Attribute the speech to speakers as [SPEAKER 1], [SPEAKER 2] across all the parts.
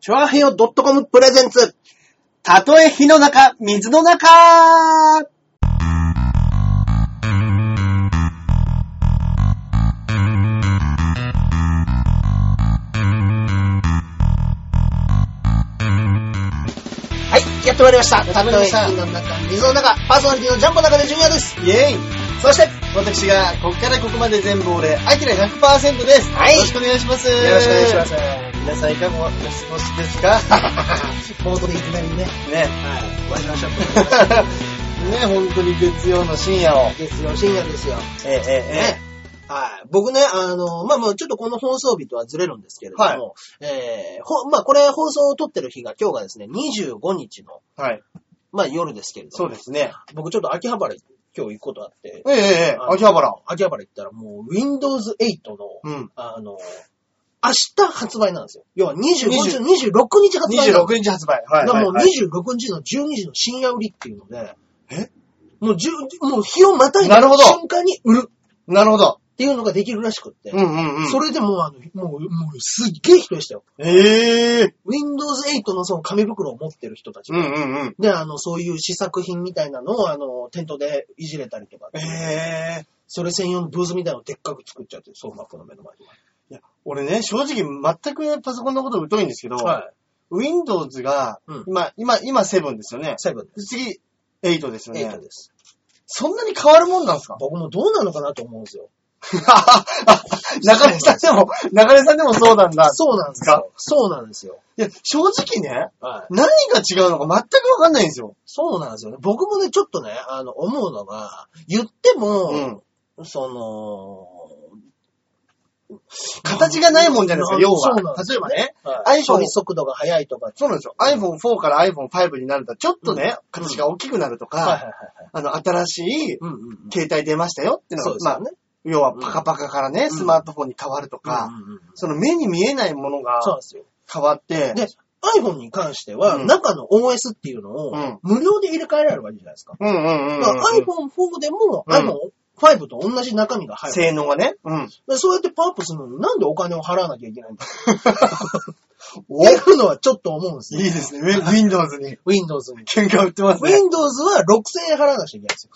[SPEAKER 1] チョアヘヨ .com プレゼンツ。たとえ火の中、水の中はい、やってまいりました。
[SPEAKER 2] やってま
[SPEAKER 1] た
[SPEAKER 2] いり
[SPEAKER 1] と
[SPEAKER 2] ま
[SPEAKER 1] え
[SPEAKER 2] した
[SPEAKER 1] 火の中、水の中、パーソナリティのジャンボ中でジュニアです。
[SPEAKER 2] イェイ
[SPEAKER 1] そして、よ
[SPEAKER 2] 私が、こっからここまで全部俺、アキラ100%です。
[SPEAKER 1] はい
[SPEAKER 2] よろしくお願いします。
[SPEAKER 1] ろしくお願いし ます。。
[SPEAKER 2] 皆さんいかがお過ごしですか
[SPEAKER 1] 冒頭でいきなりね、
[SPEAKER 2] ね。
[SPEAKER 1] はい、お会いし ましょう。
[SPEAKER 2] ね、本当に月曜の深夜を。
[SPEAKER 1] ですよ、深夜ですよ。
[SPEAKER 2] えええ
[SPEAKER 1] ね。はい。僕ね、あの、まあ、まあちょっとこの放送日とはずれるんですけれども、
[SPEAKER 2] はい
[SPEAKER 1] えーほ、まあ、これ放送を撮ってる日が今日がですね、25日の、
[SPEAKER 2] はい。
[SPEAKER 1] まあ、夜ですけれども、
[SPEAKER 2] そうですね。
[SPEAKER 1] 僕ちょっと秋葉原今日行くことあって、
[SPEAKER 2] ええええ
[SPEAKER 1] あの
[SPEAKER 2] 秋葉原。
[SPEAKER 1] 秋葉原行ったらもう Windows 8の、
[SPEAKER 2] うん。
[SPEAKER 1] あの、明日発売なんですよ。要は25日、
[SPEAKER 2] 20
[SPEAKER 1] 26日発売なんですよ
[SPEAKER 2] 26日発売。はい。
[SPEAKER 1] だからもう
[SPEAKER 2] はいはい
[SPEAKER 1] 26日の12時の深夜売りっていうので、
[SPEAKER 2] え
[SPEAKER 1] もう十、もう日をまたいだ
[SPEAKER 2] なるほど
[SPEAKER 1] 瞬間に売る
[SPEAKER 2] なるほど。
[SPEAKER 1] っていうのができるらしくって、
[SPEAKER 2] うんうんうん。
[SPEAKER 1] それでもうあの、もう、もうすっげえ人でしたよ。
[SPEAKER 2] ええ
[SPEAKER 1] Windows 8のその紙袋を持ってる人たち
[SPEAKER 2] う
[SPEAKER 1] が。
[SPEAKER 2] んうんうん。
[SPEAKER 1] で、あの、そういう試作品みたいなのを、あの、店頭でいじれたりとか、
[SPEAKER 2] ええ
[SPEAKER 1] それ専用のブースみたいなのをでっかく作っちゃって、そう、マックの目の前に。
[SPEAKER 2] 俺ね、正直全くパソコンのこと疎いんですけど、
[SPEAKER 1] はい。
[SPEAKER 2] Windows が
[SPEAKER 1] うん、
[SPEAKER 2] 今、今、今7ですよね。
[SPEAKER 1] セブンで
[SPEAKER 2] 次、8です
[SPEAKER 1] す。
[SPEAKER 2] よ
[SPEAKER 1] 8
[SPEAKER 2] ね。
[SPEAKER 1] です。
[SPEAKER 2] そんなに変わるもんなんです か
[SPEAKER 1] 僕もどうなのかなと思うんですよ。
[SPEAKER 2] 中根さんでも、中根さんでもそうなんだ。
[SPEAKER 1] そうなんですよ。そうなんですよ。
[SPEAKER 2] いや、正直ね、
[SPEAKER 1] はい。
[SPEAKER 2] 何が違うのか全くわかんないんですよ。
[SPEAKER 1] そうなんですよね。僕もね、ちょっとね、あの、思うのが、言っても、その、
[SPEAKER 2] 形がないもんじゃないですか、要
[SPEAKER 1] そうなん
[SPEAKER 2] は。
[SPEAKER 1] です
[SPEAKER 2] 例えばね、
[SPEAKER 1] はい、
[SPEAKER 2] iPhone
[SPEAKER 1] 処理速度が速いとか、
[SPEAKER 2] そうなんですよ。iPhone4 から iPhone5 になると、ちょっとね、形が大きくなると
[SPEAKER 1] はいはい
[SPEAKER 2] か、
[SPEAKER 1] はい。
[SPEAKER 2] あの、新しい
[SPEAKER 1] うんうんうん。
[SPEAKER 2] 携帯出ましたよっていう
[SPEAKER 1] そ
[SPEAKER 2] の
[SPEAKER 1] うです
[SPEAKER 2] が、
[SPEAKER 1] よ
[SPEAKER 2] まあ、
[SPEAKER 1] ね。
[SPEAKER 2] 要はパカパカからね、
[SPEAKER 1] うん
[SPEAKER 2] スマートフォンに変わると
[SPEAKER 1] う
[SPEAKER 2] か、
[SPEAKER 1] んうんうん
[SPEAKER 2] その目に見えないものが
[SPEAKER 1] そうなんですよ。
[SPEAKER 2] 変わって、
[SPEAKER 1] で、iPhone に関しては、
[SPEAKER 2] うん
[SPEAKER 1] 中の OS っていうの
[SPEAKER 2] う
[SPEAKER 1] を
[SPEAKER 2] ん、
[SPEAKER 1] 無料で入れ替えられるわけじゃないですか。
[SPEAKER 2] うんうんうんうん
[SPEAKER 1] だから iPhone4 でも
[SPEAKER 2] うん
[SPEAKER 1] iPhone5 と同じ中身が入る。
[SPEAKER 2] 性能がね。うん。
[SPEAKER 1] でそうやってパワーアップするのになんでお金を払わなきゃいけないんだろうっていうのはちょっと思うんです
[SPEAKER 2] い
[SPEAKER 1] よ。
[SPEAKER 2] いですね。ウィ Windows に
[SPEAKER 1] Windows に。
[SPEAKER 2] 喧嘩売ってますね。
[SPEAKER 1] Windows は6000円払わなくちゃいけない んですよ。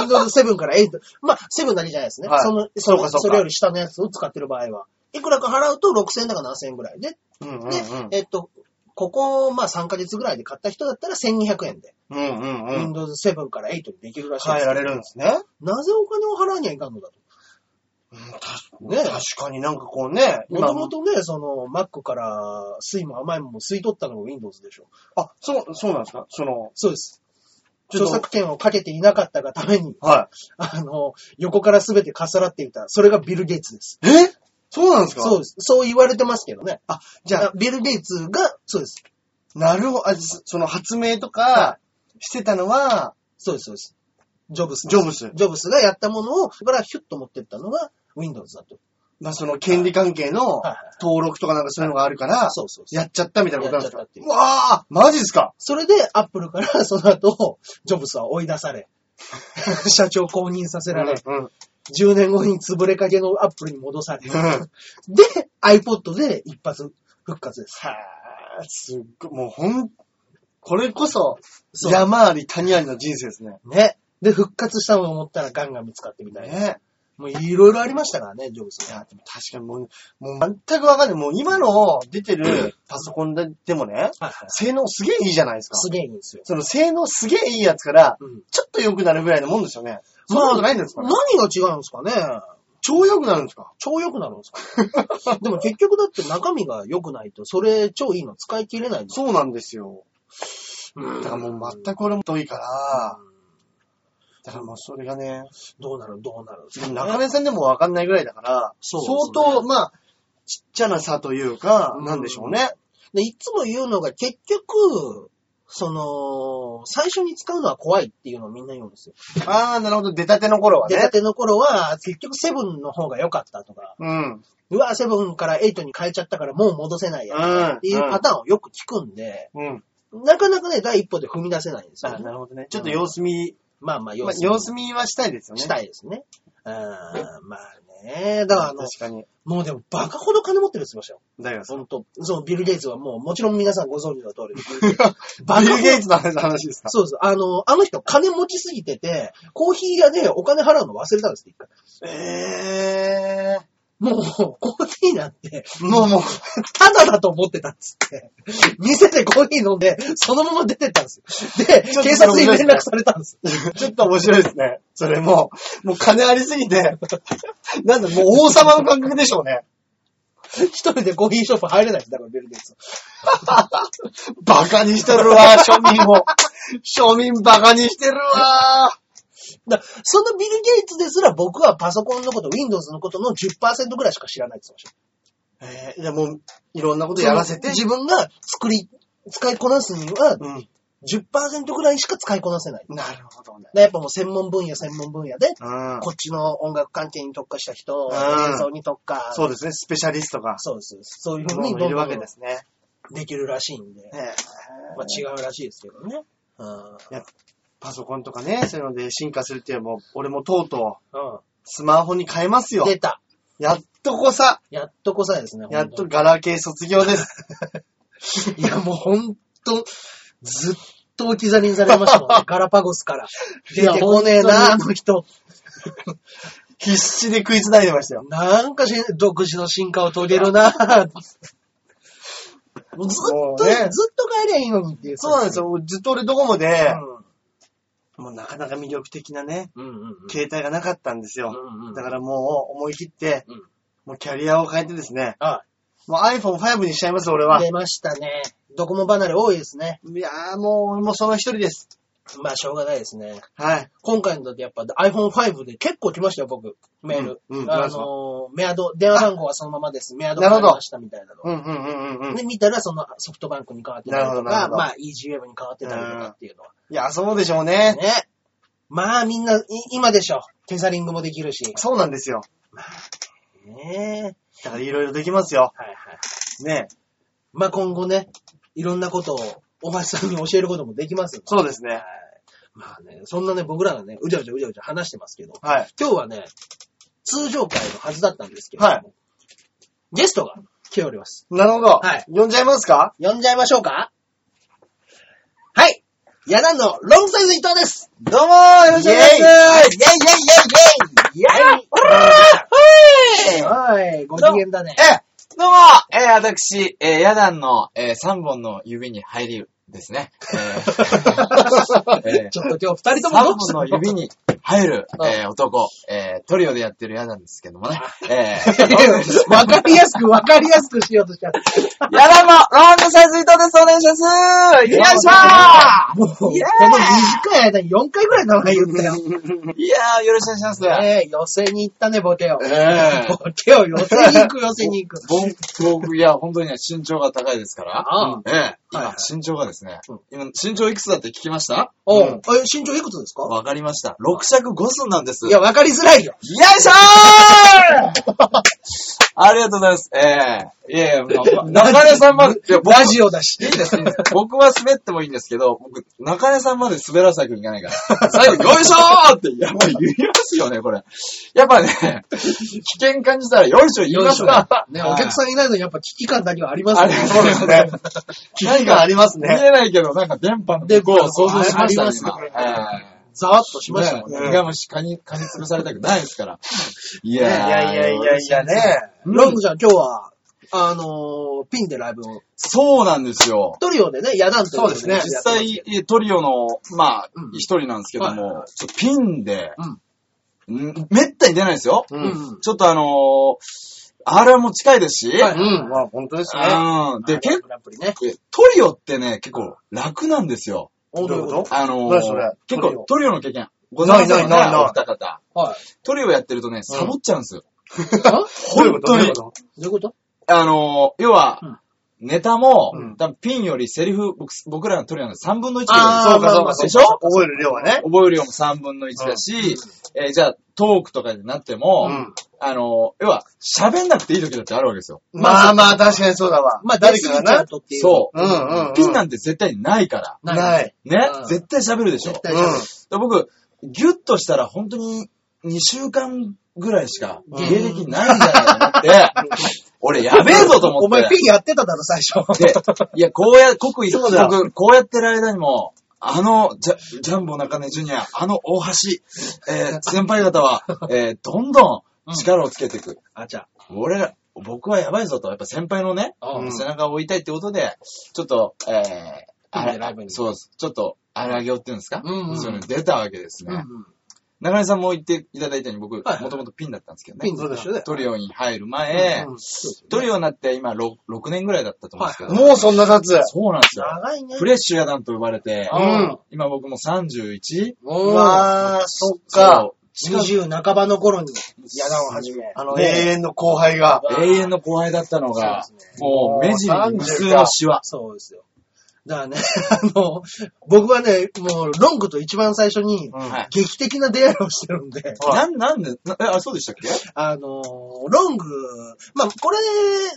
[SPEAKER 1] Windows 7から8。まあ、7だけじゃないですね。
[SPEAKER 2] はい
[SPEAKER 1] その、そ
[SPEAKER 2] そう
[SPEAKER 1] の
[SPEAKER 2] か
[SPEAKER 1] そ
[SPEAKER 2] そうか
[SPEAKER 1] れより下のやつを使ってる場合は。いくらか払うと6000円だから7000円ぐらいで。で、
[SPEAKER 2] うんうんうん。
[SPEAKER 1] えっと、ここ、まあ3ヶ月ぐらいで買った人だったら1200円で、
[SPEAKER 2] うんうんうん。
[SPEAKER 1] Windows 7から8にできるらしいん
[SPEAKER 2] 変え
[SPEAKER 1] です
[SPEAKER 2] ら
[SPEAKER 1] けど
[SPEAKER 2] れるんですね。
[SPEAKER 1] なぜお金を払わにはいかんのだと。ね
[SPEAKER 2] 確かになんかこうね、
[SPEAKER 1] もともとね、その、Mac から水も甘いもんも吸い取ったのが Windows でしょ。
[SPEAKER 2] あ、そう、そうなんですかその、
[SPEAKER 1] そうです。
[SPEAKER 2] ちょ
[SPEAKER 1] 著
[SPEAKER 2] っと
[SPEAKER 1] 作権をかけていなかったがために、
[SPEAKER 2] は
[SPEAKER 1] あの、横からすべてかさらっていた。それがビル・ゲイツです。
[SPEAKER 2] い。えそうなんですか
[SPEAKER 1] そう
[SPEAKER 2] う。
[SPEAKER 1] です。そう言われてますけどね。
[SPEAKER 2] あ、じ
[SPEAKER 1] じゃ
[SPEAKER 2] ゃ
[SPEAKER 1] あ、ビル・ゲイツが、そうです。
[SPEAKER 2] あ、なるほど。あそその発明と
[SPEAKER 1] は
[SPEAKER 2] かしてたのは、
[SPEAKER 1] そうです、そうです。ジョブスです。
[SPEAKER 2] ジョブス。
[SPEAKER 1] ジョブスがやったものを、そこからヒュッと持ってったのが Windows だと。
[SPEAKER 2] まあその権利関係の
[SPEAKER 1] はいはい
[SPEAKER 2] 登録とかなんかそういうのがあるから、
[SPEAKER 1] そうそうそう。
[SPEAKER 2] やっちゃったみたいなことなんです
[SPEAKER 1] や
[SPEAKER 2] か
[SPEAKER 1] っちゃったっていう
[SPEAKER 2] うわーマジですか
[SPEAKER 1] それで、アップルから、 その後、ジョブスは追い出さ れ、社長公認させられ、
[SPEAKER 2] うんうん
[SPEAKER 1] 10年後に潰れかけのアップルに戻さ
[SPEAKER 2] う
[SPEAKER 1] れ、
[SPEAKER 2] ん
[SPEAKER 1] で、iPod で一発復活です。
[SPEAKER 2] はぁ、すっごい、もうほん、これこそ、
[SPEAKER 1] そう
[SPEAKER 2] 山あり谷ありの人生ですね。
[SPEAKER 1] ね。で、復活したのを思ったらガンガン見つかってみたいな。
[SPEAKER 2] ね
[SPEAKER 1] もういろいろありましたからね、ジョブス
[SPEAKER 2] い
[SPEAKER 1] ね。
[SPEAKER 2] や、でも確かにもう、もう全くわかんない。もう今の出てるパソコンででもね、
[SPEAKER 1] はいはい。
[SPEAKER 2] 性能すげえいいじゃないですか。
[SPEAKER 1] すげえいいんですよ。
[SPEAKER 2] その性能すげえいいやつから、
[SPEAKER 1] うん。
[SPEAKER 2] ちょっと良くなるぐらいのもんですよね。そん
[SPEAKER 1] ま
[SPEAKER 2] な
[SPEAKER 1] あ
[SPEAKER 2] ことないんですか、
[SPEAKER 1] 何が違うんですかね
[SPEAKER 2] 超良くなるんですか
[SPEAKER 1] 超良くなるんです か、ね、でも結局だって中身が良くないと、それ超いいの使い切れないんです
[SPEAKER 2] そうなんですよ。
[SPEAKER 1] う
[SPEAKER 2] だ
[SPEAKER 1] ん
[SPEAKER 2] からもう全く俺も遠いから、だからもうそれがね、
[SPEAKER 1] どうなるどうなる
[SPEAKER 2] 中根さんでもわかんないぐらいだから、
[SPEAKER 1] そう
[SPEAKER 2] 相当、
[SPEAKER 1] ですね
[SPEAKER 2] まあ、ちっちゃな差というか
[SPEAKER 1] う、ん
[SPEAKER 2] なんでしょうね。
[SPEAKER 1] で、いつも言うのが結局、その、最初に使うのは怖いっていうのをみんな言うんですよ。
[SPEAKER 2] ああ、なるほど。出たての頃は
[SPEAKER 1] 出た
[SPEAKER 2] ね。
[SPEAKER 1] ての頃は、結局セブンの方が良かったとか、
[SPEAKER 2] うん。うん。
[SPEAKER 1] うわ、セブンからエイトに変えちゃったからもう戻せないやっていうパターンをよく聞くんで、
[SPEAKER 2] うん。
[SPEAKER 1] なかなかね、第一歩で踏み出せないんです
[SPEAKER 2] あ
[SPEAKER 1] よ
[SPEAKER 2] ー
[SPEAKER 1] ね。
[SPEAKER 2] なるほどね。ちょっと様子見
[SPEAKER 1] まあまあ、
[SPEAKER 2] まあ、様子見はしたいですよね。
[SPEAKER 1] した
[SPEAKER 2] い。
[SPEAKER 1] いですね。うーん、まあね。だからあの、
[SPEAKER 2] 確かに。
[SPEAKER 1] もうでもバカほど金持ってるって言ってましたよ。
[SPEAKER 2] 誰がそ
[SPEAKER 1] ほ
[SPEAKER 2] の、
[SPEAKER 1] んと。そう、ビル・ゲイツはもう、もちろん皆さんご存知の通りで す。
[SPEAKER 2] バ
[SPEAKER 1] ビ
[SPEAKER 2] ル
[SPEAKER 1] ル
[SPEAKER 2] ゲ
[SPEAKER 1] ゲ
[SPEAKER 2] イツの話ですか
[SPEAKER 1] そうです。あの、あの人金持ちすぎてて、コーヒー屋でお金払うの忘れたんですって、一回。
[SPEAKER 2] え
[SPEAKER 1] もう、コーヒーなんて、
[SPEAKER 2] ー。もうもう、
[SPEAKER 1] ただだと思ってたっつって。店でコーヒー飲んで、そのまま出てったんですよ。で、
[SPEAKER 2] ちょっと
[SPEAKER 1] 警察に連絡されたんです。
[SPEAKER 2] ちょっと面白いですね。それもう、もう金ありすぎて、 なんだ、もう王様の感覚でしょうね。
[SPEAKER 1] 一人でコーヒーショップ入れないです。だからビル・ゲイツは。
[SPEAKER 2] バカにしてる わ、庶民を。庶民バカにしてるわ。
[SPEAKER 1] だからそのビル・ゲイツですら僕はパソコンのこと、Windows のことの10%ぐらいしか知らないって言ってました。
[SPEAKER 2] えー、じゃあもう、いろんなことやらせて、
[SPEAKER 1] 自分が作り、使いこなすには
[SPEAKER 2] うん。
[SPEAKER 1] 10%ぐらいしか使いこなせない。
[SPEAKER 2] なるほどね。
[SPEAKER 1] でやっぱもう専門分野、専門分野で、
[SPEAKER 2] うん。
[SPEAKER 1] こっちの音楽関係に特化した人、
[SPEAKER 2] うん
[SPEAKER 1] 演奏に特化。
[SPEAKER 2] そうですね、スペシャリストが、
[SPEAKER 1] そうです。そういうふう
[SPEAKER 2] も
[SPEAKER 1] に
[SPEAKER 2] う
[SPEAKER 1] ど
[SPEAKER 2] い
[SPEAKER 1] ん
[SPEAKER 2] る
[SPEAKER 1] ど
[SPEAKER 2] わ
[SPEAKER 1] ん
[SPEAKER 2] けですね。
[SPEAKER 1] できるらしいんで、
[SPEAKER 2] ね
[SPEAKER 1] まあ違うらしいですけどね。うん。
[SPEAKER 2] やパソコンとかね、そういうので進化するっていうのも、俺もとうとう、
[SPEAKER 1] う
[SPEAKER 2] スマホに変えます
[SPEAKER 1] ん。
[SPEAKER 2] よ。
[SPEAKER 1] 出た。
[SPEAKER 2] やっとこさ、
[SPEAKER 1] やっとこさえですね。
[SPEAKER 2] やっと
[SPEAKER 1] 本
[SPEAKER 2] ガラケー卒業 です。
[SPEAKER 1] 当に。いやもうほんと、ずっと置き去りにされましたもん ね。ガラパゴスから。
[SPEAKER 2] い
[SPEAKER 1] 出
[SPEAKER 2] や
[SPEAKER 1] てこねえな、あ
[SPEAKER 2] 本
[SPEAKER 1] の人。
[SPEAKER 2] 必死で食いつないでましたよ。
[SPEAKER 1] なんかし独自の進化を遂げる なぁ。もうずっと、
[SPEAKER 2] もうね
[SPEAKER 1] ずっと帰りゃいいのにっていう。
[SPEAKER 2] そうなんです。よ。ずっと俺ドコモで、
[SPEAKER 1] う
[SPEAKER 2] もうなかなか魅力的なね、
[SPEAKER 1] ん。うんうんうん。
[SPEAKER 2] 携帯がなかったんですよ。
[SPEAKER 1] うんうん
[SPEAKER 2] だからもう思い切って、
[SPEAKER 1] うん
[SPEAKER 2] もうキャリアを変えてですね、
[SPEAKER 1] は
[SPEAKER 2] もう iPhone5 にしちゃいます、俺は。
[SPEAKER 1] 出ましたね。ドコモ離れ多いですね。
[SPEAKER 2] いやーもう、俺もその一人です。
[SPEAKER 1] まあ、しょうがないですね。
[SPEAKER 2] はい。
[SPEAKER 1] 今回の時やっぱ iPhone5 で結構来ましたよ、僕。メール。
[SPEAKER 2] うんうん
[SPEAKER 1] あのー、メアド、電話番号はそのままです。メアド
[SPEAKER 2] なる
[SPEAKER 1] 変
[SPEAKER 2] ほ
[SPEAKER 1] わ
[SPEAKER 2] ど
[SPEAKER 1] りましたみたいなの。
[SPEAKER 2] うんうんうんうんうん。
[SPEAKER 1] で、見たらそのソフトバンクに変わってたり
[SPEAKER 2] なる
[SPEAKER 1] と
[SPEAKER 2] ほどなる
[SPEAKER 1] か、
[SPEAKER 2] ほど
[SPEAKER 1] まあ EGM に変わってたりとかっていうのは。
[SPEAKER 2] いや、そうでしょうね。
[SPEAKER 1] ね。まあみんない今でしょ。テザリングもできるし。
[SPEAKER 2] そうなんですよ。
[SPEAKER 1] ねえ。
[SPEAKER 2] だからいろいろできますよ。
[SPEAKER 1] はいはい。
[SPEAKER 2] ね。
[SPEAKER 1] まあ今後ね、いろんなことをおばさんに教えることもできますんで。
[SPEAKER 2] そうですね。
[SPEAKER 1] まあね、そんなね、僕らがね、うじゃうじゃうじゃうじゃ話してますけど、
[SPEAKER 2] はい。
[SPEAKER 1] 今日はね、通常会のはずだったんですけど、
[SPEAKER 2] はい
[SPEAKER 1] ゲストが来ております。
[SPEAKER 2] なるほど。
[SPEAKER 1] はい
[SPEAKER 2] 呼んじゃいますか
[SPEAKER 1] 呼んじゃいましょうかはいヤダンのロングサイズ伊藤です
[SPEAKER 2] どうもーよろしくお願いします
[SPEAKER 1] イェイイェイイェイイェイイェイ
[SPEAKER 3] はい
[SPEAKER 1] はい、ご機嫌だね。
[SPEAKER 3] え、どうも、えー私、えー、ヤダンの、え3本の指に入りですね。 えーえー
[SPEAKER 1] ちょっと今日二人ともど
[SPEAKER 3] 三本
[SPEAKER 1] っち
[SPEAKER 3] の指に入る、
[SPEAKER 1] うん
[SPEAKER 3] えー男、えートリオでやってるヤダンですけど もね。え
[SPEAKER 1] わかりやすく、わかりやすくしようとしちゃった。
[SPEAKER 3] ヤダンのロングサイズ伊藤です。お願いしますよいしょー
[SPEAKER 1] もう、この短い間に4回ぐらい名前言ったよ。
[SPEAKER 3] いやー、よろしくお願いします。
[SPEAKER 1] ねえ、寄せに行ったね、ボケを。
[SPEAKER 3] えー
[SPEAKER 1] ボケを寄せに行く、寄せに行く。
[SPEAKER 3] ぼん僕、いや、本当にね、身長が高いですから。
[SPEAKER 1] ああ
[SPEAKER 3] うんええ
[SPEAKER 1] はいは
[SPEAKER 3] 今
[SPEAKER 1] い、
[SPEAKER 3] 身長がですね
[SPEAKER 1] うん、
[SPEAKER 3] 今、身長いくつだって聞きました
[SPEAKER 1] おう
[SPEAKER 2] うん
[SPEAKER 1] え、身長いくつですか
[SPEAKER 3] わかりました。6尺5寸なんです。
[SPEAKER 1] いや、わかりづらいよ。
[SPEAKER 3] よいしょー ありがとうございます。ええい やいや、ま中根さんまで、いや、僕
[SPEAKER 1] ラジオだし。
[SPEAKER 3] いいです、いいです。僕は滑ってもいいんですけど、僕、中根さんまで滑らせたくいかな いから、最後、よいしょーって、やっぱ言いますよね、これ。やっぱね、危険感じたら、よいしょ言いますか
[SPEAKER 1] ね、お客
[SPEAKER 3] ん、
[SPEAKER 1] さんいないのにやっぱ危機感だけはあります
[SPEAKER 3] あ
[SPEAKER 1] よ
[SPEAKER 3] れ、
[SPEAKER 1] ね。
[SPEAKER 3] そうですね。
[SPEAKER 2] 危機感あります
[SPEAKER 3] 見
[SPEAKER 2] ね。
[SPEAKER 3] えないけど、なんか電波の
[SPEAKER 1] 電波
[SPEAKER 3] こを想像しました
[SPEAKER 1] ありま
[SPEAKER 3] ね
[SPEAKER 1] す
[SPEAKER 3] 今
[SPEAKER 1] ね
[SPEAKER 3] ええ
[SPEAKER 1] ざわっとしましたもんね。
[SPEAKER 3] ね。がもし噛み、噛み潰されたくないですから。い
[SPEAKER 2] いやいやいやいやいやね。
[SPEAKER 3] うん
[SPEAKER 1] ロングちゃん、今日は、あのー、ピンでライブを。
[SPEAKER 3] そうなんですよ。
[SPEAKER 1] トリオでね、やだんといこ
[SPEAKER 2] そう
[SPEAKER 1] と
[SPEAKER 2] ですね
[SPEAKER 3] 実際、トリオの、まあ
[SPEAKER 1] うん、
[SPEAKER 3] 一、人なんですけど
[SPEAKER 1] はいはいは
[SPEAKER 3] も、ちょっとピンで、うんめったに出ないですよ。
[SPEAKER 2] う。
[SPEAKER 1] うんん。
[SPEAKER 3] ちょっとあのー、R1 も近いですし、
[SPEAKER 1] はいう
[SPEAKER 2] うん。まあ本当ですね。
[SPEAKER 3] うんで、結
[SPEAKER 1] グランプリね。
[SPEAKER 3] 構、トリオってね、結構楽なんですよ。
[SPEAKER 1] ど
[SPEAKER 2] ういうこと
[SPEAKER 3] あの
[SPEAKER 2] 何それ
[SPEAKER 3] ー、結
[SPEAKER 2] トリ
[SPEAKER 3] 構
[SPEAKER 2] オ
[SPEAKER 3] トリオの経験、ございません
[SPEAKER 2] ないないないない
[SPEAKER 3] お二方。
[SPEAKER 1] はい。
[SPEAKER 3] トリオやってるとね、サボっちゃうんですよ。
[SPEAKER 1] あど
[SPEAKER 3] 本当に。
[SPEAKER 2] ど
[SPEAKER 1] ういうこと
[SPEAKER 3] あのー、要は、
[SPEAKER 1] うん
[SPEAKER 3] ネタも、
[SPEAKER 2] うん
[SPEAKER 3] 多分ピンよりセリフ、僕僕らのトリオの3分の1で
[SPEAKER 1] あー
[SPEAKER 2] そうかそう
[SPEAKER 1] まあまあ
[SPEAKER 2] か。
[SPEAKER 1] で
[SPEAKER 3] しょ
[SPEAKER 2] 覚える量はね。
[SPEAKER 3] 覚える量も3分の1だし、えーじゃあトークとかになっても、
[SPEAKER 2] うん
[SPEAKER 3] あのー、要は喋んなくていい時だってあるわけですよ。
[SPEAKER 2] まあまあ確かにそうだわ。
[SPEAKER 1] まあ、誰
[SPEAKER 2] 誰か
[SPEAKER 1] かが
[SPEAKER 2] が
[SPEAKER 1] な
[SPEAKER 2] な。。。
[SPEAKER 3] そ
[SPEAKER 2] う
[SPEAKER 3] う
[SPEAKER 2] んうんう
[SPEAKER 3] う。
[SPEAKER 2] ん。
[SPEAKER 3] ピンなんて絶対ないから。
[SPEAKER 2] ない。
[SPEAKER 3] ね
[SPEAKER 1] うん
[SPEAKER 3] 絶対喋るでしょ
[SPEAKER 1] 絶。
[SPEAKER 2] う
[SPEAKER 1] 対
[SPEAKER 2] ん
[SPEAKER 1] 喋る。
[SPEAKER 3] で僕、ギュッとしたら本当に2週間ぐらいしか芸歴ないんじゃないかと思って、俺やべえぞと思って。
[SPEAKER 1] お前ピンやってただろ、最初。
[SPEAKER 3] で、いや、こ うや、刻一
[SPEAKER 1] そうだ
[SPEAKER 3] 刻、こうやってる間にも、あのジャ、ジャンボ中根ジュニア、あの大橋、え ー先輩方は、えーどんどん力をつけていく。
[SPEAKER 1] あちゃ。
[SPEAKER 3] 俺ら、僕はやばいぞと、やっぱ先輩のね、
[SPEAKER 1] うん
[SPEAKER 3] 背中を追いたいってことで、ちょっと、えー、あれ
[SPEAKER 1] ライブに
[SPEAKER 3] そうです。ちょっと、荒らげをっていうんですか、
[SPEAKER 1] うんうん
[SPEAKER 3] そういうの出たわけですね。
[SPEAKER 1] うん。
[SPEAKER 3] 中根さんも言っていただいたように僕、
[SPEAKER 1] はい
[SPEAKER 3] もともとピンだったんですけどね。
[SPEAKER 1] ピンズでしょだよ。
[SPEAKER 3] トリオに入る前、
[SPEAKER 1] うんそうですね
[SPEAKER 3] トリオになって今 6, 6年ぐらいだったと思うんですけど、
[SPEAKER 2] もうそんな経つ。
[SPEAKER 3] そうなんですよ。
[SPEAKER 1] 長いね。
[SPEAKER 3] フレッシュ野団と呼ばれて、
[SPEAKER 2] うん
[SPEAKER 3] 今僕も 31?
[SPEAKER 1] うん。
[SPEAKER 2] わー、そっか。
[SPEAKER 3] そう近く
[SPEAKER 1] 20半ばの頃に、やだを始め。
[SPEAKER 2] あの、永遠の後輩が。
[SPEAKER 1] わー
[SPEAKER 3] 永遠の後輩だったのが、
[SPEAKER 1] そうです
[SPEAKER 3] もう目尻に無数
[SPEAKER 2] もう30
[SPEAKER 3] の
[SPEAKER 2] か
[SPEAKER 3] シワ。
[SPEAKER 1] そうですよ。だからね、 あの、僕はね、もう、ロングと一番最初に、
[SPEAKER 3] はい。
[SPEAKER 1] 劇的な出会いをしてるんで、
[SPEAKER 3] なん、なんで、なえ、あ、そうでしたっけ
[SPEAKER 1] あの、ロング、まあ、これ、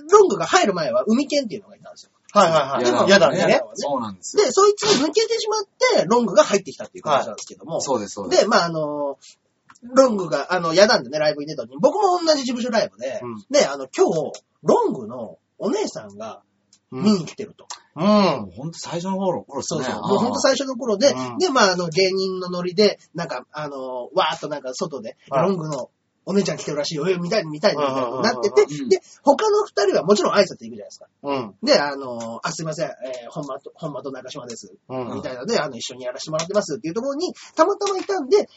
[SPEAKER 1] ロングが入る前は、海犬っていうのがいたんですよ。
[SPEAKER 2] はいはいはい。
[SPEAKER 3] 嫌
[SPEAKER 2] や
[SPEAKER 3] だ
[SPEAKER 2] だ
[SPEAKER 3] ね
[SPEAKER 2] ね。
[SPEAKER 3] そうなんですよ。
[SPEAKER 1] で、そいつに抜けてしまって、ロングが入ってきたっていう感じなんですけども、
[SPEAKER 3] そうです、そうです。
[SPEAKER 1] で、まあ、あの、ロングが、あの、やなんでね、ライブに出た時に、僕も同じ事務所ライブで、
[SPEAKER 2] うん
[SPEAKER 1] で、あの、今日、ロングのお姉さんが
[SPEAKER 2] う
[SPEAKER 1] 見に来てると。
[SPEAKER 2] うん。
[SPEAKER 3] もうほんと最初の頃、頃です
[SPEAKER 1] そ
[SPEAKER 3] ね。
[SPEAKER 1] うそう。
[SPEAKER 3] あー
[SPEAKER 1] もうほんと最初の頃で、
[SPEAKER 2] うん
[SPEAKER 1] で、まあ、あの、芸人のノリで、なんか、あの、わーっとなんか外で、
[SPEAKER 2] はい
[SPEAKER 1] ロングのお姉ちゃん来てるらしいよ、えみたいに、みたいに、みたいになって
[SPEAKER 2] うん
[SPEAKER 3] うんう
[SPEAKER 1] て、
[SPEAKER 3] ん
[SPEAKER 1] で、他の二人はもちろん挨拶行くじゃないですか。
[SPEAKER 2] うん。
[SPEAKER 1] で、あの、あ、すいません、えー、本間と、本間と中島です。
[SPEAKER 2] うん
[SPEAKER 1] みたいなので、あの、一緒にやらせてもらってますっていうところに、たまたまいたんで、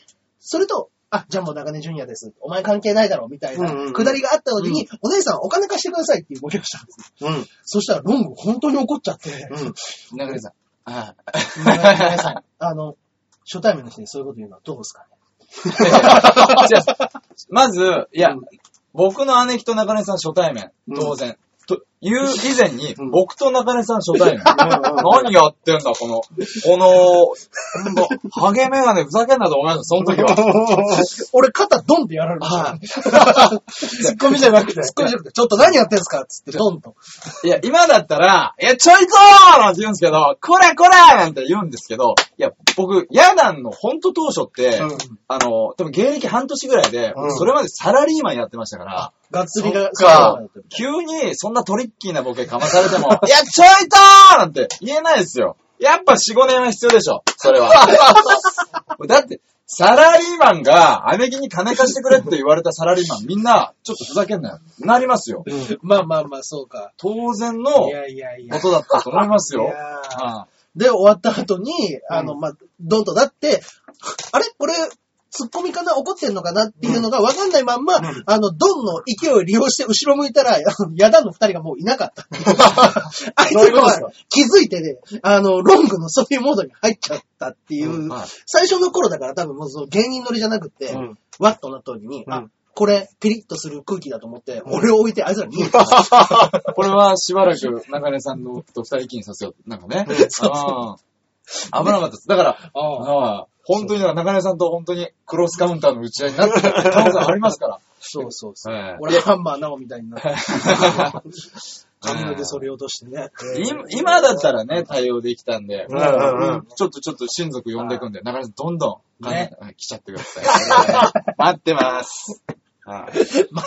[SPEAKER 1] それと、あ、ジャンボ中根ジュニアです。お前関係ないだろ、みたい
[SPEAKER 2] うんうんう
[SPEAKER 1] なんくだりがあった時に、お姉さんお金貸してくださいっていうご利用したんです。
[SPEAKER 2] うん。
[SPEAKER 1] そしたら、ロング本当に怒っちゃって、
[SPEAKER 2] うん。
[SPEAKER 3] 中根さん。あ
[SPEAKER 1] 皆さん、あの、初対面の人にそういうこと言うのはどうですかね
[SPEAKER 3] ーいやいや違うまず、いや
[SPEAKER 2] うん、
[SPEAKER 3] 僕の姉貴と中根さん初対面、当然。という以前に
[SPEAKER 2] う、ん
[SPEAKER 3] 僕と中根さん初対面。
[SPEAKER 2] う
[SPEAKER 3] 何やってんだ、この、この、ほんとハゲメガネふざけんなと思いました、その時は。
[SPEAKER 1] 俺、肩ドンってやられました。
[SPEAKER 2] ツッコミじゃなくて。
[SPEAKER 1] 突っ込みじゃなくてちょっと何やってんすかっつって、ドンと。
[SPEAKER 3] いや、今だったら、いや、ちょいぞーなんて言うんですけど、こらこらなんて言うんですけど、いや、僕、ヤダンのほんと当初って、
[SPEAKER 2] うん
[SPEAKER 3] あの、多分芸歴半年ぐらいで、
[SPEAKER 2] うん
[SPEAKER 3] それまでサラリーマンやってましたから、
[SPEAKER 1] がっつりが、
[SPEAKER 2] そっか
[SPEAKER 1] そうなんだよ
[SPEAKER 3] 急にそんなトリッキーなボケかまされても、 いや、ちょいとーなんて言えないですよ。やっぱ4、5年は必要でしょ、それは。だって、サラリーマンが、姉貴に金貸してくれって言われたサラリーマン、みんな、ちょっとふざけんなよ。なりますよ。
[SPEAKER 1] まあまあまあ、そうか。
[SPEAKER 3] 当然の
[SPEAKER 1] いやいやいや。
[SPEAKER 3] ことだったと思います
[SPEAKER 1] い
[SPEAKER 3] よ。
[SPEAKER 1] やー
[SPEAKER 3] は
[SPEAKER 1] で、終わった後に、あの、まあ、ドンとなって、あれこれ、ツッコミかな怒ってんのかなっていうのが分かんないまんま、あの、ドンの勢いを利用して後ろ向いたら、あのヤダンの二人がもういなかった。あいつ
[SPEAKER 2] どういうことです
[SPEAKER 1] は
[SPEAKER 2] か
[SPEAKER 1] 気づいてね、あの、ロングのそういうモードに入っちゃったっていう、
[SPEAKER 3] うんはい
[SPEAKER 1] 最初の頃だから多分もうその芸人乗りじゃなくて、
[SPEAKER 2] うん
[SPEAKER 1] ワッとなった時に、
[SPEAKER 2] うん
[SPEAKER 1] あ、これ、ピリッとする空気だと思って、俺を置いてあいつらに逃げた。
[SPEAKER 3] い。これはしばらく中根さんのと二人きりにさせよう。なんかね。あー危なかったです。だから、あー本当にだから中根さんと本当にクロスカウンターの打ち合いになってた可能性ありますから。
[SPEAKER 1] そうそうそう。
[SPEAKER 3] ええ
[SPEAKER 1] 俺、ハンマーなおみたいになって、髪の毛そり落としてね。
[SPEAKER 3] 今今だったらね、対応できたんで、
[SPEAKER 2] うんうんうん
[SPEAKER 3] ちょっとちょっと親族呼んでくんで、中根さんどんどん、ね、来ちゃってくださ い。待ってます。はい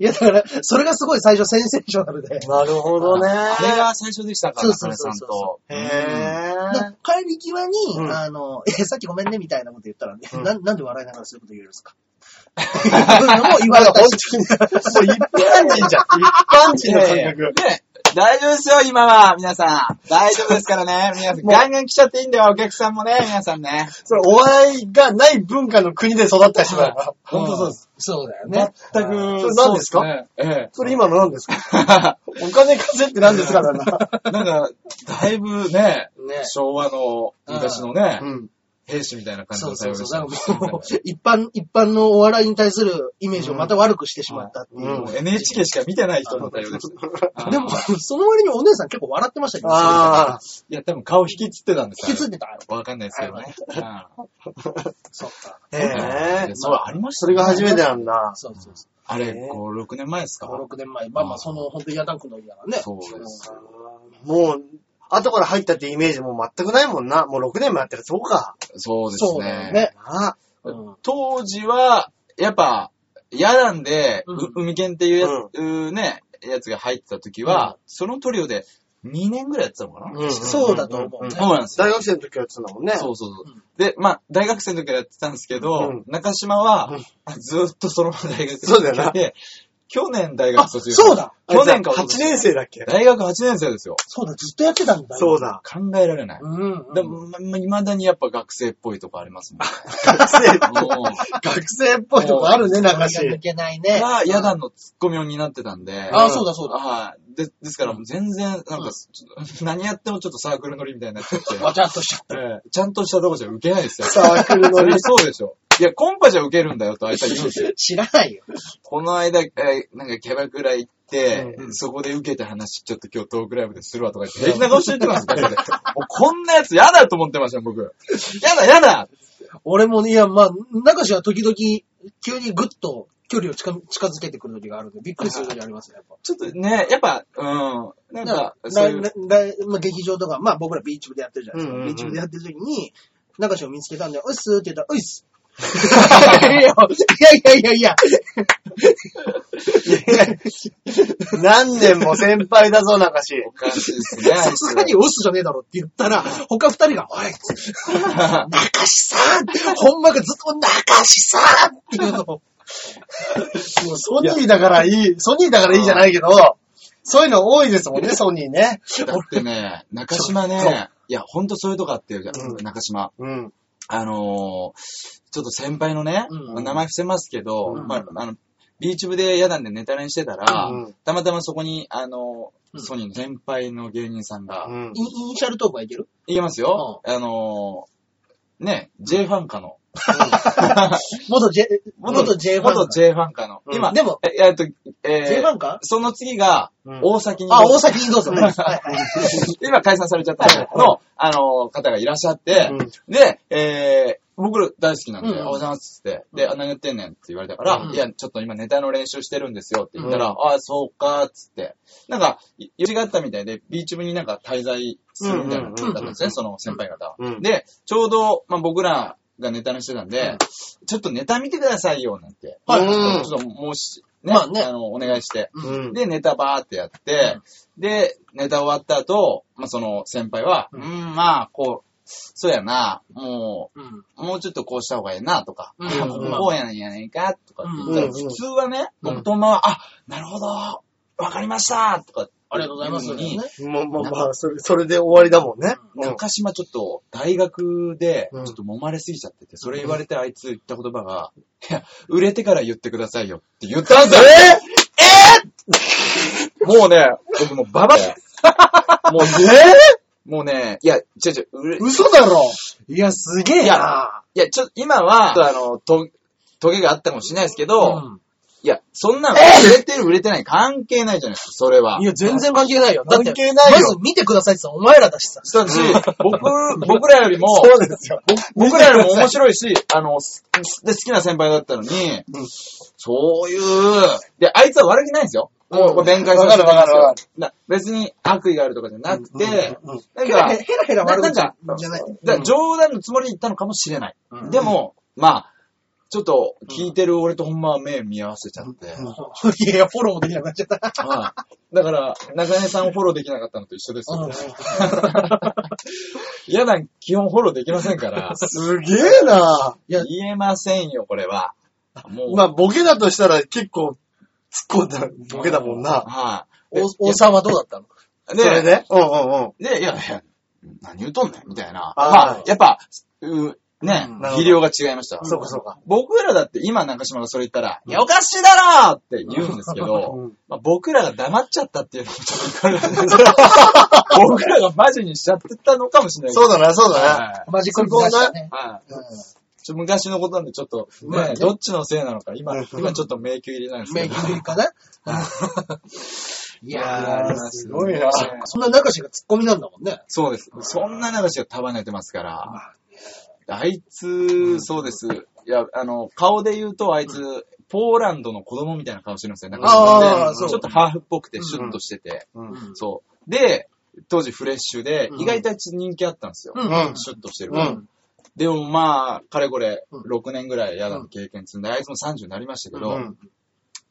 [SPEAKER 1] いや、だから、それがすごい最初センセーショナルで。
[SPEAKER 2] なるほどね。
[SPEAKER 3] あれが最初でしたから、
[SPEAKER 1] そうそ
[SPEAKER 3] 中
[SPEAKER 1] う
[SPEAKER 3] 根
[SPEAKER 1] そ
[SPEAKER 3] さ
[SPEAKER 1] うん
[SPEAKER 3] と
[SPEAKER 1] そ。
[SPEAKER 2] へ
[SPEAKER 1] だ
[SPEAKER 2] ぇ
[SPEAKER 1] 帰り際に、
[SPEAKER 2] うん
[SPEAKER 1] あの、 え、さっきごめんねみたいなこと言ったらね、
[SPEAKER 2] うん
[SPEAKER 1] ななんで笑いながらそういうこと言えるんです かいうのも言われたし。
[SPEAKER 2] そう、一般人じゃん。一般人の感覚。
[SPEAKER 3] ね、大丈夫ですよ、今は、皆さん。大丈夫ですからね、皆さん。
[SPEAKER 2] もう
[SPEAKER 3] ガンガン来ちゃっていいんだよ、お客さんもね、皆さんね。
[SPEAKER 2] それ、お笑いがない文化の国で育った人だから。
[SPEAKER 3] 本当そうです。
[SPEAKER 1] ん。 そうだよね
[SPEAKER 3] 全。く。
[SPEAKER 2] それ何ですか
[SPEAKER 3] そうですねえ
[SPEAKER 2] それ今の何ですか
[SPEAKER 3] え。
[SPEAKER 2] お金稼いって何ですかだな。
[SPEAKER 3] なんか、だいぶね、
[SPEAKER 1] ね。
[SPEAKER 3] 昭和の昔のね、
[SPEAKER 2] ん。
[SPEAKER 3] 兵士みたいな感じ
[SPEAKER 1] そ
[SPEAKER 3] の
[SPEAKER 1] うそう
[SPEAKER 3] 対
[SPEAKER 1] そ
[SPEAKER 3] 応
[SPEAKER 1] う。
[SPEAKER 3] でした
[SPEAKER 1] だ
[SPEAKER 3] ね
[SPEAKER 1] からもう、 一般、一般のお笑いに対するイメージをまた悪くしてしまったっていう。
[SPEAKER 2] うん
[SPEAKER 3] もう NHK しか見てない人 の対応でした。
[SPEAKER 1] でも、 その割にお姉さん結構笑ってましたけど、
[SPEAKER 2] ああ。
[SPEAKER 3] いや、多分顔引きつってたんです
[SPEAKER 1] 引き継
[SPEAKER 3] っ
[SPEAKER 1] いでたあれ
[SPEAKER 3] てわかんないですけどね。
[SPEAKER 1] そっか。
[SPEAKER 2] へ
[SPEAKER 3] う
[SPEAKER 2] え
[SPEAKER 3] ん。そう、ありまし
[SPEAKER 2] そ
[SPEAKER 3] たね
[SPEAKER 2] れが初めてなんだ。
[SPEAKER 1] そうそうそ
[SPEAKER 3] あれ、5、6年前です
[SPEAKER 1] う。
[SPEAKER 3] か
[SPEAKER 1] 5、6年前。まあまあ、その、本当にヤタンクの家だからね。
[SPEAKER 3] そうです。
[SPEAKER 2] もう、後から入ったってイメージも全くないもんな。もう6年もやってる。そうか。
[SPEAKER 3] そうです
[SPEAKER 1] そうだよね。
[SPEAKER 2] なあ。
[SPEAKER 1] うん
[SPEAKER 3] 当時は、やっぱ、嫌なんで、
[SPEAKER 1] うん
[SPEAKER 3] う海犬っていうやつ、ね、やつが入ってた時は、そのトリオで2年ぐらいやってたのかな、
[SPEAKER 2] うん
[SPEAKER 1] そうだと思うね。。
[SPEAKER 3] そうなんですよ。
[SPEAKER 2] 大学生の時はやってたんだもんね。。
[SPEAKER 3] そううそうそううんで、まあ、大学生の時からやってたんですけど、
[SPEAKER 2] うん
[SPEAKER 3] 中島は、ずっとそのまま大学生
[SPEAKER 2] そうだよ
[SPEAKER 3] で、去年大
[SPEAKER 1] あ、
[SPEAKER 3] 学卒業。
[SPEAKER 1] そうだ
[SPEAKER 3] 去年か
[SPEAKER 2] 8年生だっけ
[SPEAKER 3] 大学8年生ですよ。
[SPEAKER 1] そうだ、ずっとやってたんだ。
[SPEAKER 2] そうだ。
[SPEAKER 3] 考えられない。
[SPEAKER 1] うんうん。
[SPEAKER 3] でも、ま、ま未だにやっぱ学生っぽいとこありますもんね。
[SPEAKER 2] 学生、
[SPEAKER 3] もう
[SPEAKER 2] 学生っぽいとこあるね、中
[SPEAKER 1] それが
[SPEAKER 2] し
[SPEAKER 1] 抜。けないね。
[SPEAKER 3] が、ヤダンのツッコミを担ってたんで。
[SPEAKER 1] あ、そうだそうだ。
[SPEAKER 3] はい。で、ですから、全然、なんか、ちょっと何やってもちょっとサークル乗りみたいになっち ゃって。
[SPEAKER 1] わちゃっとしちゃっ
[SPEAKER 3] ええちゃんとしたとこじゃ受けないですよ。
[SPEAKER 2] サークル
[SPEAKER 3] そ
[SPEAKER 2] の
[SPEAKER 3] れ
[SPEAKER 2] リ
[SPEAKER 3] は
[SPEAKER 2] ス
[SPEAKER 3] そうでしょ。いや、コンパじゃ受けるんだよとあいつは言うんで すよ
[SPEAKER 1] た。。知らないよ。
[SPEAKER 3] この間、えーなんかキャバクラ行って、
[SPEAKER 2] う
[SPEAKER 3] そこで受けた話、ちょっと今日トークライブでするわとか言って、平気な顔して言ってますよ。僕もうこんなやつ嫌だと思ってましたよ、僕。やだ、やだ
[SPEAKER 1] 俺もね、いや、まあ、中氏は時々、急にぐっと距離を近近づけてくる時があるんで、びっくりする時ありますね、やっぱ。
[SPEAKER 3] ちょっとね、やっぱ、うん。なん
[SPEAKER 1] だ
[SPEAKER 3] か
[SPEAKER 1] か、
[SPEAKER 3] そ
[SPEAKER 1] ら、
[SPEAKER 3] ういう。
[SPEAKER 1] 来来来まあ、劇場とか、まあ僕らビーチ部でやってるじゃないですか。
[SPEAKER 2] うんうんうん
[SPEAKER 1] ビーチ部でやってる時に、中氏を見つけたんで、うっすーって言ったら、ういっすいやいやいやいや、
[SPEAKER 2] 何年も先輩だぞ、中し。
[SPEAKER 3] おかしいで すね。
[SPEAKER 1] さすがにうっすじゃねえだろって言ったら、他二人が、おい、 中氏さんほんまがずっと中氏さんって言うの。 もう
[SPEAKER 2] ソ
[SPEAKER 1] そん
[SPEAKER 2] ニ
[SPEAKER 1] な
[SPEAKER 2] ーだからいい、ソニーだからいいじゃないけど、そういうの多いですもんね、ソニーね。
[SPEAKER 3] だってね、中島ね、いや、ほんとそういうとこあって、中島。
[SPEAKER 2] うん。
[SPEAKER 3] あのー、ちょっと先輩のね、
[SPEAKER 1] うん
[SPEAKER 3] 名前伏せますけど、
[SPEAKER 1] うん
[SPEAKER 3] まあ、あの、ビーチ部で嫌なんでネタ練してたら、
[SPEAKER 2] うん
[SPEAKER 3] たまたまそこに、あのー、
[SPEAKER 1] うん
[SPEAKER 3] ソニーの先輩の芸人さんが、
[SPEAKER 2] うん
[SPEAKER 1] イイニシャルトークはいける
[SPEAKER 3] いけますよ、あのー、ね、J ファンカの、
[SPEAKER 1] 元 J、元 J ファン
[SPEAKER 3] 元 J ファンカの、
[SPEAKER 2] うん
[SPEAKER 3] 今、
[SPEAKER 1] でも、
[SPEAKER 3] え、えっと、えー
[SPEAKER 1] J ファンか
[SPEAKER 3] その次が、
[SPEAKER 2] うん
[SPEAKER 3] 大崎に、
[SPEAKER 1] あ、大崎にどうぞ。はいはい
[SPEAKER 3] 今解散されちゃったんでの、あのー、方がいらっしゃって、
[SPEAKER 2] うん
[SPEAKER 3] で、えー、僕ら大好きなんで、
[SPEAKER 1] うん
[SPEAKER 3] おはようございますってって、で、あ、何やってんねんって言われたから、
[SPEAKER 1] うん
[SPEAKER 3] いや、ちょっと今ネタの練習してるんですよって言ったら、あ、そうか、つって。なんか、よしがあったみたいで、ビーチ部になんか滞在するみたいなのだったんですね、その先輩方は、
[SPEAKER 2] うん
[SPEAKER 3] で、ちょうど、まあ、僕らがネタにしてたんで、
[SPEAKER 1] うん
[SPEAKER 3] ちょっとネタ見てくださいよ、なんて。
[SPEAKER 2] はい
[SPEAKER 3] ちょっと申し、ね、
[SPEAKER 1] まあね
[SPEAKER 3] の、お願いして。
[SPEAKER 2] うん。
[SPEAKER 3] で、ネタバーってやって、で、ネタ終わった後、まあ、その先輩は、う、
[SPEAKER 1] うんん
[SPEAKER 3] まあ、こう、そうやな、も
[SPEAKER 1] うん
[SPEAKER 3] う、もうちょっとこうした方がいいな、とか、
[SPEAKER 1] うん
[SPEAKER 3] あもうこうやないやないか、とかって言ったら、
[SPEAKER 2] うん
[SPEAKER 3] 普通はね、
[SPEAKER 2] うん
[SPEAKER 3] 僕とまは、あ、なるほど、わかりました、とか、
[SPEAKER 1] ありがとうございます。
[SPEAKER 3] 言のに
[SPEAKER 1] ね
[SPEAKER 2] もう、もう、まあ、それ、それで終わりだもんね。うん
[SPEAKER 3] 中島ちょっと大学でち
[SPEAKER 2] う
[SPEAKER 3] ょ
[SPEAKER 2] ん
[SPEAKER 3] っと揉まれすぎちゃってて、それ言われてあいつ言った言葉が、いや、売れてから言ってくださいよって言ったんだよえー、えー、もうね、僕もうババアもうね、もうね、いや、違う違う、売れ
[SPEAKER 2] 嘘だろいや、すげえ
[SPEAKER 3] い
[SPEAKER 2] な。
[SPEAKER 3] いや、ちょっと今は、ちょっとあの、と、トゲがあったかもしれないですけど、
[SPEAKER 1] うん
[SPEAKER 3] いや、そんなの
[SPEAKER 2] え
[SPEAKER 3] 売れてる売れてない関係ないじゃないですか、それは。
[SPEAKER 1] いや、全然関係ないよ。だって、
[SPEAKER 2] 関係ないよ
[SPEAKER 1] まず見てくださいって言ったのお前らだしさ。
[SPEAKER 3] したし、僕、僕らよ りも、
[SPEAKER 2] そうですよ。
[SPEAKER 3] 僕らよりも面白 いし、あの、すで、好きな先輩だったのに、
[SPEAKER 2] うん
[SPEAKER 3] そういう、で、あいつは悪気ないんですよ。もう、これ弁解させてもらいますよ
[SPEAKER 2] わかるわかるわか
[SPEAKER 3] な別に悪意があるとかじゃなくて、
[SPEAKER 2] うんうん
[SPEAKER 3] なん
[SPEAKER 1] ヘラ
[SPEAKER 3] か、
[SPEAKER 1] ヘラヘラ悪口
[SPEAKER 3] なんか、
[SPEAKER 1] じゃない。
[SPEAKER 3] だから冗談のつもりで言ったのかもしれない。
[SPEAKER 1] うん
[SPEAKER 3] でも、まあ、ちょっと、聞いてる俺とほんまは目見合わせちゃって。
[SPEAKER 2] うん
[SPEAKER 1] いやいや、フォローもできなくなっちゃった。
[SPEAKER 3] はいだから、中根さんをフォローできなかったのと一緒ですよ、ね。
[SPEAKER 1] う
[SPEAKER 3] 嫌なん基本フォローできませんから。
[SPEAKER 2] すげえな。
[SPEAKER 3] 言えませんよ、これは。もう、
[SPEAKER 2] まあ、ボケだとしたら結構突っ込んだボケだもんな。
[SPEAKER 3] はい。
[SPEAKER 1] ん
[SPEAKER 3] で
[SPEAKER 1] お、おさんはどうだったの
[SPEAKER 2] それでうんうんうん。
[SPEAKER 3] で、いやいや、何言うとんねんみたいな。
[SPEAKER 2] あー
[SPEAKER 3] まあ、やっぱ、うね
[SPEAKER 1] うん
[SPEAKER 2] なる、ほど
[SPEAKER 3] 技量が違いました。
[SPEAKER 2] そうかそうか。
[SPEAKER 3] 僕らだって今中島がそれ言ったら、いや、おかしいだろって言うんですけ
[SPEAKER 2] う
[SPEAKER 3] ど
[SPEAKER 2] ん、
[SPEAKER 3] まあ、僕らが黙っちゃったっていうのもちょっとわかるんですけど、 僕らがマジにしちゃってたのかもしれない
[SPEAKER 2] そうだな、そう
[SPEAKER 3] う
[SPEAKER 2] だな。
[SPEAKER 1] マジックリ出したね。
[SPEAKER 3] はい。
[SPEAKER 1] う
[SPEAKER 3] ちょ昔のことなんでちょっと、
[SPEAKER 1] まあ
[SPEAKER 3] ね
[SPEAKER 1] ね、
[SPEAKER 3] どっちのせいなのか、今
[SPEAKER 2] うん、
[SPEAKER 3] 今ちょっと迷宮入りなんです
[SPEAKER 1] ん
[SPEAKER 3] け
[SPEAKER 1] メ
[SPEAKER 3] ど。
[SPEAKER 1] イキングかないや
[SPEAKER 2] ー
[SPEAKER 1] ー、
[SPEAKER 2] すごいな
[SPEAKER 1] そんな中氏がツッコミなんだもんね。
[SPEAKER 3] そうです。そんな流しが束ねてますから。あいつ、そうです。いや、あの、顔で言うと、あいつ、ポーランドの子供みたいな顔してるんですよ。なんか
[SPEAKER 1] あー
[SPEAKER 3] ち
[SPEAKER 1] そ
[SPEAKER 3] ょ
[SPEAKER 1] う
[SPEAKER 3] っとハーフっぽくて、シュッとしてて。そう。で、当時フレッシュで、
[SPEAKER 1] うん
[SPEAKER 3] 意外と人気あったんですよ。
[SPEAKER 1] うん
[SPEAKER 2] うん
[SPEAKER 3] シュッとしてる
[SPEAKER 2] う
[SPEAKER 3] から。
[SPEAKER 2] ん。
[SPEAKER 3] でもまあ、かれこれ、
[SPEAKER 1] うん
[SPEAKER 3] 6年ぐらいやだの経験積んで、あいつも30になりましたけど、
[SPEAKER 2] うん。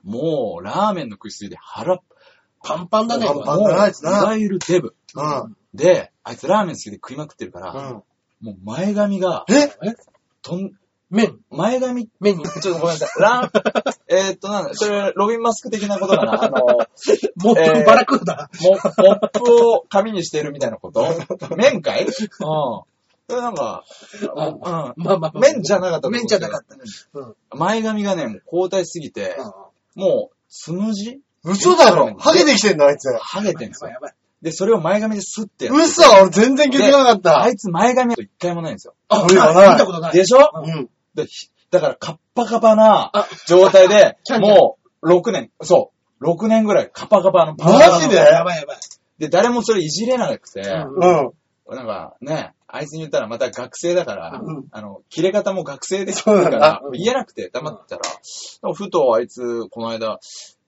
[SPEAKER 3] もう、ラーメンの食いすぎで腹っ
[SPEAKER 1] パンパンだね。
[SPEAKER 2] パンパンだなあいつな
[SPEAKER 3] もういわゆるデブ。
[SPEAKER 2] うん。
[SPEAKER 3] で、あいつラーメン好きで食いまくってるから、
[SPEAKER 2] うん。
[SPEAKER 3] もう前髪が、
[SPEAKER 2] え
[SPEAKER 3] とん、
[SPEAKER 1] 麺、
[SPEAKER 3] 前髪、ち
[SPEAKER 1] 麺に。
[SPEAKER 3] ょっとごめんなさい。ラー、 えーっと、なんだ、それ、ロビンマスク的なことかな。あの、
[SPEAKER 1] も
[SPEAKER 3] モ
[SPEAKER 1] っとバラくんだ。
[SPEAKER 3] モップを紙にしてるみたいなこと麺かいうん。それなんか、うん。
[SPEAKER 1] まあまあまあ。
[SPEAKER 3] 麺じゃなかったと思う
[SPEAKER 1] 麺じゃなかった。うん。
[SPEAKER 3] 前髪がね、もう交代すぎて、もう、つむじ
[SPEAKER 2] 嘘だろハゲてきてんのあいつ。
[SPEAKER 3] ハゲてん
[SPEAKER 1] や
[SPEAKER 3] です
[SPEAKER 1] ばい
[SPEAKER 3] よ。
[SPEAKER 1] やばい。
[SPEAKER 3] で、それを前髪でスッてやって。
[SPEAKER 2] 嘘俺全然気づかなかっ
[SPEAKER 3] あ
[SPEAKER 2] た。
[SPEAKER 3] いつ前髪一回もないんですよ。
[SPEAKER 1] あ、
[SPEAKER 2] 俺は
[SPEAKER 1] ない見たことない。
[SPEAKER 3] でしょ
[SPEAKER 2] うん。
[SPEAKER 3] でひだから、カッパカパな
[SPEAKER 1] あ
[SPEAKER 3] 状態で
[SPEAKER 1] キャ、ンキャン
[SPEAKER 3] もう、6年、そう、6年ぐらいカッパカパのパン
[SPEAKER 2] マジで
[SPEAKER 1] やばいやばい。
[SPEAKER 3] で、誰もそれいじれなくて、
[SPEAKER 1] うん
[SPEAKER 2] うん。
[SPEAKER 3] なんかね、あいつに言ったらまた学生だから、
[SPEAKER 2] うん
[SPEAKER 3] あの、切れ方も学生です
[SPEAKER 2] そうなん
[SPEAKER 3] か
[SPEAKER 2] だ
[SPEAKER 3] ら、言えなくて黙ってたら、でもふとあいつ、この間、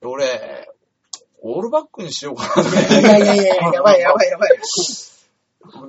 [SPEAKER 3] 俺、オールバックにしようかなとか
[SPEAKER 1] いやいやいや、やばいやばいやばい。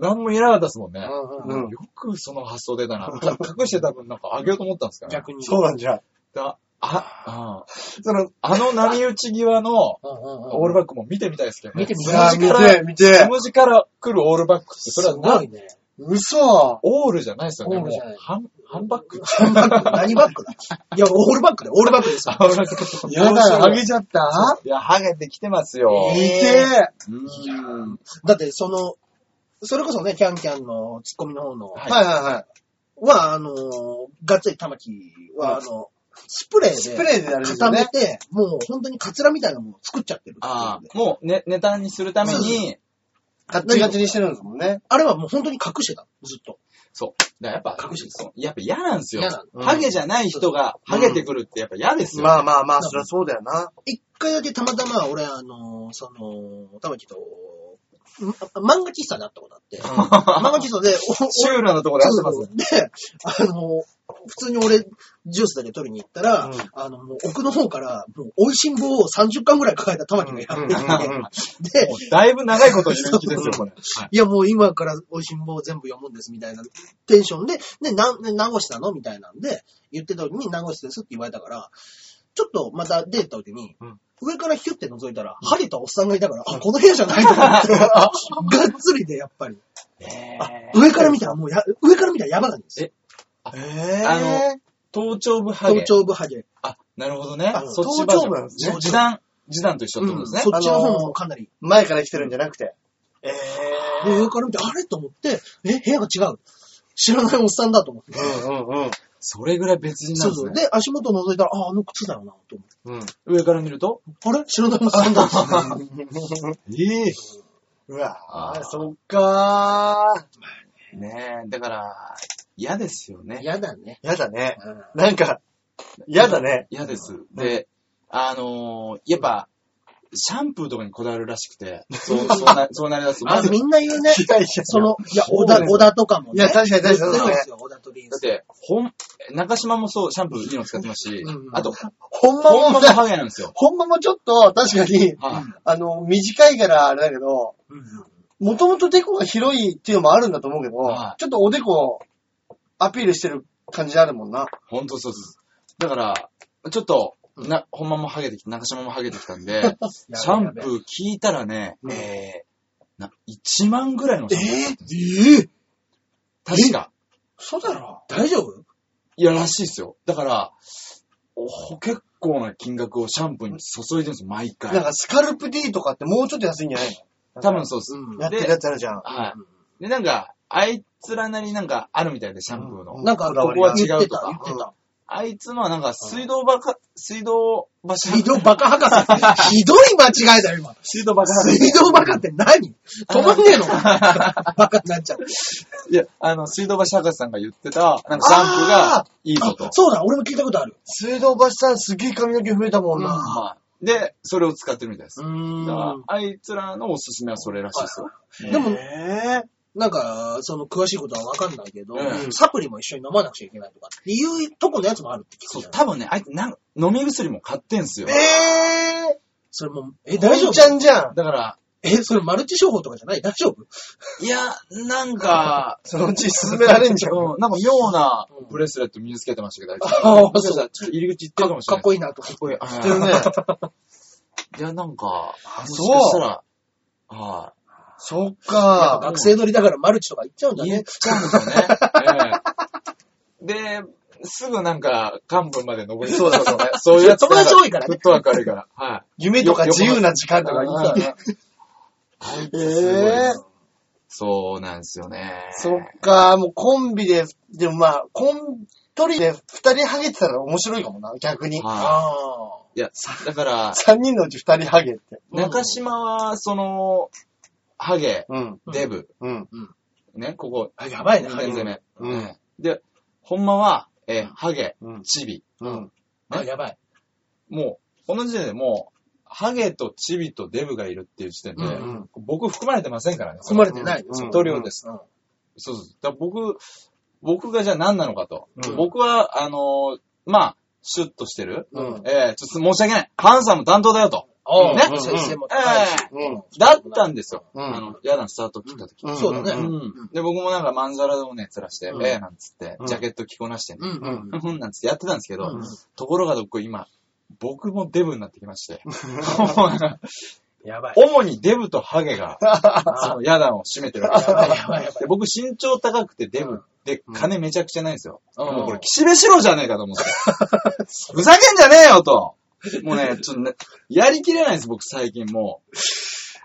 [SPEAKER 3] 何も言えなかったですもんね。
[SPEAKER 1] うんうん
[SPEAKER 2] うん
[SPEAKER 3] よくその発想出たな。か隠してた分なんかあげようと思ったんですから、ね。
[SPEAKER 1] 逆に。
[SPEAKER 2] そうなんじゃ。
[SPEAKER 3] だあ、うん
[SPEAKER 2] その、
[SPEAKER 3] あの波打ち際の
[SPEAKER 1] うんうんうん
[SPEAKER 3] オールバックも見てみたいですけどね。
[SPEAKER 1] 見てみ
[SPEAKER 2] い
[SPEAKER 1] た
[SPEAKER 2] や
[SPEAKER 1] い
[SPEAKER 2] 見て、見て
[SPEAKER 3] つ。むじから来るオールバックって、それ
[SPEAKER 1] す
[SPEAKER 3] はな
[SPEAKER 1] ごいね。
[SPEAKER 2] 嘘
[SPEAKER 3] オールじゃないですよね。
[SPEAKER 1] オールじゃない
[SPEAKER 3] もうハン、ハンバック
[SPEAKER 1] 何バック 何バックだいや、オールバックだよオールバックですよ。
[SPEAKER 3] あ、ごめんなさ い
[SPEAKER 2] やだ、ハゲちゃった
[SPEAKER 3] いや、ハゲてきてますよ。
[SPEAKER 2] 見
[SPEAKER 1] え
[SPEAKER 2] て
[SPEAKER 3] うん
[SPEAKER 1] だって、その、それこそね、キャンキャンのツッコミの方の、
[SPEAKER 3] は
[SPEAKER 2] はいいはいはい。
[SPEAKER 1] は、あのー、がっつり玉木は、あの、スプレ
[SPEAKER 2] ス
[SPEAKER 1] ー
[SPEAKER 2] プ
[SPEAKER 1] で
[SPEAKER 2] レーでやるんです
[SPEAKER 1] 固
[SPEAKER 2] よ
[SPEAKER 1] め
[SPEAKER 2] ね。
[SPEAKER 1] て、もう本当にカツラみたいなものを作っちゃってるってい
[SPEAKER 3] あ
[SPEAKER 1] うんで
[SPEAKER 3] あ、もうね、ネタにするために、
[SPEAKER 2] ガッチガチにしてるんですもんね。
[SPEAKER 1] あれはもう本当に隠してた。ずっと。
[SPEAKER 3] だからやっぱ、
[SPEAKER 1] 隠してる
[SPEAKER 3] そうやっぱ嫌なんですよ
[SPEAKER 1] 嫌な。
[SPEAKER 2] の
[SPEAKER 3] ハゲじゃない人が、ハゲてくるってやっぱ嫌ですよ。
[SPEAKER 2] まあまあまあ、そりゃそうだよな。
[SPEAKER 1] 一回だけたまたま、俺、あのー、その、玉木と、ん漫画喫茶で会ったことあって、漫画喫茶で、お
[SPEAKER 3] シュールなところで
[SPEAKER 1] そ
[SPEAKER 3] 出して
[SPEAKER 1] う
[SPEAKER 3] ますね。
[SPEAKER 1] で、あの、普通に俺、ジュースだけ取りに行ったら、
[SPEAKER 2] うん
[SPEAKER 1] あの、もう奥の方から、もう、美味しん坊を30巻ぐらい抱えた玉木がやってきて、で
[SPEAKER 3] も、うだいぶ長いこと言う気ですよ、これ。はい
[SPEAKER 1] いや、もう今から美味しん坊全部読むんです、みたいなテンションで、で、な、名越なのみたいなんで、言ってた時に名越ですって言われたから、ちょっとまたデートの時に、
[SPEAKER 2] うん
[SPEAKER 1] 上からヒュッて覗いたら、ハゲたおっさんがいたから、あ、この部屋じゃないと 思って、がっつりで、やっぱり。 あ 上から見たらもうや、上から見たらやばなんですよ。
[SPEAKER 2] え
[SPEAKER 3] あ
[SPEAKER 2] え
[SPEAKER 3] の頭頂部ハ
[SPEAKER 1] 頭
[SPEAKER 3] ゲ。
[SPEAKER 1] 頂部ハゲ。
[SPEAKER 3] あ、なるほどね
[SPEAKER 2] あ。
[SPEAKER 3] そっちバージ
[SPEAKER 2] 頭頂部なんです
[SPEAKER 3] ョ
[SPEAKER 2] ね
[SPEAKER 3] ン。時短、時短と一緒ってことですね。
[SPEAKER 1] うんそっちの方もかなり。
[SPEAKER 2] 前から来てるんじゃなくて。え
[SPEAKER 1] で上から見て、あれと思って、え、部屋が違う。知らないおっさんだと思って。
[SPEAKER 2] うんうん
[SPEAKER 3] それぐらい別人な
[SPEAKER 1] そ
[SPEAKER 3] ん
[SPEAKER 1] う
[SPEAKER 3] です
[SPEAKER 1] そう。
[SPEAKER 3] ね。
[SPEAKER 1] で、足元を覗いたら、あ、あの靴だよな、と思って。
[SPEAKER 2] うん。
[SPEAKER 3] 上から見ると
[SPEAKER 1] あれ知らないおっさんだ。
[SPEAKER 3] ええ。
[SPEAKER 2] うわ
[SPEAKER 3] あー
[SPEAKER 2] ぁ、そっかー。
[SPEAKER 3] ねえ、だから、嫌ですよね。
[SPEAKER 1] 嫌だね。
[SPEAKER 2] やだね。
[SPEAKER 1] うん
[SPEAKER 2] なんか、やだね。
[SPEAKER 3] 嫌です。で、あのーやっぱ、シャンプーとかにこだわるらしくて、 そう、そうな、そうなりだすと、ま
[SPEAKER 1] あ、
[SPEAKER 3] ず、だ
[SPEAKER 1] みんな言うね。
[SPEAKER 2] 被害者
[SPEAKER 1] その、いや、
[SPEAKER 2] そう
[SPEAKER 1] 小
[SPEAKER 2] だ
[SPEAKER 1] 田、
[SPEAKER 2] ね
[SPEAKER 1] 小田とかもね。
[SPEAKER 2] いや確かに確かに
[SPEAKER 1] 言ってるんですよ、小田とリン
[SPEAKER 3] っ
[SPEAKER 1] ス。
[SPEAKER 3] て、ほん、中島もそう、シャンプーいいの使ってますし
[SPEAKER 1] うん、
[SPEAKER 3] あと、
[SPEAKER 2] ほんま
[SPEAKER 3] ほんま
[SPEAKER 2] も
[SPEAKER 3] も
[SPEAKER 2] ね、
[SPEAKER 3] ハゲなんですよ。
[SPEAKER 2] ほんまもちょっと、確かに、
[SPEAKER 3] はい。
[SPEAKER 2] あの、短いからあれだけど、
[SPEAKER 1] うんうん
[SPEAKER 2] もともとデコが広いっていうのもあるんだと思うけど、
[SPEAKER 3] はい
[SPEAKER 2] ちょっとおでこ、アピールしてる感じあるもんな。
[SPEAKER 3] ほんとそうです。だから、ちょっと、な、ほんまもハゲてき中島もハゲてきた んで、シャンプー聞いたらね、
[SPEAKER 2] うん
[SPEAKER 3] えー、な、1万ぐらいのシャンプーだったんです
[SPEAKER 1] ええ
[SPEAKER 3] 確か。
[SPEAKER 2] そうだろ
[SPEAKER 1] 大丈夫
[SPEAKER 3] いや、らしいですよ。だから、お結構な金額をシャンプーに注いでるんですよ、毎
[SPEAKER 2] なん
[SPEAKER 3] 回。
[SPEAKER 2] かスカルプ D とかってもうちょっと安いんじゃないの
[SPEAKER 3] 多分そうです。
[SPEAKER 1] うん
[SPEAKER 2] やってる
[SPEAKER 3] で
[SPEAKER 2] やつあるじゃん。
[SPEAKER 3] はい。で、なんか、あいつらなりなんかあるみたいで、シャンプーの。
[SPEAKER 2] うん
[SPEAKER 1] なん
[SPEAKER 2] こ
[SPEAKER 1] か、こ
[SPEAKER 2] だ
[SPEAKER 1] こ
[SPEAKER 2] わ
[SPEAKER 1] は
[SPEAKER 3] り
[SPEAKER 1] 違
[SPEAKER 3] が
[SPEAKER 1] うとか
[SPEAKER 3] 違う
[SPEAKER 1] 言ってた。
[SPEAKER 3] あいつのはなんか、水道バカ、水道バシャン
[SPEAKER 1] 水道バカ博 士。ひどい間違いだよ、今。
[SPEAKER 3] 水道バカ
[SPEAKER 1] 水道バカって何止まんねえの バカになっちゃう。
[SPEAKER 3] いや、あの、水道バシャカさんが言ってた、なんかシャンプーがいいぞと
[SPEAKER 1] あ。そうだ、俺も聞いたことある。
[SPEAKER 2] 水道橋さんすげえ髪の毛増えたもん
[SPEAKER 1] う
[SPEAKER 2] な。
[SPEAKER 3] まあで、それを使ってるみたいです。
[SPEAKER 1] う
[SPEAKER 3] だか
[SPEAKER 1] ー
[SPEAKER 3] ら
[SPEAKER 1] ん。
[SPEAKER 3] あいつらのおすすめはそれらしいですよ。
[SPEAKER 1] でも、
[SPEAKER 2] え
[SPEAKER 1] なんか、その詳しいことはわかんないけど、
[SPEAKER 3] うん
[SPEAKER 1] サプリも一緒に飲まなくちゃいけないとかっていうとこのやつもあるって聞く
[SPEAKER 3] そう
[SPEAKER 1] じ、ゃん。
[SPEAKER 3] 多分ね、あいつ、なん飲み薬も買ってんすよ。
[SPEAKER 2] え
[SPEAKER 1] それも、え、
[SPEAKER 2] ー、大
[SPEAKER 1] 大
[SPEAKER 2] 丈
[SPEAKER 1] 丈
[SPEAKER 2] 夫
[SPEAKER 1] 夫
[SPEAKER 2] ちゃんじゃん。
[SPEAKER 3] だから、
[SPEAKER 1] え、それマルチ商法とかじゃない大丈夫
[SPEAKER 3] いや、なん か、
[SPEAKER 2] そのうち進められんじゃん。
[SPEAKER 3] うん、なんか妙なブレスレット身につけてましたけど、
[SPEAKER 1] ああ
[SPEAKER 3] もしかしたらちょっと入り口行ってるかもし
[SPEAKER 1] か
[SPEAKER 3] れな
[SPEAKER 1] っ
[SPEAKER 3] い。
[SPEAKER 1] こいいなと。
[SPEAKER 3] かっこいい。あ
[SPEAKER 2] 知ってるね。
[SPEAKER 3] いや、なんか、あ
[SPEAKER 2] そう
[SPEAKER 3] もしかしたら、はい。
[SPEAKER 2] そっか。
[SPEAKER 1] 学生乗りだからマルチとか行っちゃうんだ
[SPEAKER 3] 言っ
[SPEAKER 1] ね。
[SPEAKER 3] ちゃうんですよね。ええですぐなんか、幹部まで登りそうそうそう、ね。そういうやつ。
[SPEAKER 1] 友達多いからね
[SPEAKER 3] フットワーク悪いから。は
[SPEAKER 2] 夢とか自由な時間
[SPEAKER 3] い。
[SPEAKER 2] とか言ってたね。
[SPEAKER 3] え
[SPEAKER 2] ええ
[SPEAKER 3] そうなんですよね。
[SPEAKER 2] そっか、もうコンビで、でもまあ、コン、一人で二人ハゲてたら面白いかもな、逆に。
[SPEAKER 3] は
[SPEAKER 1] あ
[SPEAKER 3] い。いや、だから、
[SPEAKER 2] 三人のうち二人ハゲって。
[SPEAKER 1] うん
[SPEAKER 3] 中島は、その、ハゲ、
[SPEAKER 2] うん、
[SPEAKER 1] うん
[SPEAKER 3] デブ、
[SPEAKER 2] うん。
[SPEAKER 3] ね、ここ、
[SPEAKER 1] あ。やばいね、
[SPEAKER 3] 二
[SPEAKER 1] ハゲ
[SPEAKER 3] 点攻め。
[SPEAKER 2] うん
[SPEAKER 3] ええで、ほんまは、えーハゲ、
[SPEAKER 2] うん
[SPEAKER 3] チビ。
[SPEAKER 2] うん。
[SPEAKER 1] あ、やばい。
[SPEAKER 3] もう、この時点でもう、ハゲとチビとデブがいるっていう時点で、
[SPEAKER 1] うん
[SPEAKER 3] 僕含まれてませんからね。
[SPEAKER 1] 含まれてない。
[SPEAKER 2] うん
[SPEAKER 3] 塗料です。
[SPEAKER 1] うん
[SPEAKER 3] そうそう。だから僕、僕がじゃあ何なのかと。
[SPEAKER 2] うん
[SPEAKER 3] 僕は、あのーまあ、シュッとしてる。
[SPEAKER 2] うん。
[SPEAKER 3] ええちょっと申し訳ない。ハンサム担当だよと。
[SPEAKER 1] ああ、
[SPEAKER 3] ね
[SPEAKER 1] ね、先生も高いし。
[SPEAKER 2] うん
[SPEAKER 3] だったんですよ。
[SPEAKER 2] うん
[SPEAKER 3] あの、嫌なスタート切った時。
[SPEAKER 2] うん
[SPEAKER 1] そうだね
[SPEAKER 3] うんで、僕もなんかまんざらでもね、つらして、
[SPEAKER 2] うん
[SPEAKER 3] ええなんつって
[SPEAKER 2] う、ん
[SPEAKER 3] ジャケット着こなしてね、
[SPEAKER 1] うんうんん。
[SPEAKER 3] ふんなんつってやってたんですけど、
[SPEAKER 1] うん
[SPEAKER 3] ところがどっこい今、僕もデブになってきまして、
[SPEAKER 1] やばい。
[SPEAKER 3] 主にデブとハゲ が、そのヤダンを占めてるわけ
[SPEAKER 1] やばいや
[SPEAKER 3] で
[SPEAKER 1] ばいやば
[SPEAKER 3] で僕身長高くてデブで、金めちゃくちゃないんですよ。
[SPEAKER 1] うん
[SPEAKER 3] もうこれ、岸辺四郎じゃねえか と思って。ふざけんじゃねえよともうね、ちょっとね、やりきれないんです、僕最近も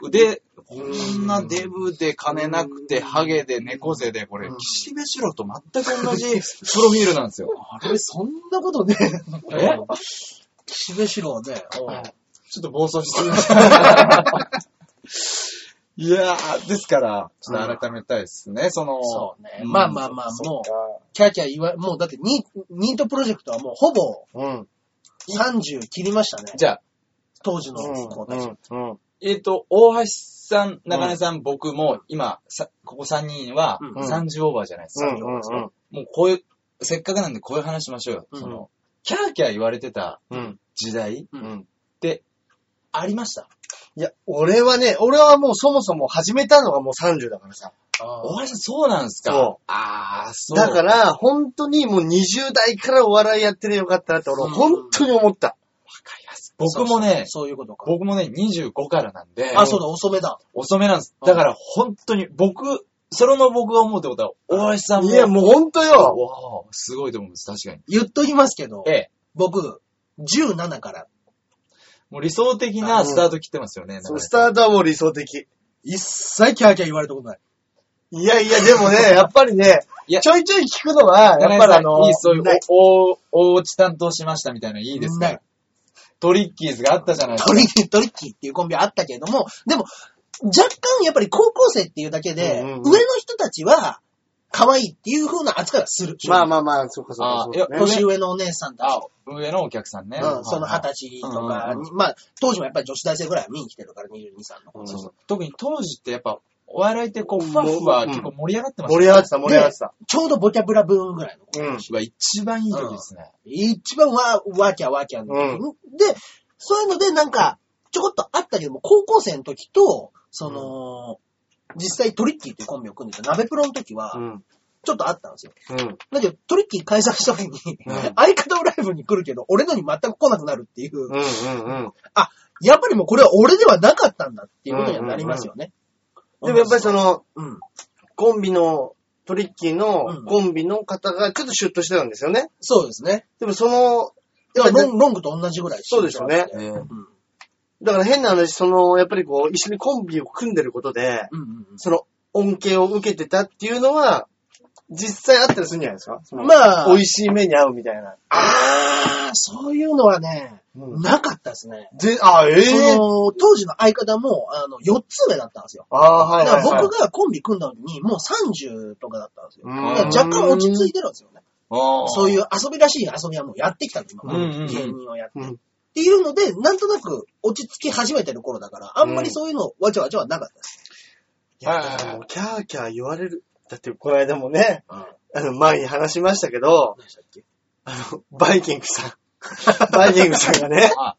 [SPEAKER 3] う。で、こんなデブで金なくて、ハゲで猫背で、これ、岸辺四郎と全く同じプロフィールなんですよ。
[SPEAKER 1] い。あれ、そんなことね。
[SPEAKER 3] え
[SPEAKER 1] 岸辺四郎ね。うん
[SPEAKER 3] ちょっと暴走しすぎました。いやー、ですから、ちょっと改めたいですね、その。
[SPEAKER 1] そうね。
[SPEAKER 3] うん
[SPEAKER 1] まあまあまあ、もう、キャーキャー言わ、もうだってニ、ニートプロジェクトはもうほぼ
[SPEAKER 2] うん。
[SPEAKER 1] 30切りましたね。
[SPEAKER 3] じゃあ、
[SPEAKER 1] 当時の子たち。
[SPEAKER 2] うん。
[SPEAKER 3] えっ、と、大橋さん、中根さん、僕も、今、さここ3人は、
[SPEAKER 1] うん
[SPEAKER 3] 30オーバーじゃないです
[SPEAKER 2] う
[SPEAKER 3] か。
[SPEAKER 2] んうん
[SPEAKER 3] もうこういう、せっかくなんでこういう話しましょうよ。
[SPEAKER 1] うん
[SPEAKER 3] その、キャーキャー言われてた
[SPEAKER 2] うん。
[SPEAKER 3] 時代、
[SPEAKER 2] うん。
[SPEAKER 3] ありました。
[SPEAKER 2] いや、俺はね、俺はもうそもそも始めたのがもう30だからさ。
[SPEAKER 1] あ
[SPEAKER 3] 大橋さん、そうなんですか
[SPEAKER 2] そう
[SPEAKER 3] あー、そう。、
[SPEAKER 2] だからら、本当にもう20代からお笑いやってりゃよかったなって
[SPEAKER 1] う
[SPEAKER 2] 俺
[SPEAKER 1] ん
[SPEAKER 2] 本当に思った。
[SPEAKER 3] 僕もね、
[SPEAKER 1] そういうことか。
[SPEAKER 3] 僕もね、25からなんで、
[SPEAKER 1] あ、そうだ、遅めだ。
[SPEAKER 3] 遅めなんです。だから、本当に、僕、それの僕が思うってことは、大橋さんも、
[SPEAKER 2] いや、もう本当よ。
[SPEAKER 3] わーすごいと思うんです、確かに。
[SPEAKER 1] 言っときますけど、
[SPEAKER 3] ええ。
[SPEAKER 1] 僕、17から。
[SPEAKER 3] もう理想的なスタート切ってますよね。
[SPEAKER 2] そうス
[SPEAKER 3] ー
[SPEAKER 2] タートはもう理想的。
[SPEAKER 1] 一切キャーキャー言われたことない。
[SPEAKER 2] いやいや、でもね、やっぱりね
[SPEAKER 3] いや、
[SPEAKER 2] ちょいちょい聞くのは、やっ
[SPEAKER 3] やっ
[SPEAKER 2] ぱ
[SPEAKER 3] ぱ
[SPEAKER 2] り
[SPEAKER 3] り
[SPEAKER 2] あ
[SPEAKER 3] あ
[SPEAKER 2] の、
[SPEAKER 3] の、いい、そういう
[SPEAKER 2] な、
[SPEAKER 3] お、お、おうち担当しましたみたいなのいいです
[SPEAKER 1] ない。
[SPEAKER 3] ねトリッキーズがあったじゃないです
[SPEAKER 1] トリッキー、トリッキーっていうコンビはあったけれども、でも、若干やっぱり高校生っていうだけで、
[SPEAKER 2] うんうんうん
[SPEAKER 1] 上の人たちは、可愛いっていう風な扱いはする。
[SPEAKER 2] まあまあまあ、そうかそう
[SPEAKER 3] あ
[SPEAKER 2] かそ
[SPEAKER 3] ー
[SPEAKER 2] う
[SPEAKER 3] い
[SPEAKER 2] か
[SPEAKER 3] や
[SPEAKER 2] ね。
[SPEAKER 1] 年上のお姉さんたち
[SPEAKER 3] か。あ、上のお客さんね。
[SPEAKER 1] うん、その
[SPEAKER 3] はい
[SPEAKER 1] 二
[SPEAKER 3] はい
[SPEAKER 1] 十歳とか
[SPEAKER 3] うん
[SPEAKER 1] に、まあ、当時もやっぱり女子大生ぐらいは見に来てるから、22、歳の子。
[SPEAKER 3] そうそう特に当時ってやっぱ、お笑いってこう、ふわふ
[SPEAKER 2] う
[SPEAKER 3] わ
[SPEAKER 2] ん
[SPEAKER 3] 結構盛り上がってました
[SPEAKER 2] 盛り上がってた、盛り上がってた。
[SPEAKER 1] ちょうどボキャブラブームぐらいの子。
[SPEAKER 2] うん。
[SPEAKER 3] が一番いい時ですね。
[SPEAKER 1] 一番わ、わきゃわきゃの時、で、そういうのでなんか、ちょこっとあったけども、高校生の時と、その、実際トリッキーっていうコンビを組んでた鍋プロの時は
[SPEAKER 2] う、ん。
[SPEAKER 1] ちょっとあったんですよ。
[SPEAKER 2] うん。
[SPEAKER 1] だけど、トリッキー解散した時に、
[SPEAKER 2] うん
[SPEAKER 1] 相方をライブに来るけど、俺のに全く来なくなるっていう、
[SPEAKER 2] うん。うん。
[SPEAKER 1] やっぱりもうこれは俺ではなかったんだっていうことにはなりますよね。
[SPEAKER 2] でもやっぱりその、
[SPEAKER 1] うん。
[SPEAKER 2] コンビの、トリッキー
[SPEAKER 1] うん
[SPEAKER 2] のコンビの方がちょっとシュッとしてたんですよね。
[SPEAKER 1] そうですね。
[SPEAKER 2] でもその、や
[SPEAKER 1] だか
[SPEAKER 2] っぱ
[SPEAKER 1] ら
[SPEAKER 2] ね
[SPEAKER 1] ロンロングと同じぐらい
[SPEAKER 2] そうですよね
[SPEAKER 1] 身長
[SPEAKER 3] ええ
[SPEAKER 1] があってうん
[SPEAKER 2] だから変な話、その、やっぱりこう、一緒にコンビを組んでることで、
[SPEAKER 1] うんうん
[SPEAKER 2] その、恩恵を受けてたっていうのは、実際あったりするんじゃないですかその
[SPEAKER 1] まあ
[SPEAKER 2] 美味しい目に合うみたいな。
[SPEAKER 1] あー、そういうのはね、
[SPEAKER 2] うん
[SPEAKER 1] なかったですね。
[SPEAKER 2] で、あ、ええ
[SPEAKER 1] その、当時の相方も、あの、4つ上だったんですよ。
[SPEAKER 2] あー、は
[SPEAKER 1] だ
[SPEAKER 2] い
[SPEAKER 1] か
[SPEAKER 2] は
[SPEAKER 1] ら
[SPEAKER 2] い、はい。
[SPEAKER 1] 僕がコンビ組んだ時に、もう30とかだったんですよ。
[SPEAKER 2] うん
[SPEAKER 1] だから若干落ち着いてるんですよね。
[SPEAKER 3] あー
[SPEAKER 1] そういう遊びらしい遊びはもうやってきたんで、今まで
[SPEAKER 3] うんうんうん
[SPEAKER 1] 芸人をやって。
[SPEAKER 2] うん
[SPEAKER 1] っていうので、なんとなく落ち着き始めてる頃だから、あんまりそういうのわちゃわちゃはなかったです。
[SPEAKER 2] いや、だからもうキャーキャー言われる。だって、この間もね、
[SPEAKER 1] うん。
[SPEAKER 2] あの、前に話しましたけど、
[SPEAKER 1] 何でしたっけ
[SPEAKER 2] あの、バイキングさん。バイキングさんがね
[SPEAKER 3] あ、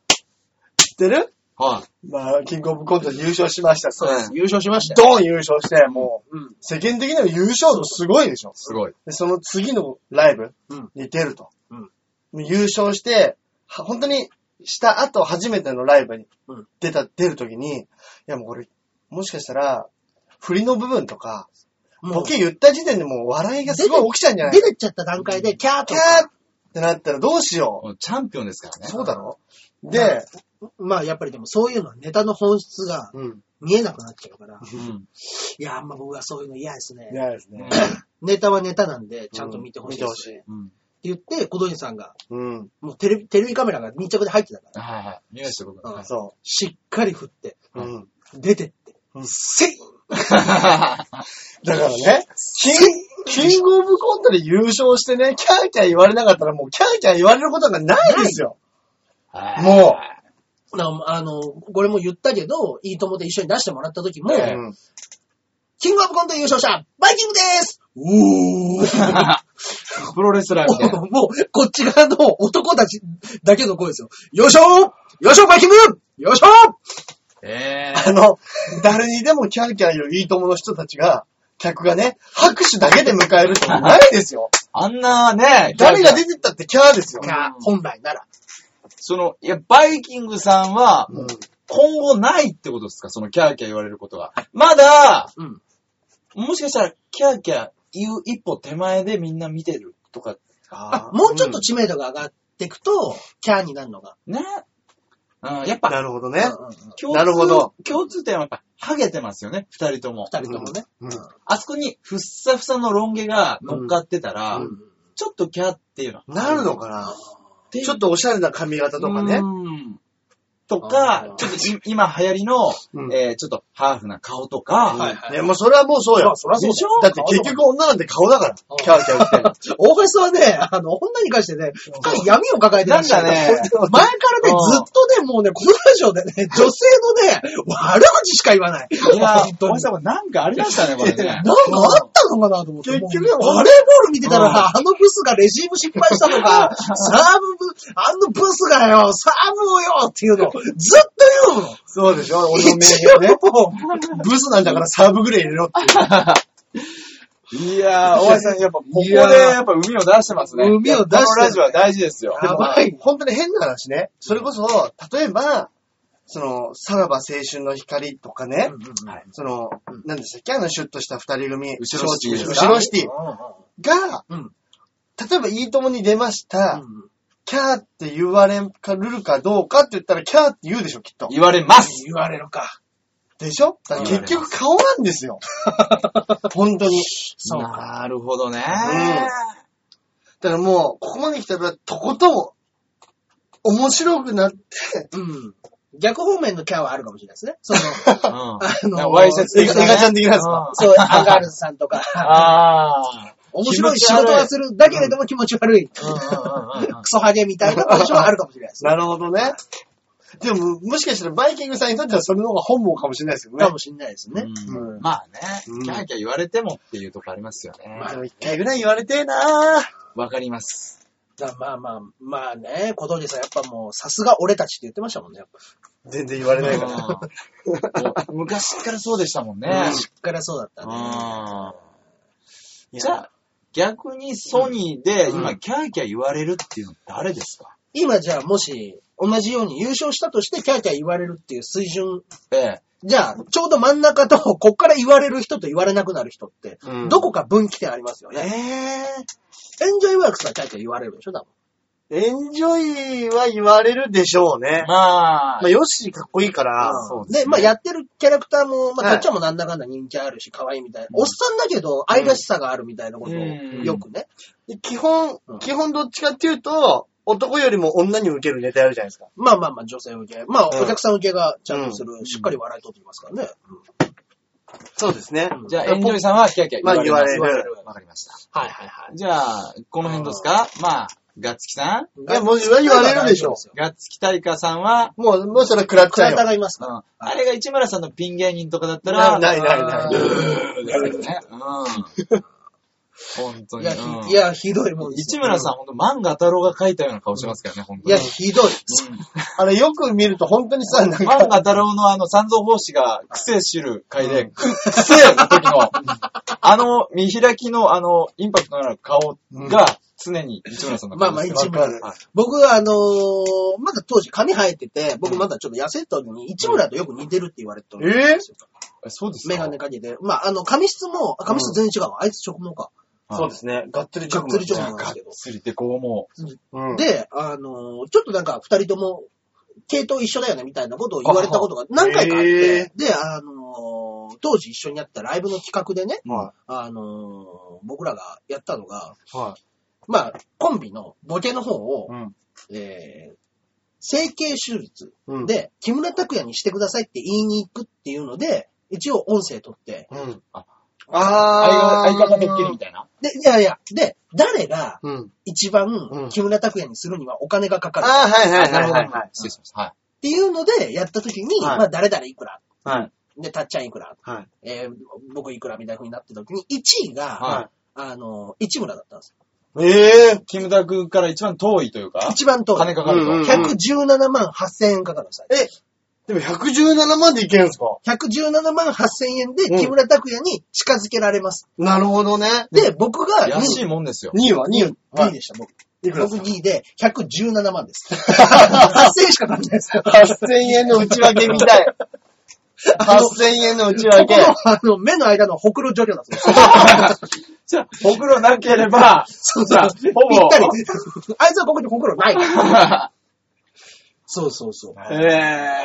[SPEAKER 2] 知ってる
[SPEAKER 3] は
[SPEAKER 2] まあ、キングオブコントで優勝しました。
[SPEAKER 3] そうです
[SPEAKER 1] 優勝しましたよ。
[SPEAKER 2] ドーン優勝して、もう、
[SPEAKER 1] うん
[SPEAKER 2] 世間的には優勝度すごいでしょ。
[SPEAKER 3] すごい。
[SPEAKER 2] で、その次のライブ
[SPEAKER 1] うん
[SPEAKER 2] に出ると。
[SPEAKER 1] うん
[SPEAKER 2] 優勝して、は本当にした後初めてのライブに
[SPEAKER 1] うん
[SPEAKER 2] 出た、出るときに、いやもう俺、もしかしたら、振りの部分とか、
[SPEAKER 1] も
[SPEAKER 2] ボ
[SPEAKER 1] う
[SPEAKER 2] ケ言った時点でもう笑いがすごい起きちゃうんじゃない
[SPEAKER 1] 出てっちゃった段階で、キャー
[SPEAKER 2] キ
[SPEAKER 1] と
[SPEAKER 2] ャ
[SPEAKER 1] か。
[SPEAKER 2] ーってなったらどうしよ
[SPEAKER 3] もうチャンピオンですから
[SPEAKER 2] う。
[SPEAKER 3] ね。
[SPEAKER 2] そうだろで、
[SPEAKER 1] まあやっぱりでもそういうのはネタの本質が
[SPEAKER 2] うん。
[SPEAKER 1] 見えなくなっちゃうから。
[SPEAKER 3] うん。
[SPEAKER 1] いや、あんま僕はそういうの嫌ですね。
[SPEAKER 2] 嫌です
[SPEAKER 3] う
[SPEAKER 2] ね。
[SPEAKER 1] ネタはネタなんで、ちゃんと見てほしいですね、
[SPEAKER 2] うん見てほしい
[SPEAKER 3] ん。
[SPEAKER 1] って言って、小鳥さんが、
[SPEAKER 2] うん。
[SPEAKER 1] もうテレビ、テレビカメラが密着で入ってたから、
[SPEAKER 3] はいはい。見ました、僕。
[SPEAKER 1] うん
[SPEAKER 3] はい
[SPEAKER 2] そ
[SPEAKER 1] しっかり振って、
[SPEAKER 2] う。うん。
[SPEAKER 1] 出てって
[SPEAKER 2] う、ん
[SPEAKER 1] せい
[SPEAKER 2] だからね、キンキングオブコントで優勝してね、キャーキャー言われなかったらもうキャーキャー言われることがないですよ。も
[SPEAKER 1] だからあの、これも言ったけど、いいともで一緒に出してもらった時も、
[SPEAKER 3] え
[SPEAKER 2] う
[SPEAKER 3] え
[SPEAKER 2] ん
[SPEAKER 1] キングオブコント優勝者、バイキングでーすおー
[SPEAKER 3] プロレスラーみたい な。
[SPEAKER 1] もう、こっち側の男たちだけの声ですよ。よいしょーよいしょ、バイキングよいしょ
[SPEAKER 3] ええ
[SPEAKER 2] あの、誰にでもキャーキャー言ういい友の人たちが、客がね、拍手だけで迎えるってことないですよ。
[SPEAKER 3] あんなね、
[SPEAKER 2] 誰が出てったってキャーですよ。
[SPEAKER 1] が本来なら。
[SPEAKER 3] その、いや、バイキングさんは、
[SPEAKER 2] うん
[SPEAKER 3] 今後ないってことですかそのキャーキャー言われることが。まだ、
[SPEAKER 1] うん。
[SPEAKER 3] もしかしたら、キャーキャー言う一歩手前でみんな見てるとか、
[SPEAKER 1] あ、もうちょっと知名度が上がっていくと、キャーになるのが。
[SPEAKER 3] ね。うん、やっぱ、
[SPEAKER 2] なるほどね。
[SPEAKER 1] うんうんうん
[SPEAKER 3] 共通
[SPEAKER 2] なるほど
[SPEAKER 3] 共通点はやっぱ、ハゲてますよね、二人とも。
[SPEAKER 1] 二人ともね。
[SPEAKER 2] うん
[SPEAKER 3] あそこに、ふっさふさのロン毛が乗っかってたら、
[SPEAKER 2] うん
[SPEAKER 3] ちょっとキャーっていうのは。
[SPEAKER 2] なるのかな
[SPEAKER 3] で
[SPEAKER 2] ちょっとおしゃれな髪型とかね
[SPEAKER 3] う。んと
[SPEAKER 1] あ
[SPEAKER 3] か
[SPEAKER 1] ー、
[SPEAKER 3] ちょっとい今流行りの、
[SPEAKER 2] うん
[SPEAKER 3] えーちょっとハーフな顔とか、
[SPEAKER 1] はいはい
[SPEAKER 2] いや、もうそれはもうそうよ
[SPEAKER 1] まあ。そりゃそうだよ
[SPEAKER 2] でしょだって結局女なんて顔だから。キャーキャー言って。
[SPEAKER 1] 大橋さんはね、あの、女に関してね、深い闇を抱えてらっしゃる。
[SPEAKER 3] なんかね
[SPEAKER 1] 前からね、ずっとね、もうね、このラジオでね、女性のね、悪口しか言わない。
[SPEAKER 3] いや
[SPEAKER 1] 本、当
[SPEAKER 3] お
[SPEAKER 1] に
[SPEAKER 3] じさんなんかありましたね、これね
[SPEAKER 1] なん。かあったのかなと思って。
[SPEAKER 2] 結局
[SPEAKER 1] もうバレーボール見てたら、あのブスがレシーブ失敗したとか、サーブブ、あのブスがよ、サーブをよっていうのをずっと言うの。
[SPEAKER 2] そうでしょ俺の名
[SPEAKER 1] 一
[SPEAKER 2] 言ね。
[SPEAKER 1] 応、
[SPEAKER 2] ブスなんだからサーブぐらい入れろっていう。
[SPEAKER 3] いやー、おじさん、やっぱ、ここ
[SPEAKER 1] い
[SPEAKER 3] で、
[SPEAKER 1] やー
[SPEAKER 3] やっぱ、海を出してますね。
[SPEAKER 1] 海を出してる
[SPEAKER 3] このラジオは大事ですよ。
[SPEAKER 1] やばい
[SPEAKER 2] 本当に変な話ね。それこそ、例えば、その、さらば青春の光とかね、
[SPEAKER 3] はい
[SPEAKER 2] その、何でしたっけあの、シュッとした二人組、
[SPEAKER 3] 後ろシティ
[SPEAKER 2] 後ろシテ
[SPEAKER 1] う
[SPEAKER 2] ィが、
[SPEAKER 1] うん
[SPEAKER 2] 例えば、いいともに出ました、
[SPEAKER 1] ん
[SPEAKER 2] キャーって言われるかどうかって言ったら、キャーって言うでしょ、きっと。
[SPEAKER 3] 言われます。
[SPEAKER 1] 言われるか。
[SPEAKER 2] でしょだから結局顔なんです よ。本当に。
[SPEAKER 1] そうか。
[SPEAKER 3] なるほどね。
[SPEAKER 2] だからもう、ここまで来たら、とことん、面白くなって、
[SPEAKER 1] うん。逆方面のキャはあるかもしれないですね。その、
[SPEAKER 3] うん。
[SPEAKER 1] あの
[SPEAKER 3] わいせつ
[SPEAKER 2] 映画
[SPEAKER 1] 映画
[SPEAKER 2] ちゃん的なやつか。
[SPEAKER 1] そう、アンガールズさんとか、
[SPEAKER 3] あー。
[SPEAKER 1] 面白い仕事はする。だけれども気持ち悪い。ク
[SPEAKER 3] うんうんうんうん
[SPEAKER 1] ソハゲみたいなポジションはあるかもしれないですね。
[SPEAKER 2] なるほどね。でも、もしかしたらバイキングさんにとってはそれの方が本望かもしれないですよね
[SPEAKER 1] か。もしれないですね。
[SPEAKER 3] うん
[SPEAKER 2] うん
[SPEAKER 3] まあね、
[SPEAKER 2] うん
[SPEAKER 3] キャーキャー言われてもっていうとこありますよね。
[SPEAKER 2] でも一回ぐらい言われてえなぁ。
[SPEAKER 3] わかります。
[SPEAKER 1] だまあまあ、まあね、小峠さんやっぱもう、さすが俺たちって言ってましたもんね。やっぱ
[SPEAKER 2] 全然言われないから。
[SPEAKER 3] うんもう昔からそうでしたもんね。
[SPEAKER 1] しっからそうだったね。
[SPEAKER 3] うんじゃあ、逆にソニーで今キャーキャー言われるっていうの誰ですか
[SPEAKER 1] 今じゃあもし、同じように優勝したとしてキャーキャー言われるっていう水準、
[SPEAKER 3] ええ。
[SPEAKER 1] じゃあ、ちょうど真ん中と、こっから言われる人と言われなくなる人って、
[SPEAKER 2] うん
[SPEAKER 1] どこか分岐点ありますよ
[SPEAKER 2] え
[SPEAKER 1] ね。エンジョイワークスはキャーキャー言われるでしょ、多分。
[SPEAKER 2] ぇ、エンジョイは言われるでしょうね。
[SPEAKER 3] まあ
[SPEAKER 2] まあ、、ヨッシーかっこいいから、
[SPEAKER 3] そうですね
[SPEAKER 1] で、まあやってるキャラクターも、まあ、
[SPEAKER 2] は
[SPEAKER 1] ど
[SPEAKER 2] い
[SPEAKER 1] っちもなんだかんだ人気あるし、可愛いみたいな。おっさんだけど、愛らしさがあるみたいなことを、
[SPEAKER 3] うん
[SPEAKER 1] よくね。
[SPEAKER 2] で基本
[SPEAKER 1] うん、
[SPEAKER 2] 基本どっちかっていうと、男よりも女に受けるネタやるじゃないですか。
[SPEAKER 1] まあまあまあ、女性受け。まあ、
[SPEAKER 2] うん
[SPEAKER 1] お客さん受けがちゃんとする、しっかり笑い取ってきますからね。
[SPEAKER 2] そうですね。
[SPEAKER 3] じゃあエンジョイさんはキャーキャー言われる。
[SPEAKER 2] まあ言われ
[SPEAKER 1] る
[SPEAKER 3] わかりました。
[SPEAKER 1] はいはいはい。
[SPEAKER 3] じゃあ、この辺どうですかまあ、ガッツキさん
[SPEAKER 2] いやもう言われるでしょ
[SPEAKER 3] ガッツキ大化さんは、
[SPEAKER 2] もう、もうそれは食らっちゃ
[SPEAKER 1] 倉
[SPEAKER 2] う
[SPEAKER 1] 田
[SPEAKER 2] よ。
[SPEAKER 1] がいます
[SPEAKER 3] う
[SPEAKER 1] か
[SPEAKER 3] ん。あれが市村さんのピン芸人とかだった
[SPEAKER 2] な
[SPEAKER 3] ら、
[SPEAKER 2] ないないない。
[SPEAKER 3] うーんですけどね。うん。本当
[SPEAKER 1] い
[SPEAKER 3] に。
[SPEAKER 1] や、
[SPEAKER 3] うん
[SPEAKER 1] ひいや、ひどいもんです
[SPEAKER 3] 市
[SPEAKER 1] よ
[SPEAKER 3] 村さん、ほんと、漫画太郎が描いたような顔してますからね、本
[SPEAKER 1] い
[SPEAKER 3] 当
[SPEAKER 1] や、
[SPEAKER 3] に。
[SPEAKER 1] ひどい。
[SPEAKER 2] あれよく見ると本当にさ、なん
[SPEAKER 3] 漫画
[SPEAKER 2] か、
[SPEAKER 3] 太郎のあの、三蔵法師が、癖知る回で、く癖の時の、あの、見開きの、あの、インパクトのある顔が、常に市村さんの
[SPEAKER 1] まあ
[SPEAKER 3] 顔
[SPEAKER 1] まあ、
[SPEAKER 3] です
[SPEAKER 1] 一
[SPEAKER 3] よ。
[SPEAKER 1] 村
[SPEAKER 2] わかる
[SPEAKER 3] はい
[SPEAKER 1] 僕は、あのーまだ当時髪生えてて、僕まだちょっと痩せたのに、市村とよく似てるって言われてたの。
[SPEAKER 2] えぇ
[SPEAKER 3] えそうですか
[SPEAKER 1] メガネかけて。まあ、あの、髪質も、あ髪質全然違うわ。あいつ直毛か。
[SPEAKER 2] そうですね。がっつり
[SPEAKER 1] がっつり
[SPEAKER 3] じ
[SPEAKER 1] 直
[SPEAKER 3] ゃ
[SPEAKER 1] 毛
[SPEAKER 3] あ、
[SPEAKER 1] なんです
[SPEAKER 3] がっ
[SPEAKER 1] けど。
[SPEAKER 3] つりでこうも
[SPEAKER 2] うん。
[SPEAKER 1] で、あのーちょっとなんか二人とも、系統一緒だよねみたいなことを言われたことが何回かあっ
[SPEAKER 2] へ
[SPEAKER 1] て、で、あのー当時一緒にやったライブの企画でね、
[SPEAKER 2] は
[SPEAKER 1] あのー僕らがやったのが、
[SPEAKER 2] い。は
[SPEAKER 1] まあ、コンビのボケの方を、
[SPEAKER 2] い。うん。
[SPEAKER 1] えー整形手術
[SPEAKER 2] うん。、
[SPEAKER 1] で、木村拓哉にしてくださいって言いに行くっていうので、一応音声取って、
[SPEAKER 2] うん。
[SPEAKER 3] あ
[SPEAKER 2] あ
[SPEAKER 3] 相方ドッキリみたいな。
[SPEAKER 1] で、いやいや、で、誰が
[SPEAKER 2] うん。
[SPEAKER 1] 一
[SPEAKER 2] う
[SPEAKER 1] 番
[SPEAKER 2] ん
[SPEAKER 1] 木村拓哉にするにはお金がか
[SPEAKER 2] あ
[SPEAKER 1] か
[SPEAKER 2] ー、
[SPEAKER 1] るっ
[SPEAKER 2] はいはい
[SPEAKER 3] な
[SPEAKER 2] は
[SPEAKER 3] る
[SPEAKER 2] い
[SPEAKER 3] ほ
[SPEAKER 2] はいは
[SPEAKER 3] ど。失礼しました。はい。
[SPEAKER 1] ていうので、やった時に、
[SPEAKER 2] はい
[SPEAKER 1] まあ、誰々いくら、
[SPEAKER 2] い。はい。
[SPEAKER 1] で、たっちゃんいくら、
[SPEAKER 2] はい。
[SPEAKER 1] えー僕いくらみたいな風になった時に、1位が、
[SPEAKER 3] はい
[SPEAKER 1] あの、市村だったんですよ。
[SPEAKER 2] えぇ
[SPEAKER 3] キムタクから一番遠いというか、
[SPEAKER 1] 一番遠
[SPEAKER 3] 金
[SPEAKER 1] い。
[SPEAKER 3] かかると。
[SPEAKER 2] うんうん
[SPEAKER 1] 117万8000円かかるんですよ。
[SPEAKER 2] え、でも117万でいけるんですか
[SPEAKER 1] 117万8000円で
[SPEAKER 2] うん
[SPEAKER 1] 木村拓哉に近づけられます。
[SPEAKER 2] なるほどね。
[SPEAKER 1] で、僕が2
[SPEAKER 3] 安い
[SPEAKER 1] 位
[SPEAKER 3] もんですよ。
[SPEAKER 2] 2位は ?2 位。
[SPEAKER 1] 2位。でした、僕。
[SPEAKER 2] いくら
[SPEAKER 1] 僕2位で117万です。8000円しか買ってないですよ。
[SPEAKER 2] ?8000 円の内訳みたい。8000円の内訳。
[SPEAKER 1] ここのあの目の間のほくろ除去だそうです。
[SPEAKER 3] じゃあ、ほくろなければ、
[SPEAKER 1] そう
[SPEAKER 3] じゃあ、ほ
[SPEAKER 1] ぴ
[SPEAKER 3] ぼ
[SPEAKER 1] っ。たり。あいつはここにほくろないから。そうそうそう。っ
[SPEAKER 3] え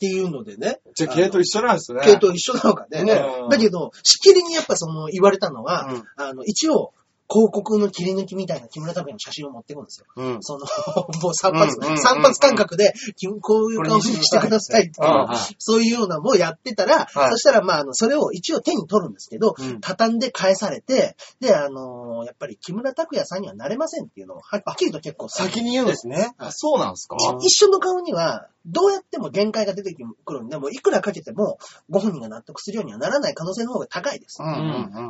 [SPEAKER 1] ていうのでね、
[SPEAKER 3] ー。じゃあ、系統一緒なんですね。
[SPEAKER 1] 系。統一緒なのかね。
[SPEAKER 2] ね
[SPEAKER 1] だけど、しきりにやっぱその言われたのは、
[SPEAKER 2] うん
[SPEAKER 1] あの、一応、広告の切り抜きみたいな木村拓哉の写真を持ってくんですよ。
[SPEAKER 2] うん。
[SPEAKER 1] その、 もう散髪、
[SPEAKER 2] うんうんうん
[SPEAKER 1] 散髪感覚で、きこういう顔にしてくださいっていう
[SPEAKER 3] うんうん
[SPEAKER 1] そういうようなもをやってたら、
[SPEAKER 2] はい
[SPEAKER 1] そしたら、まあ、あの、それを一応手に取るんですけど、
[SPEAKER 2] うん
[SPEAKER 1] 畳んで返されて、で、あのーやっぱり木村拓哉さんにはなれませんっていうのを、ははっきりと結構
[SPEAKER 2] 先に言うんですね。
[SPEAKER 3] あそうなんですか
[SPEAKER 1] い一緒の顔には、どうやっても限界が出てくるんで、もういくらかけても、ご本人が納得するようにはならない可能性の方が高いです。
[SPEAKER 2] うんう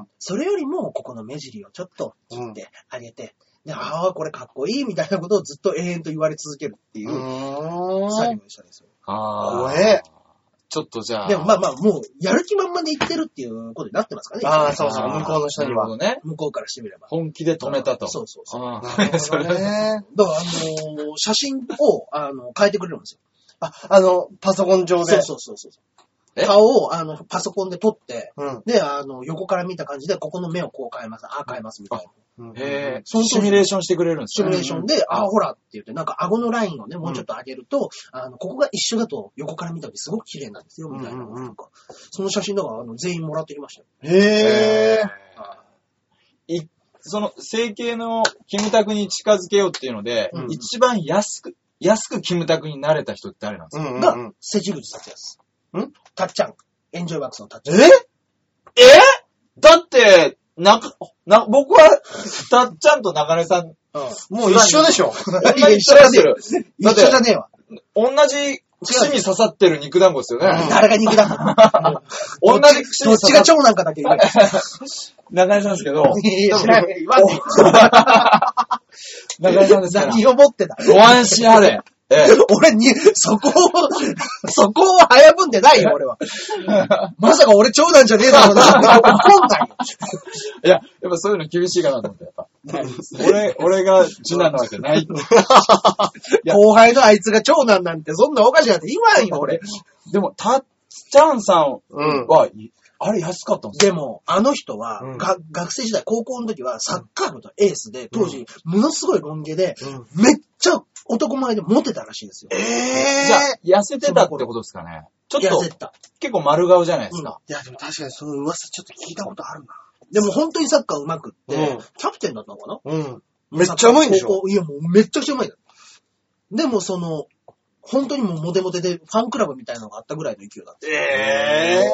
[SPEAKER 2] ん
[SPEAKER 1] それよりも、ここの目尻をちょっと
[SPEAKER 2] うん。うん
[SPEAKER 1] 切ってあげて、で、ああ、これかっこいいみたいなことをずっと永遠と言われ続けるっていう作業でしたね。それ
[SPEAKER 3] あー
[SPEAKER 2] 怖え。
[SPEAKER 3] ちょっとじゃあ。
[SPEAKER 1] でもまあまあ、もう、やる気満々で言ってるっていうことになってますからね。
[SPEAKER 2] ああ、そうそう、向こうの人に
[SPEAKER 3] なる
[SPEAKER 2] は。
[SPEAKER 3] ほどね。
[SPEAKER 1] 向こうからしてみれば。
[SPEAKER 3] 本気で止めたと。
[SPEAKER 1] そうそうそう。
[SPEAKER 2] な
[SPEAKER 3] あ
[SPEAKER 2] る
[SPEAKER 3] ー そ
[SPEAKER 2] ほど
[SPEAKER 3] れ
[SPEAKER 2] ね。
[SPEAKER 1] だから、あのー写真を、あの、変えてくれるんですよ。
[SPEAKER 2] あ、あの、パソコン上
[SPEAKER 1] そ
[SPEAKER 2] で。
[SPEAKER 1] うそうそうそう。
[SPEAKER 3] え
[SPEAKER 1] 顔を、あの、パソコンで撮って、
[SPEAKER 2] うん。
[SPEAKER 1] で、あの、横から見た感じで、ここの目をこう変えます。ああ、変えます、みたいな。
[SPEAKER 2] うん。
[SPEAKER 3] へえ。
[SPEAKER 1] そうそう
[SPEAKER 3] シミュレーションしてくれるんで
[SPEAKER 1] シ
[SPEAKER 3] す
[SPEAKER 1] ミュレーションで、
[SPEAKER 3] ん
[SPEAKER 1] ああ、ほらって言って、なんか顎のラインをね、もうちょっと上げると、あの、ここが一緒だと横から見た時すごく綺麗なんですよ、みたいな。
[SPEAKER 2] うんうんうん
[SPEAKER 1] なんかその写真だから、あの、全員もらってきましたよ。
[SPEAKER 2] へえ。
[SPEAKER 3] いその、整形のキムタクに近づけようっていうので、
[SPEAKER 1] うん
[SPEAKER 3] 一番安く、安くキムタクになれた人って誰なんです
[SPEAKER 2] うん
[SPEAKER 3] か、
[SPEAKER 2] うんう
[SPEAKER 1] が
[SPEAKER 2] ん。、
[SPEAKER 1] 関口達也です。
[SPEAKER 2] ん
[SPEAKER 1] たっちゃん。エンジョイワークスのたっち
[SPEAKER 2] え
[SPEAKER 1] ゃん。
[SPEAKER 3] えだって、なか、な、僕は、たっちゃんと中根さん、
[SPEAKER 2] もう一緒でしょ。
[SPEAKER 1] いや一緒だよ一
[SPEAKER 3] だ
[SPEAKER 1] 緒
[SPEAKER 3] って
[SPEAKER 1] じゃねえわ。
[SPEAKER 3] 同じ串に刺さってる肉団子ですよね。
[SPEAKER 1] 誰が肉 だも
[SPEAKER 3] 同
[SPEAKER 1] ん。
[SPEAKER 3] じ串
[SPEAKER 1] ど
[SPEAKER 3] に
[SPEAKER 1] っち
[SPEAKER 3] 刺さ
[SPEAKER 1] が
[SPEAKER 3] って
[SPEAKER 1] 長男かだけ言え。
[SPEAKER 3] 中根さんですけど、
[SPEAKER 1] いやいや言わね
[SPEAKER 3] 中根さんですから。
[SPEAKER 1] 何を持ってた
[SPEAKER 3] ご安心あれ。ええ。
[SPEAKER 1] 俺に、そこを、そこを早ぶんでないよ、俺は。まさか俺長男じゃねえだろうな。怒んないよ。
[SPEAKER 3] いや、やっぱそういうの厳しいかなと思って、やっぱ。俺、俺が次男なわけないって。
[SPEAKER 1] 後輩のあいつが長男なんて、そんなおかしいなんて言わんよ、俺。
[SPEAKER 3] でも、たっちゃんさん
[SPEAKER 2] うん
[SPEAKER 3] は、いあれ安かったんです
[SPEAKER 1] でも、あの人は、
[SPEAKER 2] うん
[SPEAKER 1] が学生時代、高校の時は、サッカー部のエースで、当時、ものすごいロン毛で、
[SPEAKER 2] うん
[SPEAKER 1] めっちゃ男前でモテたらしいんですよ。
[SPEAKER 2] え
[SPEAKER 3] かじゃあ、痩せてたってことですかね。ちょっ
[SPEAKER 1] 痩
[SPEAKER 3] と、
[SPEAKER 1] せた。
[SPEAKER 3] 結構丸顔じゃないです
[SPEAKER 1] うん
[SPEAKER 3] か。
[SPEAKER 2] いや、でも確かにその噂ちょっと聞いたことあるな。
[SPEAKER 1] でも本当にサッカー上手くって、
[SPEAKER 2] うん
[SPEAKER 1] キャプテンだったのかな
[SPEAKER 2] うん。めっちゃうまいんでし
[SPEAKER 1] 高
[SPEAKER 2] ょ
[SPEAKER 1] 校いや、もうめっちゃくちゃうまいんだよ。でもその、本当にもうモテモテで、ファンクラブみたいなのがあったぐらいの勢いだった。
[SPEAKER 2] え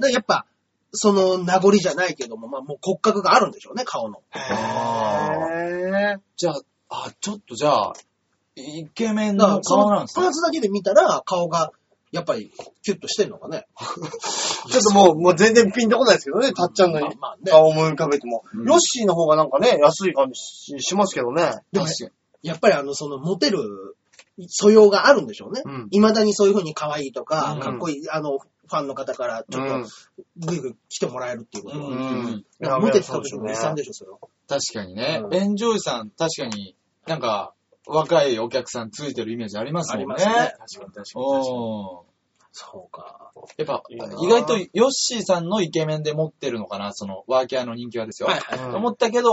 [SPEAKER 1] でやっぱ、その名残じゃないけども、まあもう骨格があるんでしょうね、顔の。
[SPEAKER 2] ぇ
[SPEAKER 3] あじゃあ、あ、ちょっとじゃあ、イケメン
[SPEAKER 1] だから
[SPEAKER 3] の
[SPEAKER 1] そ
[SPEAKER 3] 顔
[SPEAKER 1] の
[SPEAKER 3] なんです
[SPEAKER 1] パー
[SPEAKER 3] ね。
[SPEAKER 1] ツだけで見たら、顔がやっぱり、キュッとしてんのかね。
[SPEAKER 2] ちょっともう、もう全然ピンとこないですけどね、たっちゃんの
[SPEAKER 1] まあまあね
[SPEAKER 2] 顔を思い浮かべても。
[SPEAKER 3] うん
[SPEAKER 2] ヨッシーの方がなんかね、安い感じししますけどね。
[SPEAKER 1] でも
[SPEAKER 3] 確かに
[SPEAKER 1] やっぱりあの、その、モテる素養があるんでしょうね。
[SPEAKER 2] うん
[SPEAKER 1] 未だにそういう風に可愛いとか、
[SPEAKER 3] うん
[SPEAKER 1] かっこいい、あの、ファンの方から、ちょっと、ぐいぐい来てもらえるっていうことは。
[SPEAKER 3] うん
[SPEAKER 1] だからモテてた時の遺産でしょ、それは。
[SPEAKER 3] 確かにね
[SPEAKER 1] う。ん
[SPEAKER 3] エンジョイさん、確かになんか、若いお客さんついてるイメージありますもんね。
[SPEAKER 1] 確かに確かに。
[SPEAKER 3] おー
[SPEAKER 1] そうか。
[SPEAKER 3] やっぱ、
[SPEAKER 2] いいな
[SPEAKER 3] 意外とヨッシーさんのイケメンで持ってるのかな、その、ワーキャーの人気はですよ。
[SPEAKER 1] はい
[SPEAKER 2] うん
[SPEAKER 3] と思ったけど、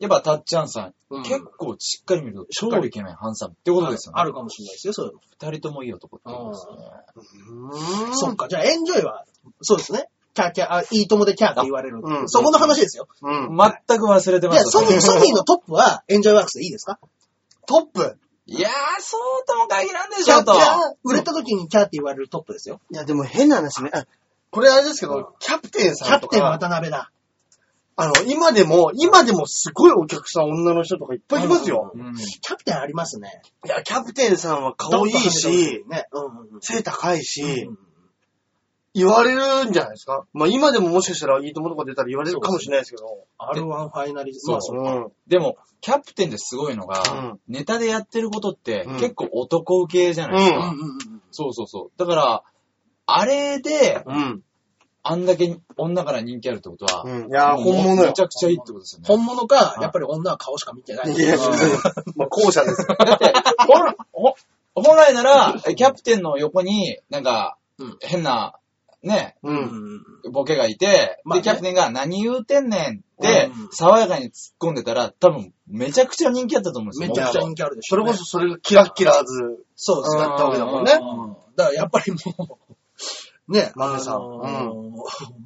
[SPEAKER 3] やっぱタッチャンさん、
[SPEAKER 1] うん
[SPEAKER 3] 結構しっかり見ると、超イケメン、ハンサムってことですよね。
[SPEAKER 1] あるかもしれないですよ、そういうの。
[SPEAKER 3] 二人ともいい男ってことですよね。
[SPEAKER 2] うん
[SPEAKER 1] そっか、じゃあエンジョイは、そうですね。キャーキャー、あ、いい友でキャーって言われる。
[SPEAKER 2] うん
[SPEAKER 1] そこの話ですよ。
[SPEAKER 2] うん。
[SPEAKER 3] 全く忘れてま
[SPEAKER 1] じゃあ
[SPEAKER 3] した
[SPEAKER 1] ソニー、ソニーのトップはエンジョイワークスでいいですか
[SPEAKER 2] トップ
[SPEAKER 3] いやー、そうとも限らんでし
[SPEAKER 1] キャ
[SPEAKER 3] ょ、
[SPEAKER 1] ーキ
[SPEAKER 3] と
[SPEAKER 1] ャ。ー、売れた時にキャーって言われるトップですよ。
[SPEAKER 2] いや、でも変な話ね。あこれあれですけど、キャプテン
[SPEAKER 1] キ
[SPEAKER 2] さ
[SPEAKER 1] ャ
[SPEAKER 2] んと
[SPEAKER 1] プテン
[SPEAKER 2] か、
[SPEAKER 1] 渡辺だ。
[SPEAKER 2] あの、今でも、今でもすごいお客さん、女の人とかいっぱいいますよ。
[SPEAKER 3] うん
[SPEAKER 1] キャプテンありますね。
[SPEAKER 2] いや、キャプテンさんは顔いいし、
[SPEAKER 1] ね。うんうんうん
[SPEAKER 2] 背高いし、
[SPEAKER 1] うん
[SPEAKER 2] 言われるんじゃないですか。まあ今でももしかしたらいいともとか出たら言われるかもしれないですけど。
[SPEAKER 1] R1 ファイナリズ
[SPEAKER 3] そう
[SPEAKER 1] ム。
[SPEAKER 3] そう
[SPEAKER 1] まあ
[SPEAKER 2] ん。
[SPEAKER 3] でも、キャプテンですごいのが、
[SPEAKER 2] うん
[SPEAKER 3] ネタでやってることって、
[SPEAKER 2] うん
[SPEAKER 3] 結構男受けじゃないですか、
[SPEAKER 1] うんうんうん
[SPEAKER 3] そうそうそう。だから、あれで、
[SPEAKER 2] うん。
[SPEAKER 3] あんだけ女から人気あるってことは、
[SPEAKER 2] うん。いやー、
[SPEAKER 3] もう
[SPEAKER 2] 本物よ
[SPEAKER 3] めち。ゃくちゃいいってことですよね。
[SPEAKER 1] 本物か、やっぱり女は顔しか見てない。
[SPEAKER 2] いや、 まあ後者ですよ。
[SPEAKER 3] だって、本ほ本来なら、えキャプテンの横に、なんか
[SPEAKER 1] うん、
[SPEAKER 3] 変な、ね、
[SPEAKER 2] う。
[SPEAKER 1] うんん
[SPEAKER 3] ボケがいて、
[SPEAKER 1] まあね
[SPEAKER 3] で、キャプテンが何言うてんねんって
[SPEAKER 1] うん、
[SPEAKER 3] 爽やかに突っ込んでたら、多分、めちゃくちゃ人気あったと思うんです
[SPEAKER 1] め
[SPEAKER 3] よ。
[SPEAKER 1] ちゃくちゃ人気あるでし
[SPEAKER 2] そ
[SPEAKER 1] ょ
[SPEAKER 2] れ
[SPEAKER 1] うね。
[SPEAKER 2] こそそれがキラッキラーズ。
[SPEAKER 1] そうです
[SPEAKER 2] だったわけだもんね
[SPEAKER 1] うんだからやっぱりもう、ね、
[SPEAKER 2] 豆さん
[SPEAKER 1] あのー
[SPEAKER 2] う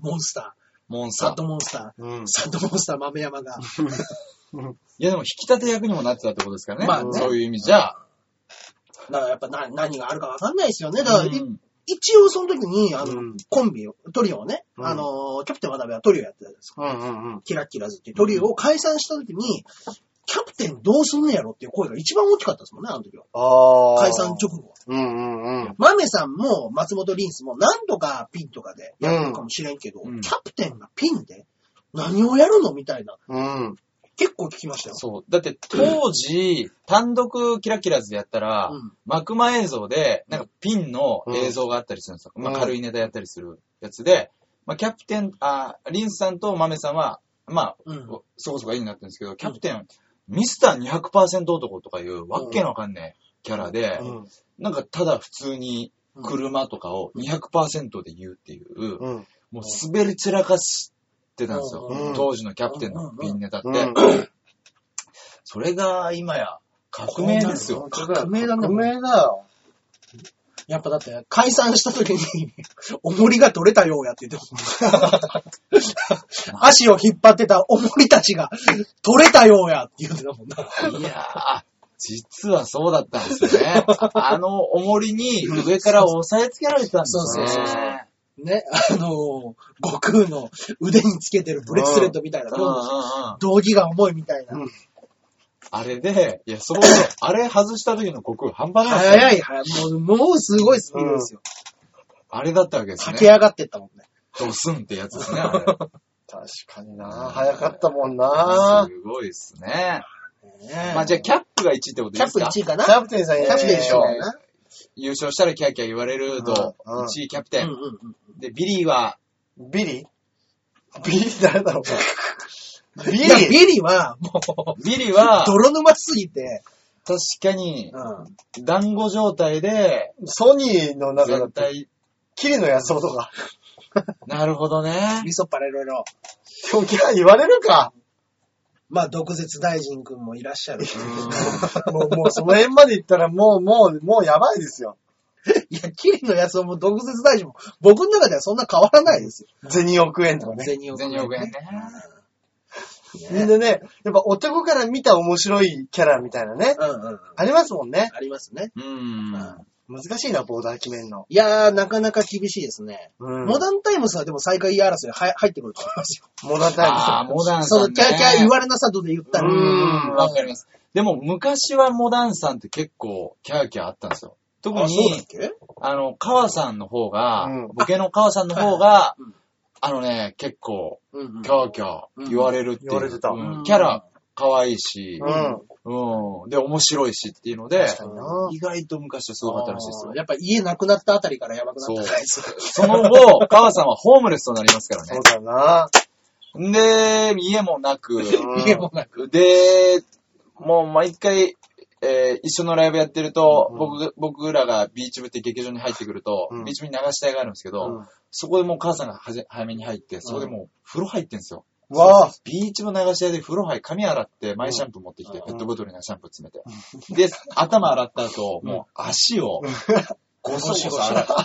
[SPEAKER 1] モンスター、
[SPEAKER 3] モンス
[SPEAKER 1] サ
[SPEAKER 3] タ
[SPEAKER 1] ッ
[SPEAKER 3] ー。
[SPEAKER 1] ドモンスター、
[SPEAKER 2] うん
[SPEAKER 1] サッドモンスター豆山が、
[SPEAKER 3] いや、でも、引き立て役にもなってたってことですからね。
[SPEAKER 1] まあね
[SPEAKER 3] そういう意味じゃ。
[SPEAKER 1] だからやっぱな何があるかわかんないですよね。だからい、
[SPEAKER 3] うん
[SPEAKER 1] 一応その時に、あの、
[SPEAKER 2] うん
[SPEAKER 1] コンビを、トリオをね、
[SPEAKER 2] うん
[SPEAKER 1] あのー、キャプテン渡辺はトリオやってたじゃないですか。
[SPEAKER 2] うんうんうん。
[SPEAKER 1] キラッキラズっていうトリオを解散した時に、キャプテンどうすんのやろっていう声が一番大きかったですもんね、あの時は。
[SPEAKER 2] ああ。
[SPEAKER 1] 解散直後は。
[SPEAKER 2] うんうんうん。
[SPEAKER 1] マメさんも松本リンスも何度かピンとかでやってるかもしれんけど、
[SPEAKER 3] うん
[SPEAKER 1] キャプテンがピンで何をやるのみたいな、
[SPEAKER 2] うん。
[SPEAKER 1] 結構聞きましたよ。
[SPEAKER 3] そう。だって、当時、単独キラキラズでやったら、
[SPEAKER 1] うん
[SPEAKER 3] 幕間映像で、なんかピンの映像があったりするんですよ。
[SPEAKER 2] うん
[SPEAKER 3] まあ、軽いネタやったりするやつで、まあ、キャプテン、あーリンスさんとマメさんは、まあ、
[SPEAKER 1] うん
[SPEAKER 3] そこそこいいになってるんですけど、キャプテン、ミスター200%男とかいう、わっけのわかんないキャラで、なんかただ普通に車とかを200%で言うっていう、
[SPEAKER 2] うん。
[SPEAKER 3] もう滑り散らかしてたんですよ。
[SPEAKER 2] うん
[SPEAKER 3] 当時のキャプテンのピンネタって。
[SPEAKER 2] うん
[SPEAKER 3] それが今や革命ですよ。
[SPEAKER 1] 革命だね
[SPEAKER 2] 革命だよ。
[SPEAKER 1] やっぱだって、解散した時に、 重りが取れたようやって言ってた 足を引っ張ってた重りたちが、取れたようやって言ってたもんな。
[SPEAKER 3] いやー、実はそうだったんです よね。あの重りに上から押さえつけられてたんですよね。
[SPEAKER 1] そうそうそうそうね、あのー悟空の腕につけてるブレスレットみたいなもんでしょ。
[SPEAKER 3] うんうんうん
[SPEAKER 1] 道着が重いみたいな。
[SPEAKER 2] うん
[SPEAKER 3] あれで、いや、そうそう、あれ外した時の国半端ないですよ
[SPEAKER 1] 早い、早い。もう、もうすごいスピードですよ。
[SPEAKER 3] あれだったわけです
[SPEAKER 1] 駆け
[SPEAKER 3] ね。
[SPEAKER 1] 上がってったもんね。
[SPEAKER 3] ドスンってやつですね、 あれ。
[SPEAKER 2] 確かにな早かったもんな
[SPEAKER 3] すごいですね。
[SPEAKER 1] ねえ
[SPEAKER 3] まあじゃあ、キャップが1位ってこ
[SPEAKER 1] キ
[SPEAKER 3] とでいい
[SPEAKER 1] ャ
[SPEAKER 3] で
[SPEAKER 1] ッ
[SPEAKER 3] す
[SPEAKER 1] プ
[SPEAKER 3] か
[SPEAKER 1] 1位か
[SPEAKER 2] キ
[SPEAKER 1] な
[SPEAKER 2] ャプテンさん
[SPEAKER 1] キ
[SPEAKER 2] や
[SPEAKER 1] ャプテンでしょ
[SPEAKER 3] えー優勝したらキャーキャー言われると、
[SPEAKER 2] うんうん
[SPEAKER 3] 1位キャプテ
[SPEAKER 1] うん
[SPEAKER 3] ン。
[SPEAKER 1] うんうん。
[SPEAKER 3] で、ビリーは、
[SPEAKER 2] ビリビリ誰だろうビ
[SPEAKER 1] いや、
[SPEAKER 2] リ
[SPEAKER 1] ビリは、もう、
[SPEAKER 3] ビリーは、
[SPEAKER 1] 泥沼すぎて、
[SPEAKER 3] 確かに
[SPEAKER 1] う、ん。
[SPEAKER 3] 団子状態で、
[SPEAKER 2] ソニーの中だっ
[SPEAKER 3] 絶
[SPEAKER 2] て、
[SPEAKER 3] 対、
[SPEAKER 2] キリの安男とか。
[SPEAKER 3] なるほどね。
[SPEAKER 1] リソッパラいろいろ。
[SPEAKER 2] 今日キャー言われるか。
[SPEAKER 1] まあ、毒舌大臣くんもいらっしゃる。
[SPEAKER 2] もう、もう、その辺まで行ったら、もう、もう、もうやばいですよ。
[SPEAKER 1] いや、キリのやつも毒舌大臣も、僕の中ではそんな変わらないですよ。
[SPEAKER 2] 銭億円とかね。
[SPEAKER 1] 銭
[SPEAKER 3] 全億円ね。
[SPEAKER 2] みんなね、やっぱ男から見た面白いキャラみたいなね。
[SPEAKER 1] うんうんうん。
[SPEAKER 2] ありますもんね。
[SPEAKER 1] ありますね。
[SPEAKER 3] うん。
[SPEAKER 2] 難しいな、ボーダー決めんの。
[SPEAKER 1] いやー、なかなか厳しいですね。
[SPEAKER 2] うん
[SPEAKER 1] モダンタイムスはでも最下位争いは入ってくると思いますよ。
[SPEAKER 2] モダン
[SPEAKER 3] ああ、
[SPEAKER 2] タイム
[SPEAKER 3] モダン
[SPEAKER 1] そ
[SPEAKER 3] さ
[SPEAKER 1] の
[SPEAKER 3] ん、ね。
[SPEAKER 1] キャーキャー言われなさとで言ったら。
[SPEAKER 3] う
[SPEAKER 2] うん
[SPEAKER 3] ん、わかります。でも、昔はモダンさんって結構、キャーキャーあったんですよ。特
[SPEAKER 1] あ、そうだっ
[SPEAKER 3] に、
[SPEAKER 1] け
[SPEAKER 3] あの、川さんの方が、
[SPEAKER 2] うん
[SPEAKER 3] ボケの川さんの方が
[SPEAKER 1] うん、
[SPEAKER 3] あのね、結構、
[SPEAKER 1] うんうん
[SPEAKER 3] キャーキャー言われるってい
[SPEAKER 2] うん
[SPEAKER 3] う。
[SPEAKER 2] 言われてた
[SPEAKER 3] うんキャラ、可愛いし、
[SPEAKER 2] うん。
[SPEAKER 3] うん。で、面白いしっていうので、
[SPEAKER 1] かにな
[SPEAKER 3] 意外と昔はすごかったらしいですよ
[SPEAKER 1] あー。やっぱ家なくなったあたりからやばくな
[SPEAKER 3] そ
[SPEAKER 1] っ
[SPEAKER 3] う
[SPEAKER 1] た。。
[SPEAKER 3] その後、川さんはホームレスとなりますから
[SPEAKER 2] そ
[SPEAKER 3] ね
[SPEAKER 2] う。だよな。
[SPEAKER 3] で、家もなく、
[SPEAKER 2] うん
[SPEAKER 1] 家もなく。
[SPEAKER 3] で、もう毎回、えー一緒のライブやってると、
[SPEAKER 2] うん
[SPEAKER 3] 僕が、僕らがビーチ部って劇場に入ってくると、
[SPEAKER 2] うん
[SPEAKER 3] ビーチ部に流し台があるんですけど、
[SPEAKER 2] うん
[SPEAKER 3] そこでもう母さんがはじ早めに入って、そこでもう風呂入ってんですよ。
[SPEAKER 2] わあ。
[SPEAKER 3] ビーチ部流し台で風呂入、髪洗って、マイシャンプー持ってきて、
[SPEAKER 1] うん
[SPEAKER 3] ペットボトルにシャンプー詰めて。で、頭洗った後、もう足を、ゴソゴソ洗って、汚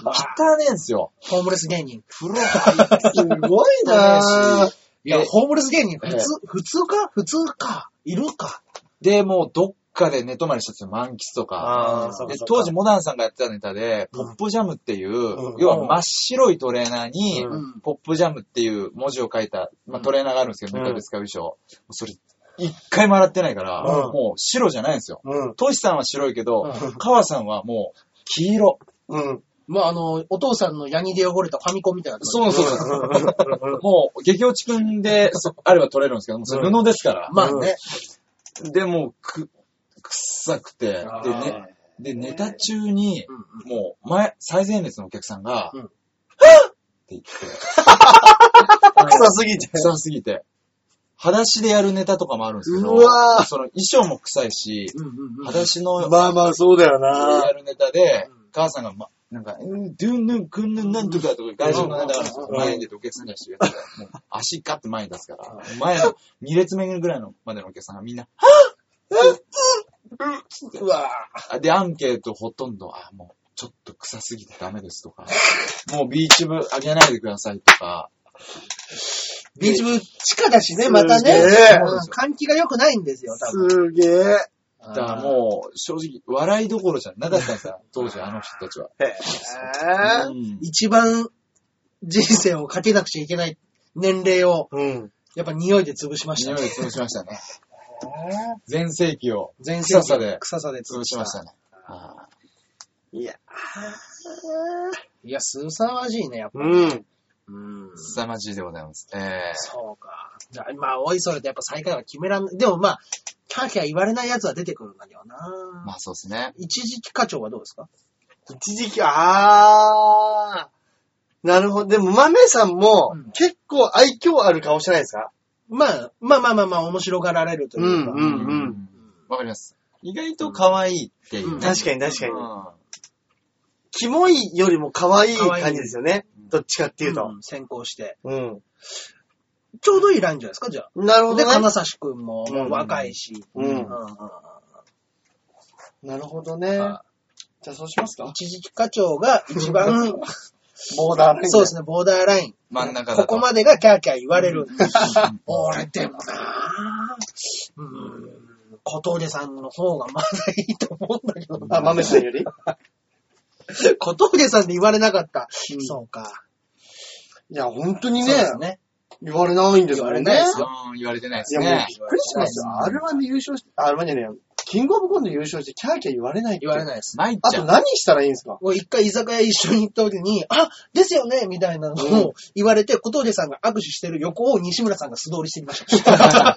[SPEAKER 3] ねえんですよ。
[SPEAKER 1] ホームレス芸人。
[SPEAKER 3] 風呂入って、
[SPEAKER 2] すごいな。
[SPEAKER 1] いや、
[SPEAKER 3] え
[SPEAKER 1] ホームレス芸人、普
[SPEAKER 3] ええ
[SPEAKER 1] 通、普通か普通かいるか
[SPEAKER 3] で、もうどっかで寝泊まりしたんですよ、満喫とか。
[SPEAKER 2] ああ、そうか
[SPEAKER 3] で
[SPEAKER 2] そうか。
[SPEAKER 3] 当時、モダンさんがやってたネタで、
[SPEAKER 2] う
[SPEAKER 3] ポ
[SPEAKER 2] ん
[SPEAKER 3] ップジャムっていう、
[SPEAKER 2] うん
[SPEAKER 3] 要は真っ白いトレーナーに、
[SPEAKER 2] うん
[SPEAKER 3] ポップジャムっていう文字を書いた、まあ、トレーナーがあるんですけど、
[SPEAKER 2] うん
[SPEAKER 3] ネタで使う衣装。もうそれ、一回も洗ってないから、
[SPEAKER 2] うん
[SPEAKER 3] もう白じゃないんですよ。
[SPEAKER 2] うん。
[SPEAKER 3] トシさんは白いけど、
[SPEAKER 1] うん
[SPEAKER 3] 川さんはもう、黄色。
[SPEAKER 2] うん。
[SPEAKER 1] まあ、あの、お父さんのヤニで汚れたファミコンみたいな。
[SPEAKER 3] そうそうそう。 もう、激落ちくんで、そあれば取れるんですけど、もうそれ
[SPEAKER 2] うん
[SPEAKER 3] 布ですから。
[SPEAKER 1] まあね。
[SPEAKER 3] で、もう、く、臭くて、で、ね、で、ネタ中に、
[SPEAKER 1] うんうん
[SPEAKER 3] もう、前、最前列のお客さんが、
[SPEAKER 1] うん
[SPEAKER 3] はっって言って、
[SPEAKER 2] 臭すぎて。
[SPEAKER 3] 臭すぎて。裸足でやるネタとかもあるんですけど、
[SPEAKER 2] うわー
[SPEAKER 3] その衣装も臭いし、
[SPEAKER 1] うんうんうん
[SPEAKER 3] 裸足の
[SPEAKER 2] まあまあ、そうだよ
[SPEAKER 3] や
[SPEAKER 2] な。
[SPEAKER 3] るネタで
[SPEAKER 1] うん、
[SPEAKER 3] 母さんが、ま、なんか、うん、ドゥンヌン、クンヌン、なんとかとか、外人のネタがあるんですよ
[SPEAKER 2] うん
[SPEAKER 3] 前に出てお客さんに出してるやつが、もう足ガッて前に出すから、前の2列目ぐらいのまでのお客さんがみんな、
[SPEAKER 1] うわ
[SPEAKER 3] あで、アンケートほとんど、あ、もう、ちょっと臭すぎてダメです とか、もうビーチ部あげないでくださいとか、
[SPEAKER 1] ぁビーチ部地下だしね、またね。
[SPEAKER 2] すげえ
[SPEAKER 1] うん換気が良くないんですよ、多分。
[SPEAKER 2] すげえ。
[SPEAKER 3] だからもう、正直、笑いどころじゃなかったんですよ、当時あの人たちは。
[SPEAKER 2] へえ。
[SPEAKER 3] うん
[SPEAKER 1] 一番人生をかけなくちゃいけない年齢を、
[SPEAKER 2] うん。
[SPEAKER 1] やっぱ匂いで潰しまし
[SPEAKER 3] 匂
[SPEAKER 1] た
[SPEAKER 3] い
[SPEAKER 1] ね。
[SPEAKER 3] で潰しましたね。全盛期を
[SPEAKER 1] 全身
[SPEAKER 3] 臭さで
[SPEAKER 1] 臭さで
[SPEAKER 3] 潰しましたね。あー
[SPEAKER 2] いや。
[SPEAKER 1] いや、すさまじいね、やっぱ。
[SPEAKER 2] うん。
[SPEAKER 1] うん。
[SPEAKER 3] 凄まじいでございます。え
[SPEAKER 1] そうか。じゃあ、まあ、おいそれとやっぱ最下位は決めらん、でもまあ、キャーキャー言われない奴は出てくるんだけど
[SPEAKER 3] ー、
[SPEAKER 1] な
[SPEAKER 3] まあそうですね。
[SPEAKER 1] 一時期課長はどうですか
[SPEAKER 2] 一時期、あー。なるほど。でも、豆さんも
[SPEAKER 1] うん、
[SPEAKER 2] 結構愛嬌ある顔してないですか
[SPEAKER 1] まあ、まあまあまあまあ、面白がられるというか。
[SPEAKER 2] うんうん
[SPEAKER 3] わかります。意外と可愛いっていうね、
[SPEAKER 1] うん
[SPEAKER 2] 確かに確かに。
[SPEAKER 3] か
[SPEAKER 2] キモいよりも可愛い感じですよね
[SPEAKER 3] 可愛い。
[SPEAKER 2] どっちかっていうと
[SPEAKER 1] う。ん先行して。
[SPEAKER 2] うん。
[SPEAKER 1] ちょうどいいラインじゃないですか、じゃ
[SPEAKER 2] なる
[SPEAKER 1] あ。
[SPEAKER 2] ほ
[SPEAKER 1] で、
[SPEAKER 2] どね
[SPEAKER 1] 金。指くんも
[SPEAKER 2] うん
[SPEAKER 1] 若いし。
[SPEAKER 2] うん
[SPEAKER 1] うんうんうん
[SPEAKER 2] なるほどね。
[SPEAKER 1] は
[SPEAKER 2] じゃあそうしますか。
[SPEAKER 1] 一時期課長が一番、
[SPEAKER 2] ボーダーライン。
[SPEAKER 1] そうですね、ボーダーライン。
[SPEAKER 3] 真ん中だと
[SPEAKER 1] ここまでがキャーキャー言われる。
[SPEAKER 3] うん
[SPEAKER 1] 俺でもなぁ。うーん。小峠さんの方がまだいいと思うんだけど
[SPEAKER 2] あ、
[SPEAKER 1] な。
[SPEAKER 2] 豆さんより
[SPEAKER 1] 小峠さんで言われなかった。
[SPEAKER 2] うん
[SPEAKER 1] そうか。
[SPEAKER 2] いや、本当に
[SPEAKER 1] そう
[SPEAKER 2] ね
[SPEAKER 1] で、すね。
[SPEAKER 2] 言われないんですもんね。
[SPEAKER 1] 言われないです
[SPEAKER 3] うん言われてないで
[SPEAKER 2] い
[SPEAKER 3] す
[SPEAKER 2] や、もうびっ
[SPEAKER 3] ね。
[SPEAKER 2] くりしますよ。R1 で優勝して、R1 じゃねえよ。キングオブコントで優勝して、キャーキャー言われないって
[SPEAKER 1] 言われないです。
[SPEAKER 3] ない
[SPEAKER 2] あ
[SPEAKER 3] ちゃ
[SPEAKER 2] と
[SPEAKER 3] ん。
[SPEAKER 2] 何したらいいんですか
[SPEAKER 1] もう一回居酒屋一緒に行った時に、あ、ですよねみたいなのを言われて、小峠さんが握手してる横を西村さんが素通りしてきま した。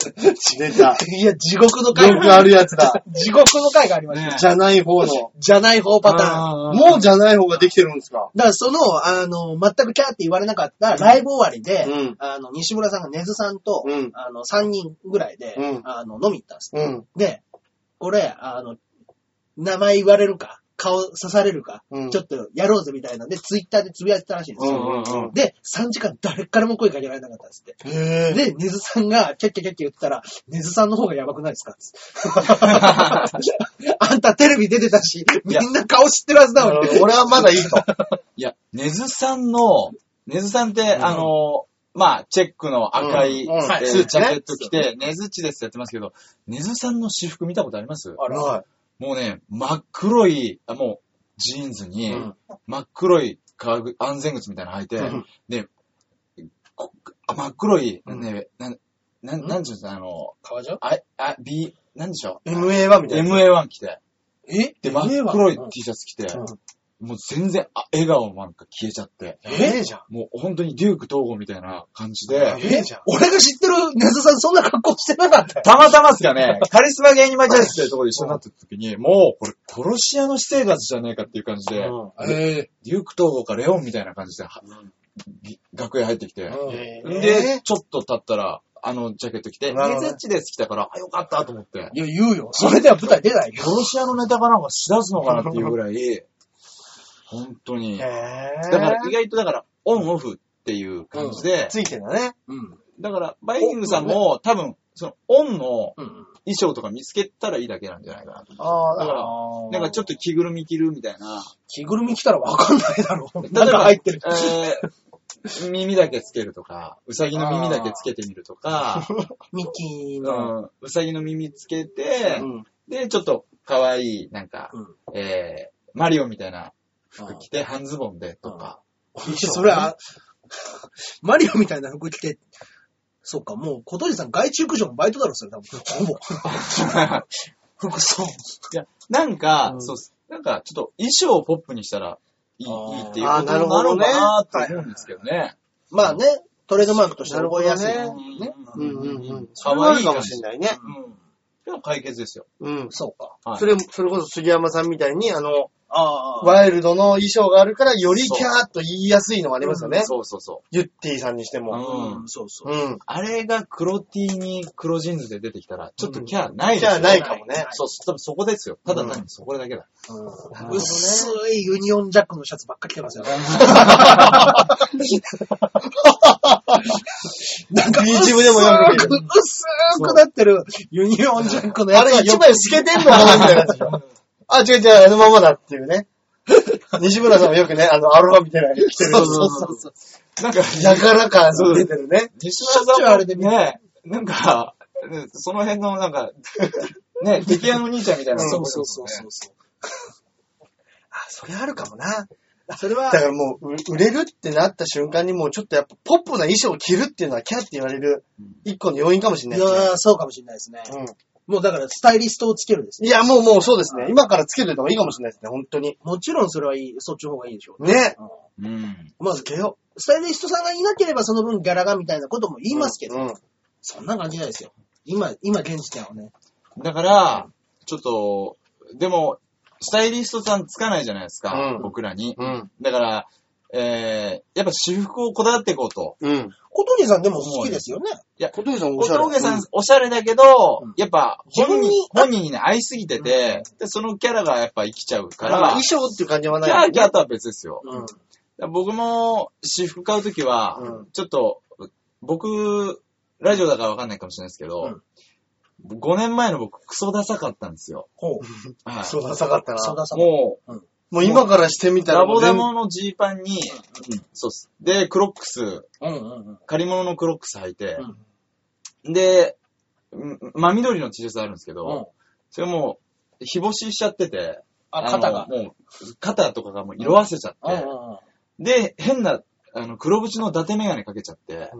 [SPEAKER 2] 出 た。
[SPEAKER 1] いや、地獄の回
[SPEAKER 2] よくあるやつだ。
[SPEAKER 1] 地獄の回がありました。
[SPEAKER 3] ね
[SPEAKER 2] じゃない方の。
[SPEAKER 1] じゃない方パターン。
[SPEAKER 3] あー
[SPEAKER 2] もうじゃない方ができてるんですか
[SPEAKER 1] だからその、あの、全くキャーって言われなかったライブ終わりで、
[SPEAKER 2] うん
[SPEAKER 1] あの、西村さんが根津さんと、
[SPEAKER 2] うん
[SPEAKER 1] あの、3人ぐらいで、
[SPEAKER 2] うん
[SPEAKER 1] あの、飲み行ったんです。
[SPEAKER 2] うん。
[SPEAKER 1] で、俺、あの、名前言われるか、顔刺されるか、
[SPEAKER 2] うん
[SPEAKER 1] ちょっとやろうぜみたいなんで、ツイッターでつぶやいてたらしいんですよ。
[SPEAKER 3] うんうんうん
[SPEAKER 1] で、3時間誰からも声かけられなかったんですって。
[SPEAKER 2] へぇ
[SPEAKER 1] で、根津さんが、キャッキャキャッキャ言ってたら、根津さんの方がやばくないですかってあんたテレビ出てたし、みんな顔知ってるはずだもん。
[SPEAKER 2] 俺はまだいいと。
[SPEAKER 3] いや、ネズさんの、ネズさんって、あの、まあ、チェックの赤い、
[SPEAKER 2] うんうん
[SPEAKER 3] えー
[SPEAKER 2] はい
[SPEAKER 3] ジャケット着て、ネズチですってやってますけど、ネズさんの私服見たことあります
[SPEAKER 1] あら
[SPEAKER 2] は
[SPEAKER 3] もうね、真っ黒い、あもう、ジーンズに、
[SPEAKER 2] うん
[SPEAKER 3] 真っ黒い革靴安全靴みたいなの履いて、
[SPEAKER 2] うん
[SPEAKER 3] で、こあ真っ黒い、ね、なん、なん、なんちゅうんですか、あの、
[SPEAKER 1] 川上
[SPEAKER 3] あ、あ、B、なんでしょ
[SPEAKER 2] い。MA1
[SPEAKER 3] う
[SPEAKER 2] みたいな。
[SPEAKER 3] ?MA1 着て。
[SPEAKER 1] え
[SPEAKER 3] で、真っ黒い T シャツ着て、もう全然、あ笑顔もなんか消えちゃって、
[SPEAKER 2] ええじゃん。
[SPEAKER 3] もう本当にデューク統合みたいな感じで、
[SPEAKER 2] ええじゃん。
[SPEAKER 1] 俺が知ってるネズさんそんな格好してなかったよ。
[SPEAKER 3] たまたまっすかね、カリスマ芸人マジャスっていうところで一緒になった時に、もう、これ殺し屋の私生活じゃねえかっていう感じで、
[SPEAKER 1] え
[SPEAKER 3] デューク統合かレオンみたいな感じで、はぎ楽屋入ってきて、
[SPEAKER 1] うん
[SPEAKER 2] ええ
[SPEAKER 3] で、ちょっと経ったら、あのジャケット着て、
[SPEAKER 1] なる
[SPEAKER 3] ネ
[SPEAKER 1] ほど
[SPEAKER 3] ズッチです来たから、あ、よかったと思って。
[SPEAKER 1] いや、言うよ。それでは舞台出ないよ。
[SPEAKER 3] 殺し屋のネタかなんかしだすのかなっていうぐらい、本当に。
[SPEAKER 2] え
[SPEAKER 3] だ
[SPEAKER 2] え
[SPEAKER 3] から意外とだから、オンオフっていう感じで、
[SPEAKER 2] ついてんだね。
[SPEAKER 1] うん。
[SPEAKER 3] だからバイキングさんも多分、そのオンの
[SPEAKER 1] うん。
[SPEAKER 3] 衣装とか見つけたらいいだけなんじゃないかなと。
[SPEAKER 2] ああ、
[SPEAKER 3] だからなんかちょっと着ぐるみ着るみたいな。
[SPEAKER 1] 着ぐるみ着たらわかんないだろ。
[SPEAKER 3] 例えば
[SPEAKER 1] 中入ってる。
[SPEAKER 3] えー、耳だけつけるとか、うさぎの耳だけつけてみるとか、
[SPEAKER 1] ミッキー
[SPEAKER 3] う
[SPEAKER 1] の。
[SPEAKER 3] んうさぎの耳つけて、
[SPEAKER 1] うん。
[SPEAKER 3] で、ちょっと可愛い、なんか、
[SPEAKER 1] うん
[SPEAKER 3] えー、マリオみたいな服着て、半ズボンでとか。
[SPEAKER 1] それは、マリオみたいな服着て、そっか、もう、小鳥さん外中駆除のバイトだろ、それ多分。ほぼ。服装。
[SPEAKER 3] いや、なんか、
[SPEAKER 1] うん
[SPEAKER 3] そうっす。なんか、ちょっと衣装をポップにしたらいい
[SPEAKER 1] あー
[SPEAKER 3] いいっていうことになるのかなと思うんですけどね。
[SPEAKER 1] まあね、トレードマークとして覚えやすい。
[SPEAKER 2] なるほど
[SPEAKER 3] ね。
[SPEAKER 2] う
[SPEAKER 3] うんん
[SPEAKER 2] う
[SPEAKER 3] うんん
[SPEAKER 2] う
[SPEAKER 3] うんん。
[SPEAKER 2] それはあるかもしれないね。
[SPEAKER 3] でも解決ですよ。
[SPEAKER 2] うん。
[SPEAKER 1] そうか。
[SPEAKER 3] はい
[SPEAKER 2] それ、それこそ杉山さんみたいに、あの、
[SPEAKER 1] ああ。
[SPEAKER 2] ワイルドの衣装があるから、よりキャーっと言いやすいのがありますよね。
[SPEAKER 3] そうそうそ
[SPEAKER 2] ユッティさんにして
[SPEAKER 3] う。
[SPEAKER 2] も。
[SPEAKER 3] うん。
[SPEAKER 1] そうそうう。
[SPEAKER 2] ん。
[SPEAKER 3] あれが黒 T に黒ジーンズで出てきたら、ちょっとキャーない
[SPEAKER 2] じ
[SPEAKER 3] で
[SPEAKER 2] ゃ
[SPEAKER 3] す
[SPEAKER 2] あ
[SPEAKER 3] よ、
[SPEAKER 2] ないかもね。
[SPEAKER 3] そう、多分そこですよ。ただ単にそこだけだ。
[SPEAKER 1] うん薄いユニオンジャックのシャツばっか着てますよね。なんか、
[SPEAKER 2] ビーチ部でもよく見
[SPEAKER 1] 薄
[SPEAKER 2] る
[SPEAKER 1] く、薄くなってるユニオンジャックのや
[SPEAKER 2] あ
[SPEAKER 1] つは
[SPEAKER 2] れ一枚透けてんのかなみたいなやつでしょ。 あ、違う違う、あのままだっていう ね。西村さんもよくね、あの、アロハみたいなの着てる。
[SPEAKER 1] そうそうそう。
[SPEAKER 3] なんか、
[SPEAKER 2] やから感出てるね。
[SPEAKER 3] 西
[SPEAKER 1] しょっ
[SPEAKER 3] 村
[SPEAKER 1] ちゅう
[SPEAKER 3] さん
[SPEAKER 1] あ
[SPEAKER 3] あ
[SPEAKER 1] れ
[SPEAKER 3] れ
[SPEAKER 1] で
[SPEAKER 3] で
[SPEAKER 1] 見て
[SPEAKER 3] ね、なんか、ねその辺のなんか、ね、出来屋の兄ちゃんみたいな。
[SPEAKER 1] そうそうそうそうそう。
[SPEAKER 2] あ、それあるかもな。
[SPEAKER 1] それは
[SPEAKER 2] だか、らもう、う売れるってなった瞬間にもうちょっとやっぱポップな衣装を着るっていうのはキャーって言われる一個の要因かもしれない
[SPEAKER 1] い
[SPEAKER 2] で
[SPEAKER 1] や
[SPEAKER 2] すね。
[SPEAKER 1] ーそうかもしれないですね。もうだから、スタイリストをつけるです
[SPEAKER 2] うん。
[SPEAKER 1] ね。
[SPEAKER 2] いや、もうもうそうですね。今からつけるのがいいかもしれないですね、本当に。
[SPEAKER 1] もちろんそれはいい、そっちの方がいいでしょうね。
[SPEAKER 2] ね。
[SPEAKER 3] うん。
[SPEAKER 1] まあ、
[SPEAKER 2] つけよ
[SPEAKER 1] スタイリストさんがいなければその分ギャラがみたいなことも言
[SPEAKER 2] う。
[SPEAKER 1] いますけど、
[SPEAKER 2] うん。
[SPEAKER 1] そんな感じないですよ。今、今現時点はね。
[SPEAKER 3] だから、ちょっと、でも、スタイリストさんつかないじゃないですか、
[SPEAKER 2] うん
[SPEAKER 3] 僕らに。
[SPEAKER 2] うん。
[SPEAKER 3] だから、えー、やっぱ私服をこだわっていこうと。
[SPEAKER 2] うん。
[SPEAKER 1] 小鳥さんでも好きですよね。
[SPEAKER 2] 小峠さんおしゃれ。
[SPEAKER 3] 小峠さん、おしゃれだけど、
[SPEAKER 1] うん
[SPEAKER 3] やっぱ
[SPEAKER 1] 自分
[SPEAKER 3] 本人
[SPEAKER 1] に
[SPEAKER 3] 本人にね、合いすぎてて、で、そのキャラがやっぱ生きちゃうか
[SPEAKER 2] まあ
[SPEAKER 3] ら
[SPEAKER 2] 衣、装っていう感じはない
[SPEAKER 3] キ
[SPEAKER 2] よね。
[SPEAKER 3] ャーキャーとは別ですよ。
[SPEAKER 1] うん。
[SPEAKER 3] 僕も私服買うときは、
[SPEAKER 2] うん
[SPEAKER 3] ちょっと、僕、ラジオだからわかんないかもしれないですけど、5年前の僕、クソダサかったんですよ。
[SPEAKER 1] ほう。
[SPEAKER 3] はい
[SPEAKER 2] そうだ、さかったな。
[SPEAKER 1] そうださん。
[SPEAKER 3] も
[SPEAKER 2] もう今からしてみ
[SPEAKER 3] う、
[SPEAKER 2] たら
[SPEAKER 3] ラ
[SPEAKER 2] もう
[SPEAKER 3] ボ
[SPEAKER 2] 全
[SPEAKER 3] ダ
[SPEAKER 2] 部、
[SPEAKER 3] モのジーパンに、うんそうっす。で、クロックス、
[SPEAKER 1] うんうんうん。
[SPEAKER 3] 借り物のクロックス履いて、で、うん真緑の T シャツあるんですけど、
[SPEAKER 1] うん。
[SPEAKER 3] それもう、日干ししちゃってて、
[SPEAKER 1] あ、
[SPEAKER 3] の
[SPEAKER 1] 肩が。
[SPEAKER 3] もう、肩とかがもう色あせちゃって、
[SPEAKER 1] うんうんうん。
[SPEAKER 3] で、変な、あの、黒縁の伊達メガネかけちゃって、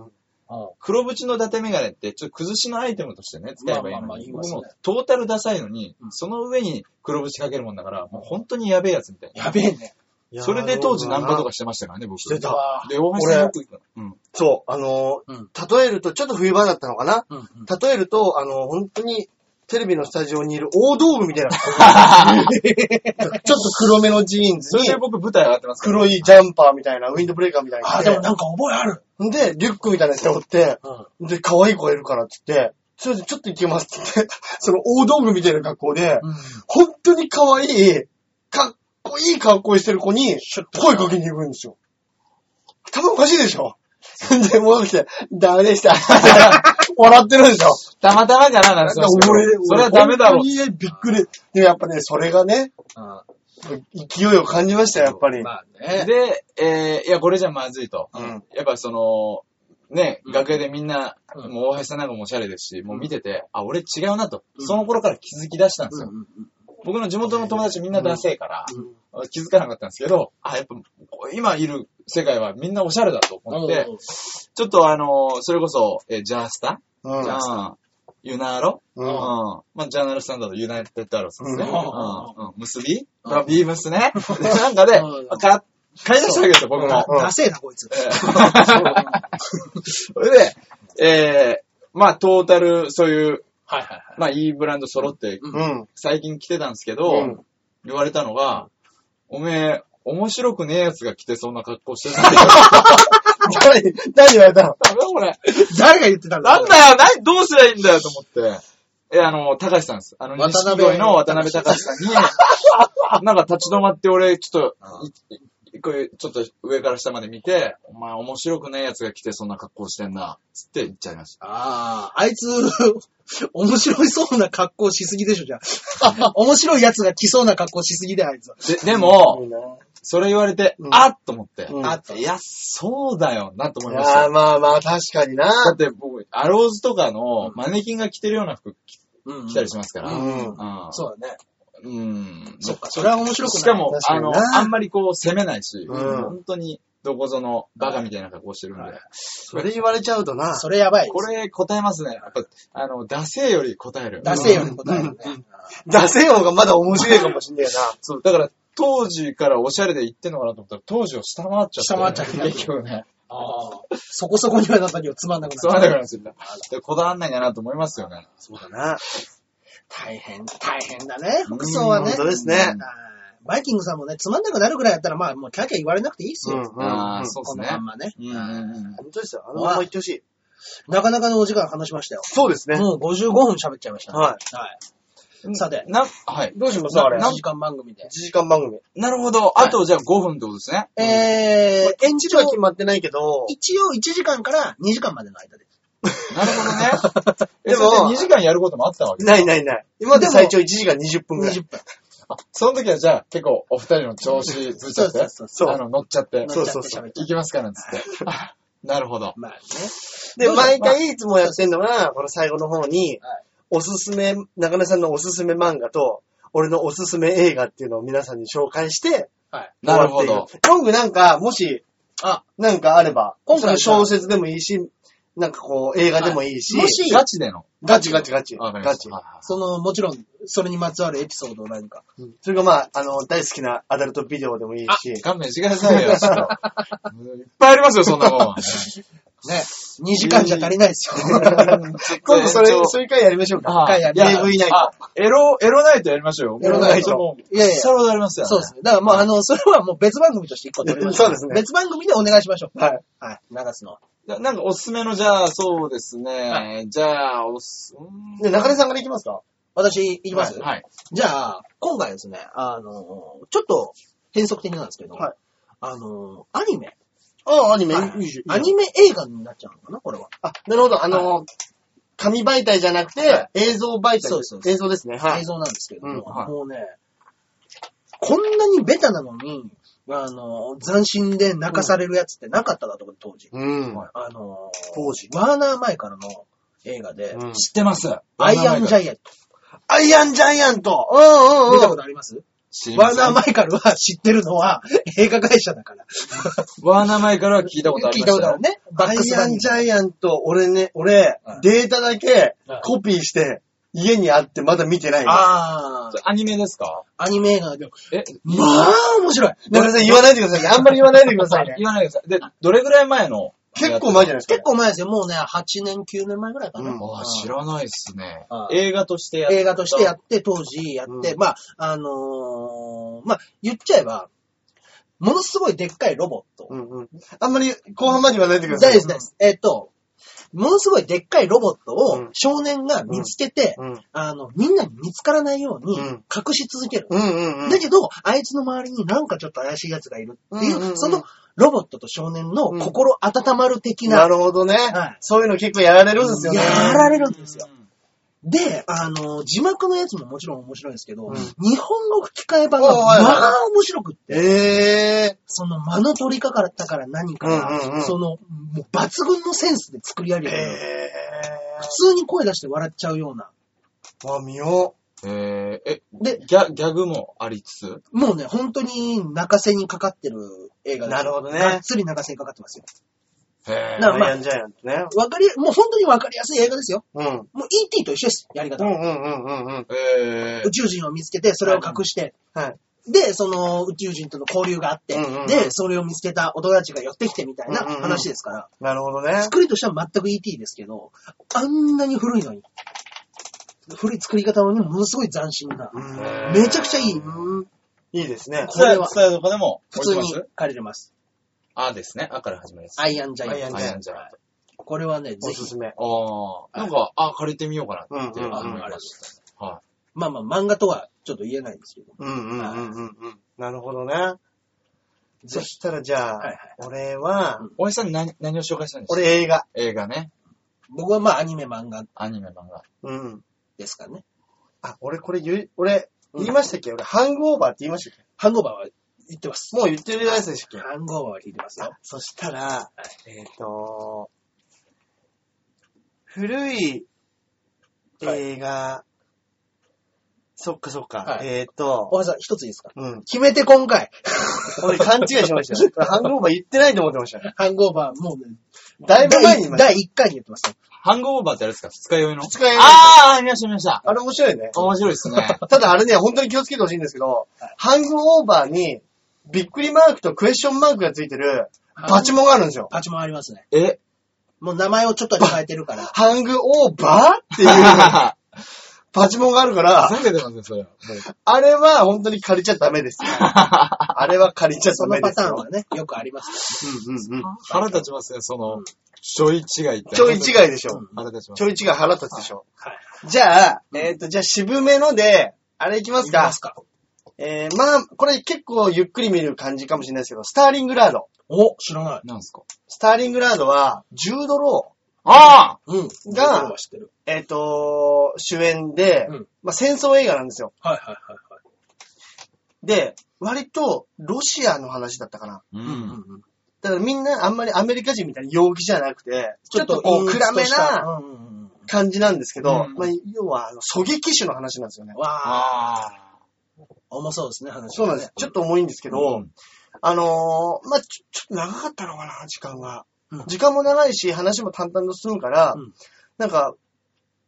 [SPEAKER 3] 黒縁の伊達メガネって、ちょっと崩しのアイテムとしてね、使えばいい
[SPEAKER 1] まあまあま
[SPEAKER 3] の
[SPEAKER 1] あ言
[SPEAKER 3] に、
[SPEAKER 1] います
[SPEAKER 3] 僕
[SPEAKER 1] ね
[SPEAKER 3] もうトータルダサいのに、
[SPEAKER 1] うん
[SPEAKER 3] その上に黒縁かけるもんだから、もう本当にやべえやつみたいな。
[SPEAKER 1] やべえね。
[SPEAKER 3] それで当時ナンパと
[SPEAKER 2] か。
[SPEAKER 3] かしてましたからね、僕。
[SPEAKER 2] してた
[SPEAKER 3] で、大橋さんよく行くの。
[SPEAKER 2] そう、あのー
[SPEAKER 1] うん
[SPEAKER 2] 例えると、ちょっと冬場だったのかな
[SPEAKER 1] うんうん。
[SPEAKER 2] 例えると、あのー本当に、テレビのスタジオにいる大道具みたいな。ちょっと黒めのジーンズ
[SPEAKER 3] それ
[SPEAKER 2] に
[SPEAKER 3] で、僕舞台上がってますから。
[SPEAKER 2] 黒いジャンパーみたいな、ウィンドブレーカーみたいな
[SPEAKER 1] あ、
[SPEAKER 2] の着
[SPEAKER 1] で
[SPEAKER 2] て
[SPEAKER 1] もなんか覚えある。
[SPEAKER 2] んで、リュックみたいな人おって、
[SPEAKER 1] うん。
[SPEAKER 2] で、可愛い子がいるからって言って、それでちょっと行けますって言って、その大道具みたいな格好で、本当に可愛い、かっこいい格好してる子に、声かけに行くんですよ。頭おかしいでしょで、戻ってきて、ダメで した。笑ってるでしょ
[SPEAKER 3] たまたまかな、なんて言ってましたけどそれはダメだ
[SPEAKER 2] 本。
[SPEAKER 3] ろ
[SPEAKER 2] 当にねびっくり。でもやっぱね、それがね、勢いを感じましたよ、やっぱり。
[SPEAKER 1] まあね。
[SPEAKER 3] で、えー、いや、これじゃまずいと。
[SPEAKER 2] うん。
[SPEAKER 3] やっぱその、ね、
[SPEAKER 1] うん
[SPEAKER 3] 楽屋でみんな、
[SPEAKER 1] うん
[SPEAKER 3] もう大橋さんなんかもおしゃれですし、もう見てて、あ、俺違うなと。その頃から気づき出したんですよ。僕の地元の友達みんなダセえから、気づかなかったんですけど、あ、やっぱ、今いる世界はみんなおしゃれだと思って、ちょっとあの、それこそ、えージャースタ、
[SPEAKER 2] うん
[SPEAKER 3] ジャーユナーロ、
[SPEAKER 2] う
[SPEAKER 3] うん、
[SPEAKER 2] ん。
[SPEAKER 3] まあ、ジャーナルスタンダードユナイテッドアローズですね。
[SPEAKER 2] うん
[SPEAKER 3] うんうん結び
[SPEAKER 1] うん
[SPEAKER 3] まあビームスね。 なんかで、
[SPEAKER 1] うん
[SPEAKER 3] か買い出したわけですよ、僕も。
[SPEAKER 2] うん
[SPEAKER 1] ダセえな、こいつ。
[SPEAKER 3] えー それで、えー、まあ、トータル、そういう、
[SPEAKER 1] はいはいはい。
[SPEAKER 3] まあ、いいブランド揃って、
[SPEAKER 1] うん
[SPEAKER 2] うん。
[SPEAKER 3] 最近着てたんですけ
[SPEAKER 2] う
[SPEAKER 3] ど、
[SPEAKER 2] ん。
[SPEAKER 3] 言われたのが、おめえ、面白くねえやつが着てそうな格好してたん だよ。
[SPEAKER 2] 誰に、誰に言われたの
[SPEAKER 3] ダメだこれ。
[SPEAKER 1] 誰が言ってたんだ
[SPEAKER 3] なんだよ、などうすりゃいいんだよと思って。え、あの、高橋さんです。あの、
[SPEAKER 1] 渡
[SPEAKER 3] 錦
[SPEAKER 1] 辺
[SPEAKER 3] 鯉の渡辺高橋さんに、なんか立ち止まって俺、ちょっと、いいこういうちょっと上から下まで見て、お前面白くないやつが来てそんな格好してんな、つって言っちゃいました。
[SPEAKER 1] ああ、あいつ、面白いそうな格好しすぎでしょ、じゃあ。面白いやつが来そうな格好しすぎで、あいつ。
[SPEAKER 3] で、でも、
[SPEAKER 2] い
[SPEAKER 3] それ言われて、
[SPEAKER 2] うん
[SPEAKER 3] あっと思って、
[SPEAKER 2] うん
[SPEAKER 3] あっといや、そうだよなと思いまし
[SPEAKER 2] や
[SPEAKER 3] た
[SPEAKER 2] ー。まあまあ、確かにな。
[SPEAKER 3] だって僕、アローズとかのマネキンが着てるような服着
[SPEAKER 1] う
[SPEAKER 3] 着たりしますから。
[SPEAKER 2] う
[SPEAKER 3] うん
[SPEAKER 2] ん。
[SPEAKER 1] そうだね。
[SPEAKER 3] うん。
[SPEAKER 1] そっか、それは面白くない。
[SPEAKER 3] しかも、
[SPEAKER 2] 確か
[SPEAKER 3] あ
[SPEAKER 2] に
[SPEAKER 3] の、
[SPEAKER 2] な
[SPEAKER 3] あんまりこう攻めないし、
[SPEAKER 2] うん
[SPEAKER 3] 本当にどこぞのバカみたいな格好してるんで、
[SPEAKER 2] それ言われちゃうとな。
[SPEAKER 1] それやばい。
[SPEAKER 3] これ答えますね。やっぱ、あの、出せより答える。
[SPEAKER 1] 出せよね、答えるね。
[SPEAKER 2] 出せようがまだ面白いかもしんねえな。
[SPEAKER 3] そう、だから、当時からおしゃれで言ってんのかなと思ったら、当時を下回っちゃって。
[SPEAKER 1] 下回っちゃって
[SPEAKER 3] 結局ね。
[SPEAKER 1] ああ。そこそこにはなさにはつまんなく
[SPEAKER 3] そ
[SPEAKER 1] な
[SPEAKER 3] う
[SPEAKER 1] る。
[SPEAKER 3] なくなっちゃった。でこだわんないんだなと思いますよね。
[SPEAKER 2] そうだな。
[SPEAKER 1] 大変、大変だね、服装はね
[SPEAKER 2] 本。当ですね。
[SPEAKER 1] はいバイキングさんもね、つまんなくなるぐらいだったら、まあ、もうキャーキャー言われなくていいっすよ。
[SPEAKER 3] ああ、そう
[SPEAKER 1] この
[SPEAKER 3] で
[SPEAKER 1] ま
[SPEAKER 3] すね
[SPEAKER 1] ん。まね。
[SPEAKER 3] うんうんうん。
[SPEAKER 2] 本当ですよ。あのまま言ってほしい。
[SPEAKER 1] なかなかのお時間話しましたよ。
[SPEAKER 2] そうですね。
[SPEAKER 1] もう55分喋っちゃいました。。
[SPEAKER 2] はい
[SPEAKER 1] はい。さて、
[SPEAKER 3] な、はい。
[SPEAKER 2] どうします
[SPEAKER 1] さ
[SPEAKER 2] あ
[SPEAKER 1] あ、
[SPEAKER 2] れ。
[SPEAKER 1] 1
[SPEAKER 2] 1
[SPEAKER 1] 時間番組で。
[SPEAKER 2] 時間番組。
[SPEAKER 3] なるほど。あと、じゃあ5分ってことですね。
[SPEAKER 1] えー、
[SPEAKER 2] 延長は決まってないけど、
[SPEAKER 1] 一応1時間から2時間までの間で。
[SPEAKER 3] なるほどね。
[SPEAKER 2] で
[SPEAKER 3] で
[SPEAKER 2] も
[SPEAKER 3] も、2時間やることもあったわけ
[SPEAKER 2] ないないない。今まで最長1時間20分ぐらい
[SPEAKER 1] 20。分。
[SPEAKER 3] あ、その時はじゃあ結構お二人の調子ずっちゃって、
[SPEAKER 1] そう
[SPEAKER 2] そうそう
[SPEAKER 3] あの、乗っちゃって、
[SPEAKER 2] そうそうそう
[SPEAKER 1] 乗っちゃって喋っちゃ
[SPEAKER 3] 行きますから、つって。あ なるほど
[SPEAKER 1] う。まあね。
[SPEAKER 2] で、
[SPEAKER 1] どうぞ
[SPEAKER 2] 毎回いつもやってんのが、この最後の方に
[SPEAKER 1] はい、
[SPEAKER 2] おすすめ、中根さんのおすすめ漫画と、俺のおすすめ映画っていうのを皆さんに紹介して、
[SPEAKER 1] はい。
[SPEAKER 3] なるほど。。
[SPEAKER 2] ロングなんか、もし、
[SPEAKER 1] あ、
[SPEAKER 2] なんかあれば、
[SPEAKER 1] 今回は
[SPEAKER 2] その小説でもいいし、なんかこう、映画でもいいし、
[SPEAKER 1] はいもし
[SPEAKER 3] ガチでの。
[SPEAKER 2] ガチガチガチ。
[SPEAKER 3] わかり
[SPEAKER 2] ガ
[SPEAKER 3] まし
[SPEAKER 2] チ
[SPEAKER 3] た。。はいはい
[SPEAKER 1] その、もちろん、それにまつわるエピソードを何か。
[SPEAKER 2] それがまあ、あの、大好きなアダルトビデオでもいいし、
[SPEAKER 3] 勘弁してくださいよ、ちょっと いっぱいありますよ、そんなもん。
[SPEAKER 1] ね。2時間じゃ足りないですよ。
[SPEAKER 2] 今度それ
[SPEAKER 3] えー、と
[SPEAKER 2] そういう回やりましょうか。
[SPEAKER 3] あ
[SPEAKER 1] 回やる
[SPEAKER 3] いや
[SPEAKER 2] AV ナイト
[SPEAKER 3] あエロ、エロナイトやりましょうよ。
[SPEAKER 2] エロナイト
[SPEAKER 3] それもう
[SPEAKER 1] いやいや
[SPEAKER 3] 久々でありますよね。
[SPEAKER 1] そうですね。だからもう、あの、それはもう別番組として一個取りましょ
[SPEAKER 2] そうですね
[SPEAKER 1] 別番組でお願いしましょう。
[SPEAKER 2] はい。
[SPEAKER 1] はい。流すのは。
[SPEAKER 3] ななんかおすすめの、じゃあ、そうですね。じゃあ、おす、う
[SPEAKER 2] で、中根さんからいきますか
[SPEAKER 1] 私、いき
[SPEAKER 3] い
[SPEAKER 1] ます、
[SPEAKER 3] はい。
[SPEAKER 1] じゃあ、今回ですね、あの、ちょっと変則的なんですけど、
[SPEAKER 2] はい
[SPEAKER 1] あの、アニメ、
[SPEAKER 2] ああ、アニメ、
[SPEAKER 1] はい
[SPEAKER 2] いいじゃん
[SPEAKER 1] アニメ映画になっちゃうのかな、これは。
[SPEAKER 2] あ、なるほど。あの、紙媒体じゃなくて、
[SPEAKER 1] は
[SPEAKER 2] 映像媒体。
[SPEAKER 1] そうそうそう
[SPEAKER 2] 映像ですね。は
[SPEAKER 1] 映
[SPEAKER 2] い。
[SPEAKER 1] 像なんですけれども、
[SPEAKER 2] うん
[SPEAKER 3] はい
[SPEAKER 1] もうね、こんなにベタなのに、あの、斬新で泣かされるやつってなかったなと思って、当時。
[SPEAKER 2] うん
[SPEAKER 3] はい
[SPEAKER 1] あの、
[SPEAKER 2] 当時
[SPEAKER 1] ワーナー前からの映画で、
[SPEAKER 2] うん
[SPEAKER 3] 知ってます。
[SPEAKER 1] アイアンジ
[SPEAKER 3] イ
[SPEAKER 1] ャイアント。
[SPEAKER 2] アイアンジャイアントうん
[SPEAKER 1] 見たことあります
[SPEAKER 3] 知りま
[SPEAKER 1] ワ
[SPEAKER 3] せ
[SPEAKER 1] ー
[SPEAKER 3] ん
[SPEAKER 1] ナーマイカルは知ってるのは映画会社だから。
[SPEAKER 3] ワーナーマイからは聞いたことあり
[SPEAKER 1] 聞い
[SPEAKER 3] ま
[SPEAKER 1] たこ
[SPEAKER 3] し
[SPEAKER 1] と
[SPEAKER 3] た
[SPEAKER 1] あ
[SPEAKER 3] よ
[SPEAKER 1] る。ね。バ
[SPEAKER 2] ア
[SPEAKER 1] ックス
[SPEAKER 2] イ
[SPEAKER 1] バ
[SPEAKER 2] アン
[SPEAKER 1] ニー
[SPEAKER 2] ジ。ャイアント、俺ね、俺、
[SPEAKER 1] うん
[SPEAKER 2] データだけ
[SPEAKER 1] うん
[SPEAKER 2] コピーして、家にあってまだ見てない。
[SPEAKER 1] あー、
[SPEAKER 3] アニメですか
[SPEAKER 1] アニメ映画だけど、
[SPEAKER 3] え、
[SPEAKER 1] まあ面白い。
[SPEAKER 2] 中根さん言わないでくださいね。あんまり言わないでくださいね。
[SPEAKER 3] 言わないでください。で、どれぐらい前の
[SPEAKER 2] 結構前じゃないですか。
[SPEAKER 1] 結構前ですよ。もうね、8年、9年前ぐらいかな。
[SPEAKER 2] うん
[SPEAKER 3] ああ、知らないっすね
[SPEAKER 1] あ。あ
[SPEAKER 3] 映画としてや
[SPEAKER 1] 映画としてや
[SPEAKER 3] っ
[SPEAKER 1] って、当時やって、
[SPEAKER 2] うん
[SPEAKER 1] まあ、あのーまあ、言っちゃえば、ものすごいでっかいロボット。
[SPEAKER 2] うんうん。あんまり後半まで言わないでください。
[SPEAKER 1] 大事です。えっ、と、ものすごいでっかいロボット
[SPEAKER 2] う
[SPEAKER 1] を
[SPEAKER 2] ん
[SPEAKER 1] 少年が見つけて、
[SPEAKER 2] うん
[SPEAKER 1] あの、みんなに見つからないように
[SPEAKER 2] うん
[SPEAKER 1] 隠し続ける。
[SPEAKER 2] うんうんうん。
[SPEAKER 1] だけど、あいつの周りになんかちょっと怪しい奴がいるっていう、
[SPEAKER 2] うんうんうん
[SPEAKER 1] そのロボットと少年の心温まる的な、
[SPEAKER 2] なるほどね
[SPEAKER 1] はい。
[SPEAKER 2] そういうの結構やられるんですよね。
[SPEAKER 1] やられるんですよ。
[SPEAKER 3] うん。
[SPEAKER 1] で、あの、字幕のやつももちろん面白いんですけど、
[SPEAKER 2] うん
[SPEAKER 1] 日本語吹き替え版
[SPEAKER 2] お
[SPEAKER 1] が
[SPEAKER 2] いおい
[SPEAKER 1] ま
[SPEAKER 2] おい
[SPEAKER 1] あ面白くって、
[SPEAKER 2] ええ
[SPEAKER 1] その間の取り方から何から、
[SPEAKER 2] うんうんうん
[SPEAKER 1] その、もう抜群のセンスで作り上げ
[SPEAKER 2] ー。
[SPEAKER 1] てる、
[SPEAKER 2] え
[SPEAKER 1] 普通に声出して笑っちゃうような、
[SPEAKER 2] ー。あ、見よ
[SPEAKER 3] えー、え、
[SPEAKER 1] で
[SPEAKER 3] ギャ、ギャグもありつつ、
[SPEAKER 1] もうね、本当に泣かせにかかってる映画です
[SPEAKER 2] なるほどね
[SPEAKER 1] がっつり泣かせにかかってますよ。
[SPEAKER 2] う。
[SPEAKER 3] へ
[SPEAKER 1] な
[SPEAKER 3] ー
[SPEAKER 1] まあ
[SPEAKER 2] やんじゃやんってね。
[SPEAKER 1] わかり、もう本当にわかりやすい映画ですよ。
[SPEAKER 2] うん。うん
[SPEAKER 1] もう ET と一緒です、やり
[SPEAKER 2] う
[SPEAKER 1] 方。
[SPEAKER 2] んうんうんうん。
[SPEAKER 3] えー
[SPEAKER 1] 宇宙人を見つけて、それを隠して、
[SPEAKER 2] はい。
[SPEAKER 1] で、その宇宙人との交流があって、
[SPEAKER 2] うんうんうん
[SPEAKER 1] で、それを見つけた大人たちが寄ってきてみたいな
[SPEAKER 2] うんうんうん
[SPEAKER 1] 話ですから、
[SPEAKER 2] なるほどね。
[SPEAKER 1] 作りとしては全く ET ですけど、あんなに古いのに、古い作り方なのにものすごい斬新な、
[SPEAKER 2] うん
[SPEAKER 1] めちゃくちゃいい、
[SPEAKER 2] いいですね。
[SPEAKER 1] これは
[SPEAKER 3] スタイルとかでも、
[SPEAKER 1] 普通
[SPEAKER 3] 置い
[SPEAKER 1] に
[SPEAKER 3] てます
[SPEAKER 1] 借りれます。
[SPEAKER 3] あですね。あから始まるやつ。
[SPEAKER 1] アイアンジャイ
[SPEAKER 2] ア
[SPEAKER 1] ア
[SPEAKER 2] イ
[SPEAKER 1] ン
[SPEAKER 2] ア
[SPEAKER 1] ト。
[SPEAKER 2] ンジャイア
[SPEAKER 3] ント
[SPEAKER 1] はいこれはね、ぜ
[SPEAKER 2] お
[SPEAKER 1] ひ
[SPEAKER 2] す、すめ。
[SPEAKER 3] ああ、なんか、あ借りてみようかなって
[SPEAKER 2] うんうんうん
[SPEAKER 3] 思いました。は
[SPEAKER 1] まあまあ漫画とはちょっと言えないんですけど、
[SPEAKER 2] うんうんうんうんうん。なるほどね。
[SPEAKER 1] ぜ
[SPEAKER 2] そ
[SPEAKER 1] ひ。
[SPEAKER 2] したらじゃあ、
[SPEAKER 1] はいはい
[SPEAKER 2] 俺は、
[SPEAKER 3] い。おじさんに何、何を紹介したんですか
[SPEAKER 2] 俺映画。
[SPEAKER 3] 映画ね。
[SPEAKER 1] 僕はまあアニメ漫画
[SPEAKER 3] アニメ漫画。
[SPEAKER 2] うん。
[SPEAKER 1] ですかね。
[SPEAKER 2] あ、俺これ言う、俺、
[SPEAKER 1] うん
[SPEAKER 2] 言いましたっけ俺、ハングオーバーって言いましたっ
[SPEAKER 1] ハンゴーバーは言ってます
[SPEAKER 2] け。もう言ってるやつでしたっ
[SPEAKER 1] ハンゴーバーは聞いてます
[SPEAKER 2] け
[SPEAKER 1] よ
[SPEAKER 2] あ。そしたら、えっ、と、古い
[SPEAKER 1] はい
[SPEAKER 2] 映画、そっかそっか、
[SPEAKER 1] はい
[SPEAKER 2] えっ、
[SPEAKER 1] お
[SPEAKER 2] と、
[SPEAKER 1] はさん、一ついいですか
[SPEAKER 2] うん。
[SPEAKER 1] 決めて今回。
[SPEAKER 2] 俺勘違いしま したよ。ハングオーバー言ってないと思ってましたよ。
[SPEAKER 1] ハンゴーバー、もうね、
[SPEAKER 2] だいぶ前に言いました
[SPEAKER 1] 第1回に言ってますよ。
[SPEAKER 3] ハングオーバーってあれですか二日酔いの
[SPEAKER 2] 二日酔いの
[SPEAKER 3] ああ、見ました見ました。
[SPEAKER 2] あれ面白いね。
[SPEAKER 3] 面白いですね。
[SPEAKER 2] ただあれね、本当に気をつけてほしいんですけど、ハングオーバーに、びっくりマークとクエスチョンマークがついてる、バチモンがあるんですよ。
[SPEAKER 1] パチもありますね。
[SPEAKER 3] え
[SPEAKER 1] もう名前をちょっとだけ変えてるから。
[SPEAKER 2] ハングオーバーっていう、 パチモンがあるから、
[SPEAKER 3] 何で出ますね、それ。もう
[SPEAKER 2] あれは本当に借りちゃダメ です。あれは借りちゃ
[SPEAKER 1] そ
[SPEAKER 2] ダ
[SPEAKER 1] の
[SPEAKER 2] メで
[SPEAKER 1] パ
[SPEAKER 2] す
[SPEAKER 1] ターン
[SPEAKER 2] よ。
[SPEAKER 1] はね、よくあります。
[SPEAKER 2] うん うんうん。
[SPEAKER 3] 腹立ちますね、その、ちょい違いって。
[SPEAKER 2] ちょい違いでしょ。
[SPEAKER 3] 腹立ちま
[SPEAKER 2] ち
[SPEAKER 3] す。
[SPEAKER 2] ょい違い腹立つでしょ。
[SPEAKER 1] はい。
[SPEAKER 2] じゃあ、えっ、と、じゃあ渋めので、あれいきます
[SPEAKER 1] い
[SPEAKER 2] か
[SPEAKER 1] ます。か。
[SPEAKER 2] えー、まあ、これ結構ゆっくり見る感じかもしれないですけど、スターリングラード。
[SPEAKER 1] お、知らない。
[SPEAKER 3] なんですか
[SPEAKER 2] スターリングラードは、ジュードロー。
[SPEAKER 3] あ
[SPEAKER 1] うん。
[SPEAKER 2] が
[SPEAKER 1] 僕は知ってる。
[SPEAKER 2] えっ、と、主演で、
[SPEAKER 1] うん
[SPEAKER 2] まあ、戦争映画なんですよ。
[SPEAKER 1] はいはいはいはい。
[SPEAKER 2] で、割とロシアの話だったかな。
[SPEAKER 3] あう。
[SPEAKER 1] うんんうん。
[SPEAKER 2] だからみんなあんまりアメリカ人みたいに陽気じゃなくて、ちょっとこう
[SPEAKER 1] 陰鬱
[SPEAKER 2] 暗
[SPEAKER 1] と
[SPEAKER 2] め
[SPEAKER 1] し
[SPEAKER 2] な
[SPEAKER 1] たうんうんうん。
[SPEAKER 2] 感じなんですけど、
[SPEAKER 3] うん
[SPEAKER 2] まあ、要はあの狙撃手の話なんですよね。
[SPEAKER 1] わあ、
[SPEAKER 3] ああ。
[SPEAKER 1] 重そうですね、話がね。
[SPEAKER 2] そうなんです。ちょっと重いんですけど、
[SPEAKER 3] うん
[SPEAKER 2] あのーまあ、ちょちょっと長かったのかな、時間が
[SPEAKER 1] うん。
[SPEAKER 2] 時間も長いし、話も淡々と進むから、
[SPEAKER 1] うん
[SPEAKER 2] なんか、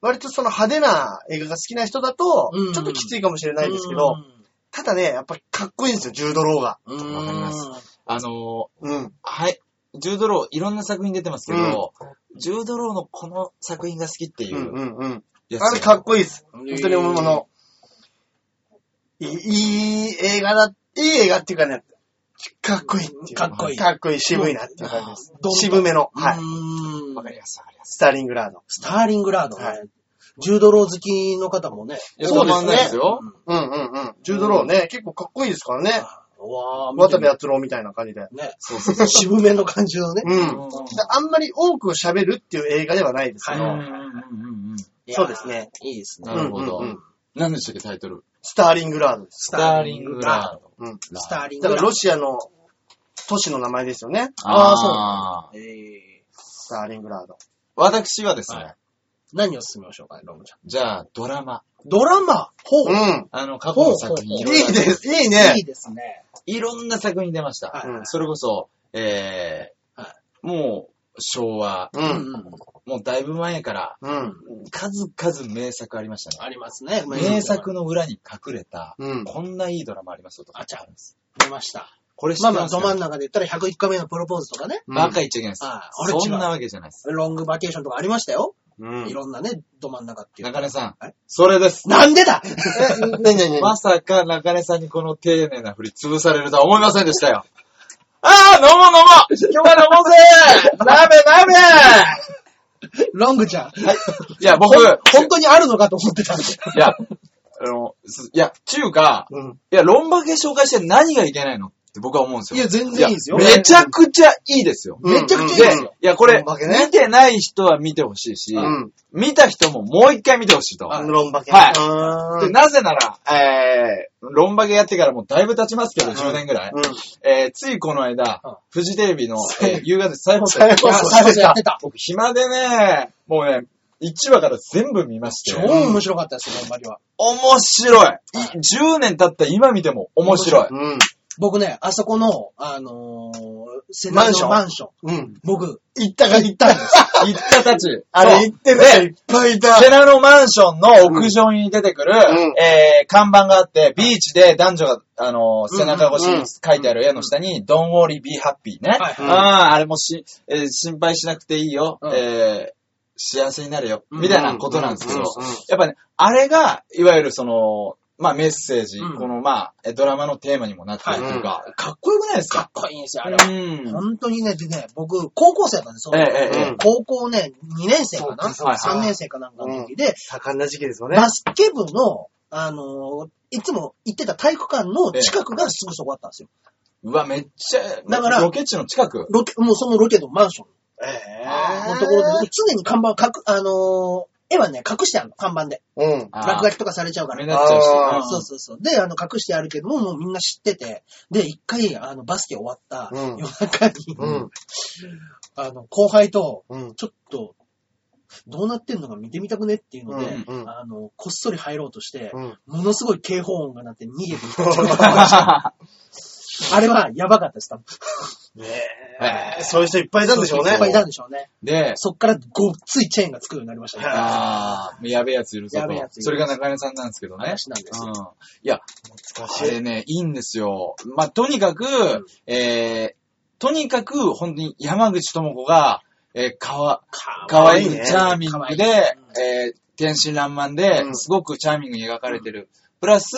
[SPEAKER 2] 割とその派手な映画が好きな人だと
[SPEAKER 1] うん、
[SPEAKER 2] ちょっときついかもしれないんですけど、ただね、やっぱりかっこいいんですよ、柔道ローが。
[SPEAKER 1] うん。
[SPEAKER 3] わかります
[SPEAKER 1] す。
[SPEAKER 3] あの
[SPEAKER 2] うん。
[SPEAKER 3] はい。ジュードロー、いろんな作品出てますけど、ジュードローのこの作品が好きっていううん
[SPEAKER 2] うんうん。
[SPEAKER 3] やつ。
[SPEAKER 2] あれかっこいいです。
[SPEAKER 1] 本
[SPEAKER 2] 本当に思うもの。いいいい映画だ、いい映画っていうかね、かっこいいっていう。
[SPEAKER 1] かっこいい
[SPEAKER 2] かっこいい、渋いなっていう感じです
[SPEAKER 1] どん。どん
[SPEAKER 2] 渋めの。はい。
[SPEAKER 1] うん
[SPEAKER 3] わかります、わかります。
[SPEAKER 2] スターリングラード。
[SPEAKER 1] スターリングラード
[SPEAKER 2] は
[SPEAKER 1] ね。ジュードロー好きの方もね。
[SPEAKER 3] いや
[SPEAKER 2] そうですね
[SPEAKER 3] たまんないですよ。
[SPEAKER 2] うんうんうん。ジュードローね、結構かっこいいですからね。
[SPEAKER 1] うわあ、見て
[SPEAKER 2] 渡
[SPEAKER 1] み
[SPEAKER 2] 部篤郎みたいな感じで。
[SPEAKER 1] ね。
[SPEAKER 3] そうそうそう。
[SPEAKER 1] 渋めの感じのね。
[SPEAKER 2] う
[SPEAKER 3] うん
[SPEAKER 2] ん。あんまり多く喋るっていう映画ではないですけ
[SPEAKER 3] う
[SPEAKER 2] ど、
[SPEAKER 3] んうんうんうん
[SPEAKER 1] いやー
[SPEAKER 2] そうですね。
[SPEAKER 1] いいですね
[SPEAKER 3] な。るほど
[SPEAKER 2] うんうんうん。
[SPEAKER 3] 何でしたっけ、タイトル。
[SPEAKER 2] スターリングラードです。
[SPEAKER 1] ス
[SPEAKER 3] スターリングラード。
[SPEAKER 2] うん。
[SPEAKER 1] スターリング
[SPEAKER 2] だ
[SPEAKER 1] ラ
[SPEAKER 2] から
[SPEAKER 1] ード。
[SPEAKER 2] ロシアの都市の名前ですよね。
[SPEAKER 3] ああ、そう。
[SPEAKER 1] えー
[SPEAKER 2] スターリングラード。
[SPEAKER 3] 私はです
[SPEAKER 1] は
[SPEAKER 3] ね、
[SPEAKER 1] 何を進めましょうかね、ロムちゃん。
[SPEAKER 3] じゃあ、ドラマ。
[SPEAKER 1] ドラマほう
[SPEAKER 2] うん。
[SPEAKER 3] あの、過去の作品。
[SPEAKER 1] ほ
[SPEAKER 2] いうい
[SPEAKER 1] ほう
[SPEAKER 3] いろんな
[SPEAKER 2] です。いいね
[SPEAKER 1] い。いですね。
[SPEAKER 3] いろんな作品出ました。
[SPEAKER 1] はい
[SPEAKER 2] うん
[SPEAKER 3] それこそ、えー
[SPEAKER 1] はい
[SPEAKER 3] もう、昭和、
[SPEAKER 2] う。
[SPEAKER 1] うんん。
[SPEAKER 3] もうだいぶ前から、
[SPEAKER 2] うん。
[SPEAKER 3] 数々名作ありましたね。
[SPEAKER 1] ありますね。
[SPEAKER 3] 名作の裏に隠れた、
[SPEAKER 2] うん。
[SPEAKER 3] こんないいドラマありますよとか。
[SPEAKER 1] あちゃ
[SPEAKER 3] んです。
[SPEAKER 1] 出ました。
[SPEAKER 3] これ知っ
[SPEAKER 1] まあ
[SPEAKER 3] て
[SPEAKER 1] ま
[SPEAKER 3] ま
[SPEAKER 1] あ、
[SPEAKER 3] す
[SPEAKER 1] ど
[SPEAKER 3] か、
[SPEAKER 1] 真ん中で言ったら101回目のプロポーズとかね。
[SPEAKER 3] バカ言っちゃいけないです。
[SPEAKER 1] ああれ違う
[SPEAKER 3] そんなわけじゃないです。
[SPEAKER 1] ロングバケーションとかありましたよ。
[SPEAKER 2] うん。
[SPEAKER 1] いろんなね、ど真ん中っていう。
[SPEAKER 3] 中根さ
[SPEAKER 1] は
[SPEAKER 3] ん
[SPEAKER 1] い、
[SPEAKER 3] それです。
[SPEAKER 1] なんでだ
[SPEAKER 2] え、なになに
[SPEAKER 3] まさか中根さんにこの丁寧な振り潰されるとは思いませんでしたよ。ああ飲もう飲もう今日は飲もうぜ鍋
[SPEAKER 1] ロングちゃん。
[SPEAKER 3] 鍋いや、僕、
[SPEAKER 1] ほん
[SPEAKER 3] い
[SPEAKER 1] 本当にあるのかと思ってたんで。
[SPEAKER 3] や、あの、すいや、中華、
[SPEAKER 2] うん。
[SPEAKER 3] いや、論化系紹介して何がいけないのって僕は思うんですよ。
[SPEAKER 1] いや、全然いいですよ。
[SPEAKER 3] やめちゃくちゃいいですよ。
[SPEAKER 2] うん
[SPEAKER 1] めちゃくちゃいいで
[SPEAKER 3] で
[SPEAKER 1] すよ。、
[SPEAKER 3] いや、これ、
[SPEAKER 2] 論破系ね
[SPEAKER 3] 見てない人は見てほしいし、
[SPEAKER 2] うん。
[SPEAKER 3] 見た人ももう一回見てほしいと。
[SPEAKER 2] あの、ロンバケ。
[SPEAKER 3] はいう
[SPEAKER 2] ー
[SPEAKER 3] で
[SPEAKER 2] ん
[SPEAKER 3] なぜなら、えー、ロンバゲやってからもうだいぶ経ちますけど、10年ぐらい。
[SPEAKER 2] うん。
[SPEAKER 3] えー、ついこの間
[SPEAKER 1] うん、
[SPEAKER 3] フジテレビの、えー、夕方で再放送。
[SPEAKER 2] 再放
[SPEAKER 1] いや、
[SPEAKER 2] 送
[SPEAKER 1] 最後やってた。
[SPEAKER 3] 僕暇でね、もうね、1話から全部見まして、
[SPEAKER 1] 超面白かったですよ、頑張りは。
[SPEAKER 3] 面白いい !10 年経った今見ても面白い。
[SPEAKER 2] うん。
[SPEAKER 1] 僕ね、あそこの、あのー世代
[SPEAKER 2] マンショ
[SPEAKER 1] の
[SPEAKER 2] ン
[SPEAKER 1] マンション。
[SPEAKER 2] うん。
[SPEAKER 1] 僕、
[SPEAKER 2] 行ったが行ったんです。
[SPEAKER 3] 行ったたち。
[SPEAKER 2] あれ行ってる人
[SPEAKER 3] そう
[SPEAKER 2] い
[SPEAKER 3] で
[SPEAKER 2] っぱいいた。
[SPEAKER 3] セナのマンションの屋上に出てくる、
[SPEAKER 2] ん
[SPEAKER 3] えー、看板があって、ビーチで男女が、あのー、
[SPEAKER 1] うんう
[SPEAKER 3] 背
[SPEAKER 1] ん
[SPEAKER 3] 中越しに書いてある絵の下に、Don't worry, be happy
[SPEAKER 1] は
[SPEAKER 3] ね。
[SPEAKER 1] いはい
[SPEAKER 3] ああ、あれもし、えー心配しなくていいよ。
[SPEAKER 1] うん
[SPEAKER 3] えー幸せになれよ。
[SPEAKER 1] うん
[SPEAKER 3] みたいなことなんですけど、
[SPEAKER 2] うんうんうん
[SPEAKER 3] やっぱね、あれが、いわゆるその、まあメッセージ、
[SPEAKER 1] うん
[SPEAKER 3] このまあ、えドラマのテーマにもなってるというか、かっこよくないです
[SPEAKER 1] か
[SPEAKER 3] か
[SPEAKER 1] っこいいんですよ、あれ
[SPEAKER 3] う
[SPEAKER 1] は。
[SPEAKER 3] ん。
[SPEAKER 1] 本当にね、でね、僕、高校生だったんですよ。
[SPEAKER 3] ええええええ
[SPEAKER 1] 高校ね、2年生かな
[SPEAKER 2] そうか
[SPEAKER 3] そうか
[SPEAKER 1] ?3 年生かなんかの時で、
[SPEAKER 2] 盛んな時期ですよね。
[SPEAKER 1] バスケ部の、あのー、いつも行ってた体育館の近くがすぐそこだったんですよ。
[SPEAKER 3] うわ、めっちゃ、
[SPEAKER 1] だから
[SPEAKER 3] ロケ地の近く。
[SPEAKER 1] ロケ、もうそのロケのマンション
[SPEAKER 2] え
[SPEAKER 1] のところで、常に看板を隠、あのー、絵はね、隠してあるの、看板で。
[SPEAKER 2] えうん。
[SPEAKER 3] あー
[SPEAKER 1] 落書きとかされちゃうか
[SPEAKER 3] 目
[SPEAKER 1] ら。
[SPEAKER 3] 立っちゃうし
[SPEAKER 2] あー
[SPEAKER 3] うん。
[SPEAKER 1] そうそうそう。で、あの、隠してあるけども、もうみんな知ってて。で、一回、あの、バスケ終わった
[SPEAKER 2] うん
[SPEAKER 1] 夜中に、
[SPEAKER 2] うん。
[SPEAKER 1] あの、後輩と、
[SPEAKER 2] うん。
[SPEAKER 1] ちょっと、どうなってんのか見てみたくねっていうので、
[SPEAKER 2] うんうん
[SPEAKER 1] あの、こっそり入ろうとして、
[SPEAKER 2] うん
[SPEAKER 1] ものすごい警報音が鳴って逃げてきた。あれはやばかったです、多分。
[SPEAKER 2] ね
[SPEAKER 3] え
[SPEAKER 2] え。そういう人いっぱいいたんでしょうね。
[SPEAKER 1] いっぱいいたんでしょうね。
[SPEAKER 3] で、
[SPEAKER 1] そっからごっついチェーンがつくようになりましたね。
[SPEAKER 3] あー、やべえやついるぞ
[SPEAKER 1] や
[SPEAKER 3] と
[SPEAKER 1] べえやつい。る
[SPEAKER 3] それが中根さんなんですけどね。
[SPEAKER 1] 話なんです
[SPEAKER 3] う
[SPEAKER 1] よ
[SPEAKER 3] ん。いや、
[SPEAKER 2] 懐か
[SPEAKER 3] あれね、いいんですよ。まあ、とにかく、えー、とにかく、本当に山口智子が、えー、かわ、かわいい、
[SPEAKER 2] かわいいね
[SPEAKER 3] チャーミングで、えー、天真爛漫で、
[SPEAKER 2] うん
[SPEAKER 3] すごくチャーミングに描かれてる。プラス、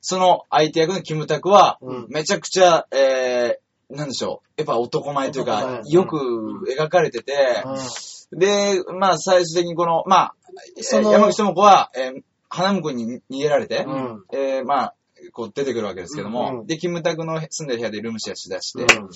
[SPEAKER 3] その相手役のキムタクは、
[SPEAKER 2] うん
[SPEAKER 3] めちゃくちゃ、えー、なんでしょう。やっぱ男前という
[SPEAKER 2] 男
[SPEAKER 3] か、
[SPEAKER 2] 前
[SPEAKER 3] よく描かれてて、で、まあ、最終的にこの、まあ、
[SPEAKER 1] その
[SPEAKER 3] えー山口智子は、えー花婿に逃げられて、
[SPEAKER 2] うん
[SPEAKER 3] えーまあ、こう出てくるわけですけども、
[SPEAKER 2] うん
[SPEAKER 3] で、キムタクの住んでる部屋でルームシェアしだして、
[SPEAKER 2] うん。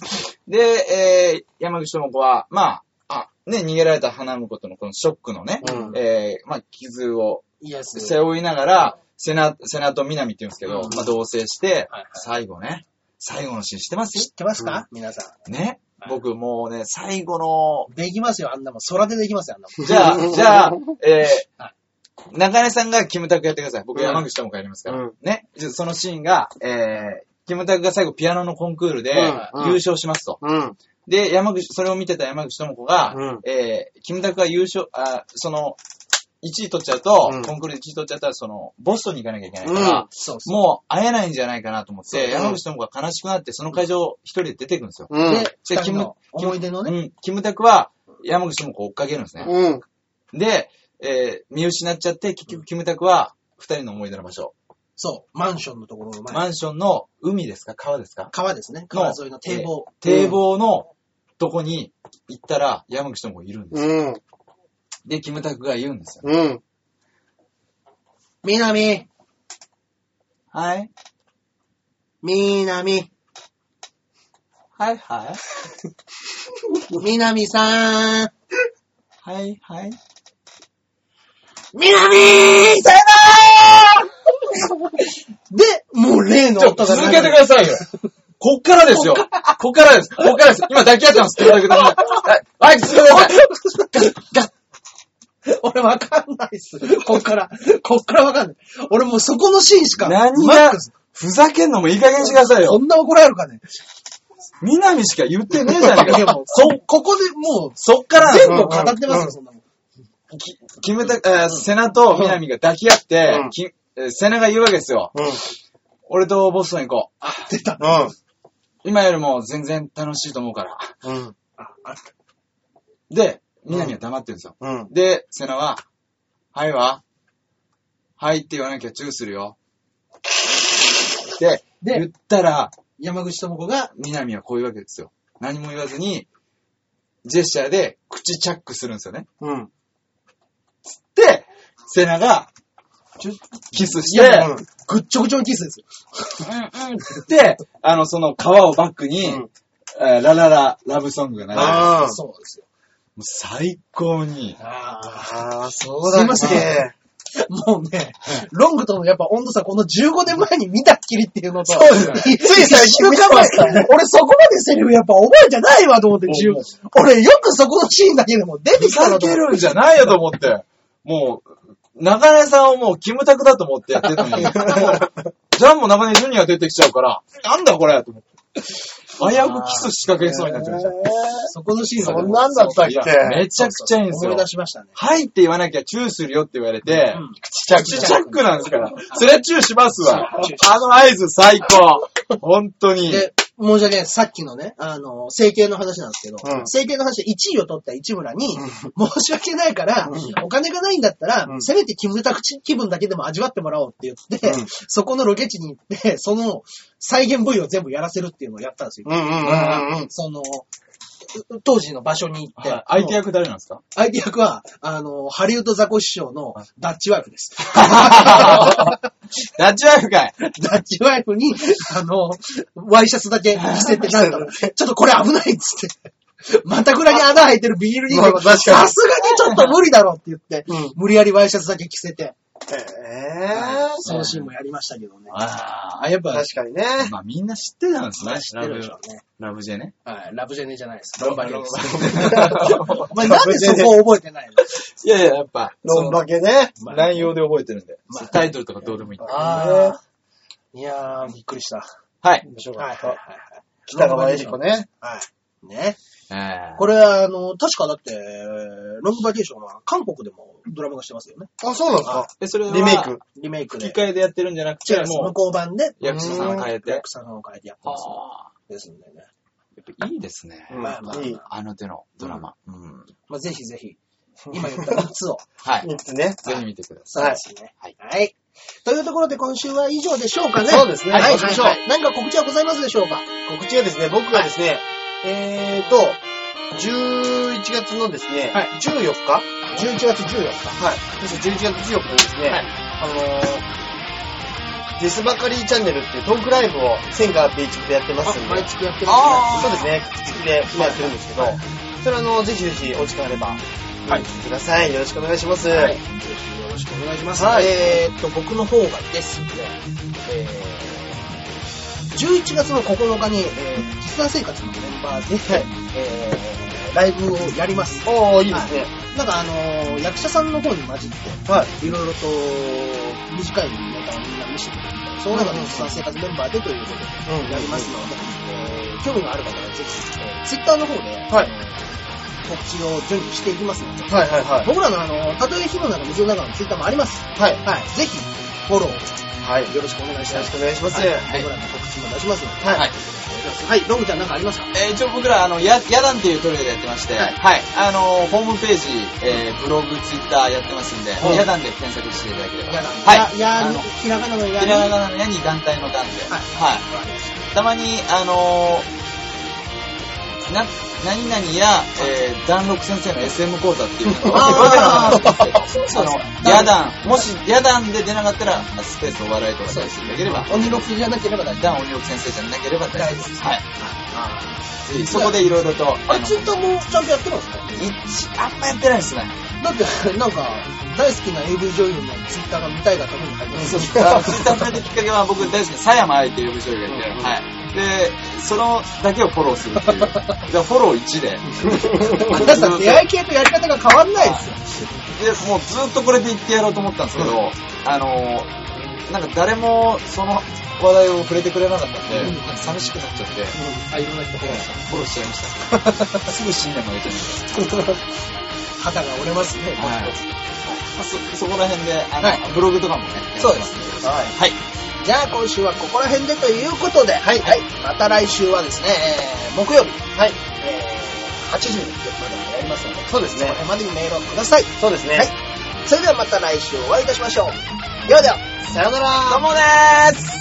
[SPEAKER 3] で、えー山口智子は、まあ、あ、ね、逃げられた花婿とのこのショックのね、
[SPEAKER 2] うん
[SPEAKER 3] えーまあ、傷を
[SPEAKER 1] いや、す
[SPEAKER 3] 背負いながら、セナ、セナと南って言うんですけど、
[SPEAKER 1] うん
[SPEAKER 3] まあ、同棲して
[SPEAKER 1] はいはい、
[SPEAKER 3] 最後ね、最後のシーン知ってます
[SPEAKER 1] 知ってますか、皆さ
[SPEAKER 3] ね僕もうね、最後の
[SPEAKER 1] ん。できますよ、あんなもん。空手でできますよ、あんなもん。
[SPEAKER 3] じゃあ、じゃあ、え
[SPEAKER 1] は
[SPEAKER 3] ー、中根さんがキムタクやってください。僕
[SPEAKER 2] うん
[SPEAKER 3] 山口とも帰りますから。
[SPEAKER 2] うん
[SPEAKER 3] ね。じゃあそのシーンが、えー、キムタクが最後ピアノのコンクールで
[SPEAKER 2] うんうん
[SPEAKER 3] 優勝しますと。
[SPEAKER 2] うん。
[SPEAKER 3] で、山口、それを見てた山口智子が、
[SPEAKER 2] うん
[SPEAKER 3] えー、キムタクが優勝、あその、1位取っちゃうと、
[SPEAKER 2] うん
[SPEAKER 3] コンクールで1位取っちゃったら、その、ボストンに行かなきゃいけないか
[SPEAKER 2] う
[SPEAKER 3] ら、
[SPEAKER 1] そうそう。
[SPEAKER 3] もう会えないんじゃないかなと思って、
[SPEAKER 2] うん
[SPEAKER 3] 山口智子が悲しくなって、その会場一人で出てくるんですよ。
[SPEAKER 2] うん。
[SPEAKER 1] で、
[SPEAKER 3] じゃ
[SPEAKER 1] 二
[SPEAKER 3] あ
[SPEAKER 1] 人の
[SPEAKER 3] キム
[SPEAKER 1] 思い出の
[SPEAKER 3] う
[SPEAKER 1] ね、
[SPEAKER 3] ん。キムタクは山口智子を追っかけるんですね。
[SPEAKER 2] うん。
[SPEAKER 3] で、えー見失っちゃって、結局、キムタクは、二人の思い出の場所、
[SPEAKER 1] そう、マンションのところの前。
[SPEAKER 3] マンションの海ですか川ですか
[SPEAKER 1] 川ですね。川沿いの堤防。
[SPEAKER 3] 堤防のとこに行ったら、山口智子いるんです。
[SPEAKER 2] うん。
[SPEAKER 3] で、キムタクが言うんですよ。
[SPEAKER 2] うん。
[SPEAKER 1] みなみ、
[SPEAKER 3] はい
[SPEAKER 1] みなみ、
[SPEAKER 3] はいはい
[SPEAKER 1] みなみさーん。
[SPEAKER 3] はいはい
[SPEAKER 1] みなみーさで、もう例の
[SPEAKER 3] ちょっ
[SPEAKER 1] 音
[SPEAKER 3] と
[SPEAKER 1] が
[SPEAKER 3] 続けてくださいよ。こっからですよ。こっからです。こっからです。今抱き合ってます。キムタクとはいはい、続けてください。
[SPEAKER 1] 俺わかんないっす。こっから。こっからわかんない。俺もうそこのシーンしか。
[SPEAKER 3] 何
[SPEAKER 1] マッ
[SPEAKER 3] が
[SPEAKER 1] クス、
[SPEAKER 3] ふざけんのもいい加減にしてください
[SPEAKER 1] こ
[SPEAKER 3] よ。
[SPEAKER 1] んな怒られるかね。
[SPEAKER 3] 南しか言ってねえじゃね え
[SPEAKER 1] いや
[SPEAKER 3] か
[SPEAKER 1] もう。そ、ここでもう、
[SPEAKER 3] そっから
[SPEAKER 1] 全部語ってますよ、そんなもん。
[SPEAKER 3] きキムタク、えーセナとミナミが抱き合って、
[SPEAKER 2] うん
[SPEAKER 3] きえーセナが言うわけですよ。俺とボストン行こう。
[SPEAKER 1] 出た。
[SPEAKER 3] 今よりも全然楽しいと思うから。
[SPEAKER 2] うん。
[SPEAKER 1] ああ
[SPEAKER 3] で、ミナミは黙ってるんですよ。
[SPEAKER 2] うん。
[SPEAKER 3] で、セナは、はいははいって言わなきゃチューするよ。で、
[SPEAKER 1] で
[SPEAKER 3] 言ったら、
[SPEAKER 1] 山口智子が、
[SPEAKER 3] ミナミはこういうわけですよ。何も言わずに、ジェスチャーで口チャックするんですよね。
[SPEAKER 2] うん。
[SPEAKER 3] で、セナが、ちょキスし
[SPEAKER 1] い
[SPEAKER 3] て
[SPEAKER 1] や、ぐっちょぐちょのキスですよ。
[SPEAKER 3] うんうんって、あの、その川をバックに、
[SPEAKER 2] うん
[SPEAKER 3] えーラララ、ラブソングが流れる。も
[SPEAKER 2] ああ。
[SPEAKER 1] そうですよ。
[SPEAKER 3] う最高に。
[SPEAKER 1] あ
[SPEAKER 2] ああ、そうだっけ
[SPEAKER 1] すいませんあ。 もうね、ロングとのやっぱ温度差、この15年前に見たっきりっていうのと、
[SPEAKER 2] そうですね
[SPEAKER 1] つい
[SPEAKER 2] 最近見てましたね
[SPEAKER 1] 俺そこまでセリフやっぱ覚えてないわと思って、
[SPEAKER 3] おもう
[SPEAKER 1] 10俺よくそこのシーンだけでも出て
[SPEAKER 3] ふ
[SPEAKER 1] きた
[SPEAKER 3] ざ
[SPEAKER 1] のと思
[SPEAKER 3] け
[SPEAKER 1] って
[SPEAKER 3] るんじゃないよと思って。もう、中根さんをもうキムタ クだと思ってやってたのに。ジャンも中根ジュニア出てきちゃうから、なんだこれと思って。危うくキス仕掛けそうになってました。
[SPEAKER 1] そこのシーン
[SPEAKER 2] そ
[SPEAKER 1] は
[SPEAKER 2] んなんだったっ
[SPEAKER 3] い
[SPEAKER 2] け
[SPEAKER 3] やめちゃくちゃいいんです
[SPEAKER 1] 思い
[SPEAKER 3] よ。
[SPEAKER 1] 出しましたね。
[SPEAKER 3] はいって言わなきゃチューするよって言われて、
[SPEAKER 1] うん
[SPEAKER 2] 口だけ
[SPEAKER 3] 口チャックなんですから。それはチューしますわ。あの合図最高。本当に。
[SPEAKER 1] で、申し訳ない。さっきのね、あの、整形の話なんですけど、
[SPEAKER 2] うん
[SPEAKER 1] 整形の話で1位を取った市村に、申し訳ないから、お金がないんだったら、
[SPEAKER 2] うん
[SPEAKER 1] せめてキムタク気分だけでも味わってもらおうって言って、
[SPEAKER 2] うん
[SPEAKER 1] そこのロケ地に行って、 その再現部位を全部やらせるっていうのをやったんですよ。
[SPEAKER 2] うんうんうんうん。
[SPEAKER 1] その、う当時の場所 に行って、
[SPEAKER 3] はい相手役誰なんですか
[SPEAKER 1] 相手役は、あの、ハリウッドザコシショウのダッチワイフ です。
[SPEAKER 3] ダッチワイフかい。
[SPEAKER 1] ダッチワイフに、あの、ワイシャツだけ着せて、なんか、ちょっとこれ危ないっつって。またぐらに穴開いてるビニールに、
[SPEAKER 2] まあまあ確かに
[SPEAKER 1] さすがにちょっと無理だろって言って、
[SPEAKER 2] うん
[SPEAKER 1] 無理やりワイシャツだけ着せて、
[SPEAKER 2] え
[SPEAKER 1] そのシーンもやりましたけどね。
[SPEAKER 3] ああ、やっ
[SPEAKER 2] ー
[SPEAKER 3] ぱ
[SPEAKER 2] 確、かにね。
[SPEAKER 3] まあみんな知ってたんですね。
[SPEAKER 1] 知ってるでしょうね。
[SPEAKER 3] ラブジェね。
[SPEAKER 1] はい。ラブジェネじゃないです。ロンバケです。お前
[SPEAKER 2] バ
[SPEAKER 1] な
[SPEAKER 2] ケ
[SPEAKER 1] んでそこを覚えてないの
[SPEAKER 3] いやいや、やっぱ、
[SPEAKER 2] ロンバケね。
[SPEAKER 3] その内容で覚えてるんで、
[SPEAKER 1] まあ
[SPEAKER 3] タイトルとかどうでもいい。
[SPEAKER 1] ああ。いやー、びっくりした。
[SPEAKER 3] はい。
[SPEAKER 2] 面白
[SPEAKER 1] はい
[SPEAKER 2] か
[SPEAKER 1] はい
[SPEAKER 2] っ
[SPEAKER 1] はい
[SPEAKER 2] た。北川
[SPEAKER 1] エ
[SPEAKER 2] エリコ。ね。
[SPEAKER 1] はい。ね。
[SPEAKER 3] え
[SPEAKER 1] これは、あの、確かだって、ロングバケーションは韓国でもドラマがしてますよね。
[SPEAKER 2] あ、そうなんです
[SPEAKER 1] は
[SPEAKER 2] か。
[SPEAKER 3] え、それは、
[SPEAKER 2] リメイク。
[SPEAKER 1] リメイクで
[SPEAKER 3] 吹。き替えでやってるんじゃなく
[SPEAKER 1] 違
[SPEAKER 3] て、
[SPEAKER 1] う
[SPEAKER 3] も
[SPEAKER 1] 向
[SPEAKER 3] う、
[SPEAKER 1] こう版で、
[SPEAKER 3] 役者さんを変えて。
[SPEAKER 1] 役者さんを変えてやって
[SPEAKER 3] あ
[SPEAKER 1] ます。
[SPEAKER 3] あ
[SPEAKER 1] ですんでね。
[SPEAKER 3] ー。やっぱいいですね。
[SPEAKER 2] うん
[SPEAKER 1] まあまあまあ
[SPEAKER 2] いい。
[SPEAKER 3] あの手のドラマ。うん。
[SPEAKER 1] まあ、ぜひぜひ、今言った3つを。
[SPEAKER 3] はい。
[SPEAKER 2] 3つね。
[SPEAKER 3] ぜひ見てください。
[SPEAKER 1] そうですね。
[SPEAKER 3] は い
[SPEAKER 1] はい。というところで今週は以上でしょうかね。
[SPEAKER 2] そうですね
[SPEAKER 1] はい、
[SPEAKER 2] そうしましょう
[SPEAKER 1] はい。何か告知はございますでしょうか
[SPEAKER 2] 告知はですね、僕がですね、えーと、11月のですね、
[SPEAKER 1] はい
[SPEAKER 2] 14日
[SPEAKER 1] ?11 月14日。
[SPEAKER 2] はい。そして11月14日にですね、
[SPEAKER 1] はい
[SPEAKER 2] あのー、デスバカリーチャンネルっていうトークライブを千川ビーチでやってますんで、
[SPEAKER 1] 毎月やってま
[SPEAKER 3] あ
[SPEAKER 2] そうですね、口で今やってるんですけど、それあの、ぜひぜひお時間あれば、はい。ください。よろしくお願いします。
[SPEAKER 1] す。
[SPEAKER 2] は
[SPEAKER 1] はいい。。ぜひよろしくお願いします。
[SPEAKER 2] はい
[SPEAKER 1] えーっと、僕の方がですね、えー、11月の9日に、えー、実際生活のメンバーで、えー、ライブをやります。
[SPEAKER 2] おー、いいですね。
[SPEAKER 1] なんかあのー役者さんの方に混じって、
[SPEAKER 2] はい。
[SPEAKER 1] いろいろと短いネタをみんな見せてくれたり、その中で実際生活メンバーでということで
[SPEAKER 2] うん
[SPEAKER 1] やりますので、えー興味がある方はぜひ、えー、Twitter の方で、
[SPEAKER 2] はい
[SPEAKER 1] 告知を順次していきますので、
[SPEAKER 2] はいはいはい。
[SPEAKER 1] 僕らのあの、たとえ火の中、水の中の Twitter もあります。
[SPEAKER 2] はい。
[SPEAKER 1] はい。ぜひ、フォロー
[SPEAKER 2] はい。よ
[SPEAKER 1] よろしくお願いしま
[SPEAKER 2] ろしく
[SPEAKER 1] す。
[SPEAKER 2] お願いします。
[SPEAKER 1] はい
[SPEAKER 3] はい
[SPEAKER 1] 僕らの告知も出しますので、
[SPEAKER 2] はい。
[SPEAKER 3] はい。
[SPEAKER 1] はい。ロングちゃんなんかありますか
[SPEAKER 3] えー一応僕ら、あの、や、や団っていうトレーでやってまして、
[SPEAKER 1] は
[SPEAKER 3] はいい。あのー、ホームページ、えーブログ、ツイッターやってますんで、
[SPEAKER 1] はい
[SPEAKER 3] や団で検索していただければ。
[SPEAKER 1] やだ。
[SPEAKER 3] はい。
[SPEAKER 1] や、
[SPEAKER 3] あ
[SPEAKER 1] や
[SPEAKER 3] の、、
[SPEAKER 1] ひらがなのや
[SPEAKER 3] ひら
[SPEAKER 1] に。
[SPEAKER 3] がなのやに団体の団で、
[SPEAKER 1] はい
[SPEAKER 3] はい。たまに、あのーな、何々や、えー、段六先生の SM 講座っていうの
[SPEAKER 1] あ
[SPEAKER 3] が
[SPEAKER 1] ー、
[SPEAKER 3] その、野団、もし野団で出なかったら、スペースお笑いとか対していただければ、
[SPEAKER 1] 鬼ロックじゃなければ大丈夫。
[SPEAKER 3] 段鬼六先生じゃなければ大丈夫です。はい。
[SPEAKER 1] あ
[SPEAKER 3] ぜひそこでいろいろと、
[SPEAKER 1] あ
[SPEAKER 3] あ
[SPEAKER 1] れ、
[SPEAKER 3] の、
[SPEAKER 1] ツイッターもちゃんとやってますか
[SPEAKER 3] 一、あんまやってないですね。
[SPEAKER 1] だって、なんか、大好きな AV 女優のツイッターが見たいがために書いてます。
[SPEAKER 3] そうです。あの、ツイッター始めたきっかけは僕大好きな狭山愛っていう呼ぶ人がいて、
[SPEAKER 2] うん
[SPEAKER 3] はい。で、そのだけをフォローするっていう。だからフォロー1で。
[SPEAKER 1] 皆さ ん、出会い系とやり方が変わんないですよ。
[SPEAKER 3] で、もうずっとこれで言ってやろうと思ったんですけど、あのー、なんか誰もその話題を触れてくれなかったんで、
[SPEAKER 1] うん
[SPEAKER 3] なんか寂しくなっちゃって、
[SPEAKER 1] あ、いろんな人
[SPEAKER 3] フォローしちゃいました。すぐ新年も言ってないです。
[SPEAKER 1] 肌が折れますね。
[SPEAKER 3] はい。そ、そこら辺で、あの、
[SPEAKER 1] はい
[SPEAKER 3] ブログとかもね、
[SPEAKER 1] そうです
[SPEAKER 3] やってますん
[SPEAKER 2] はい。
[SPEAKER 3] はい。
[SPEAKER 1] じゃあ、今週はここら辺でということで、はい。また来週はですね、えー木曜日。はい。えー、8時にまでやりますので、
[SPEAKER 2] そうですね
[SPEAKER 1] これまでにメールをください。
[SPEAKER 2] そうですね
[SPEAKER 1] はい。それではまた来週お会いいたしましょう。ではでは、さようなら。
[SPEAKER 3] どうもでーす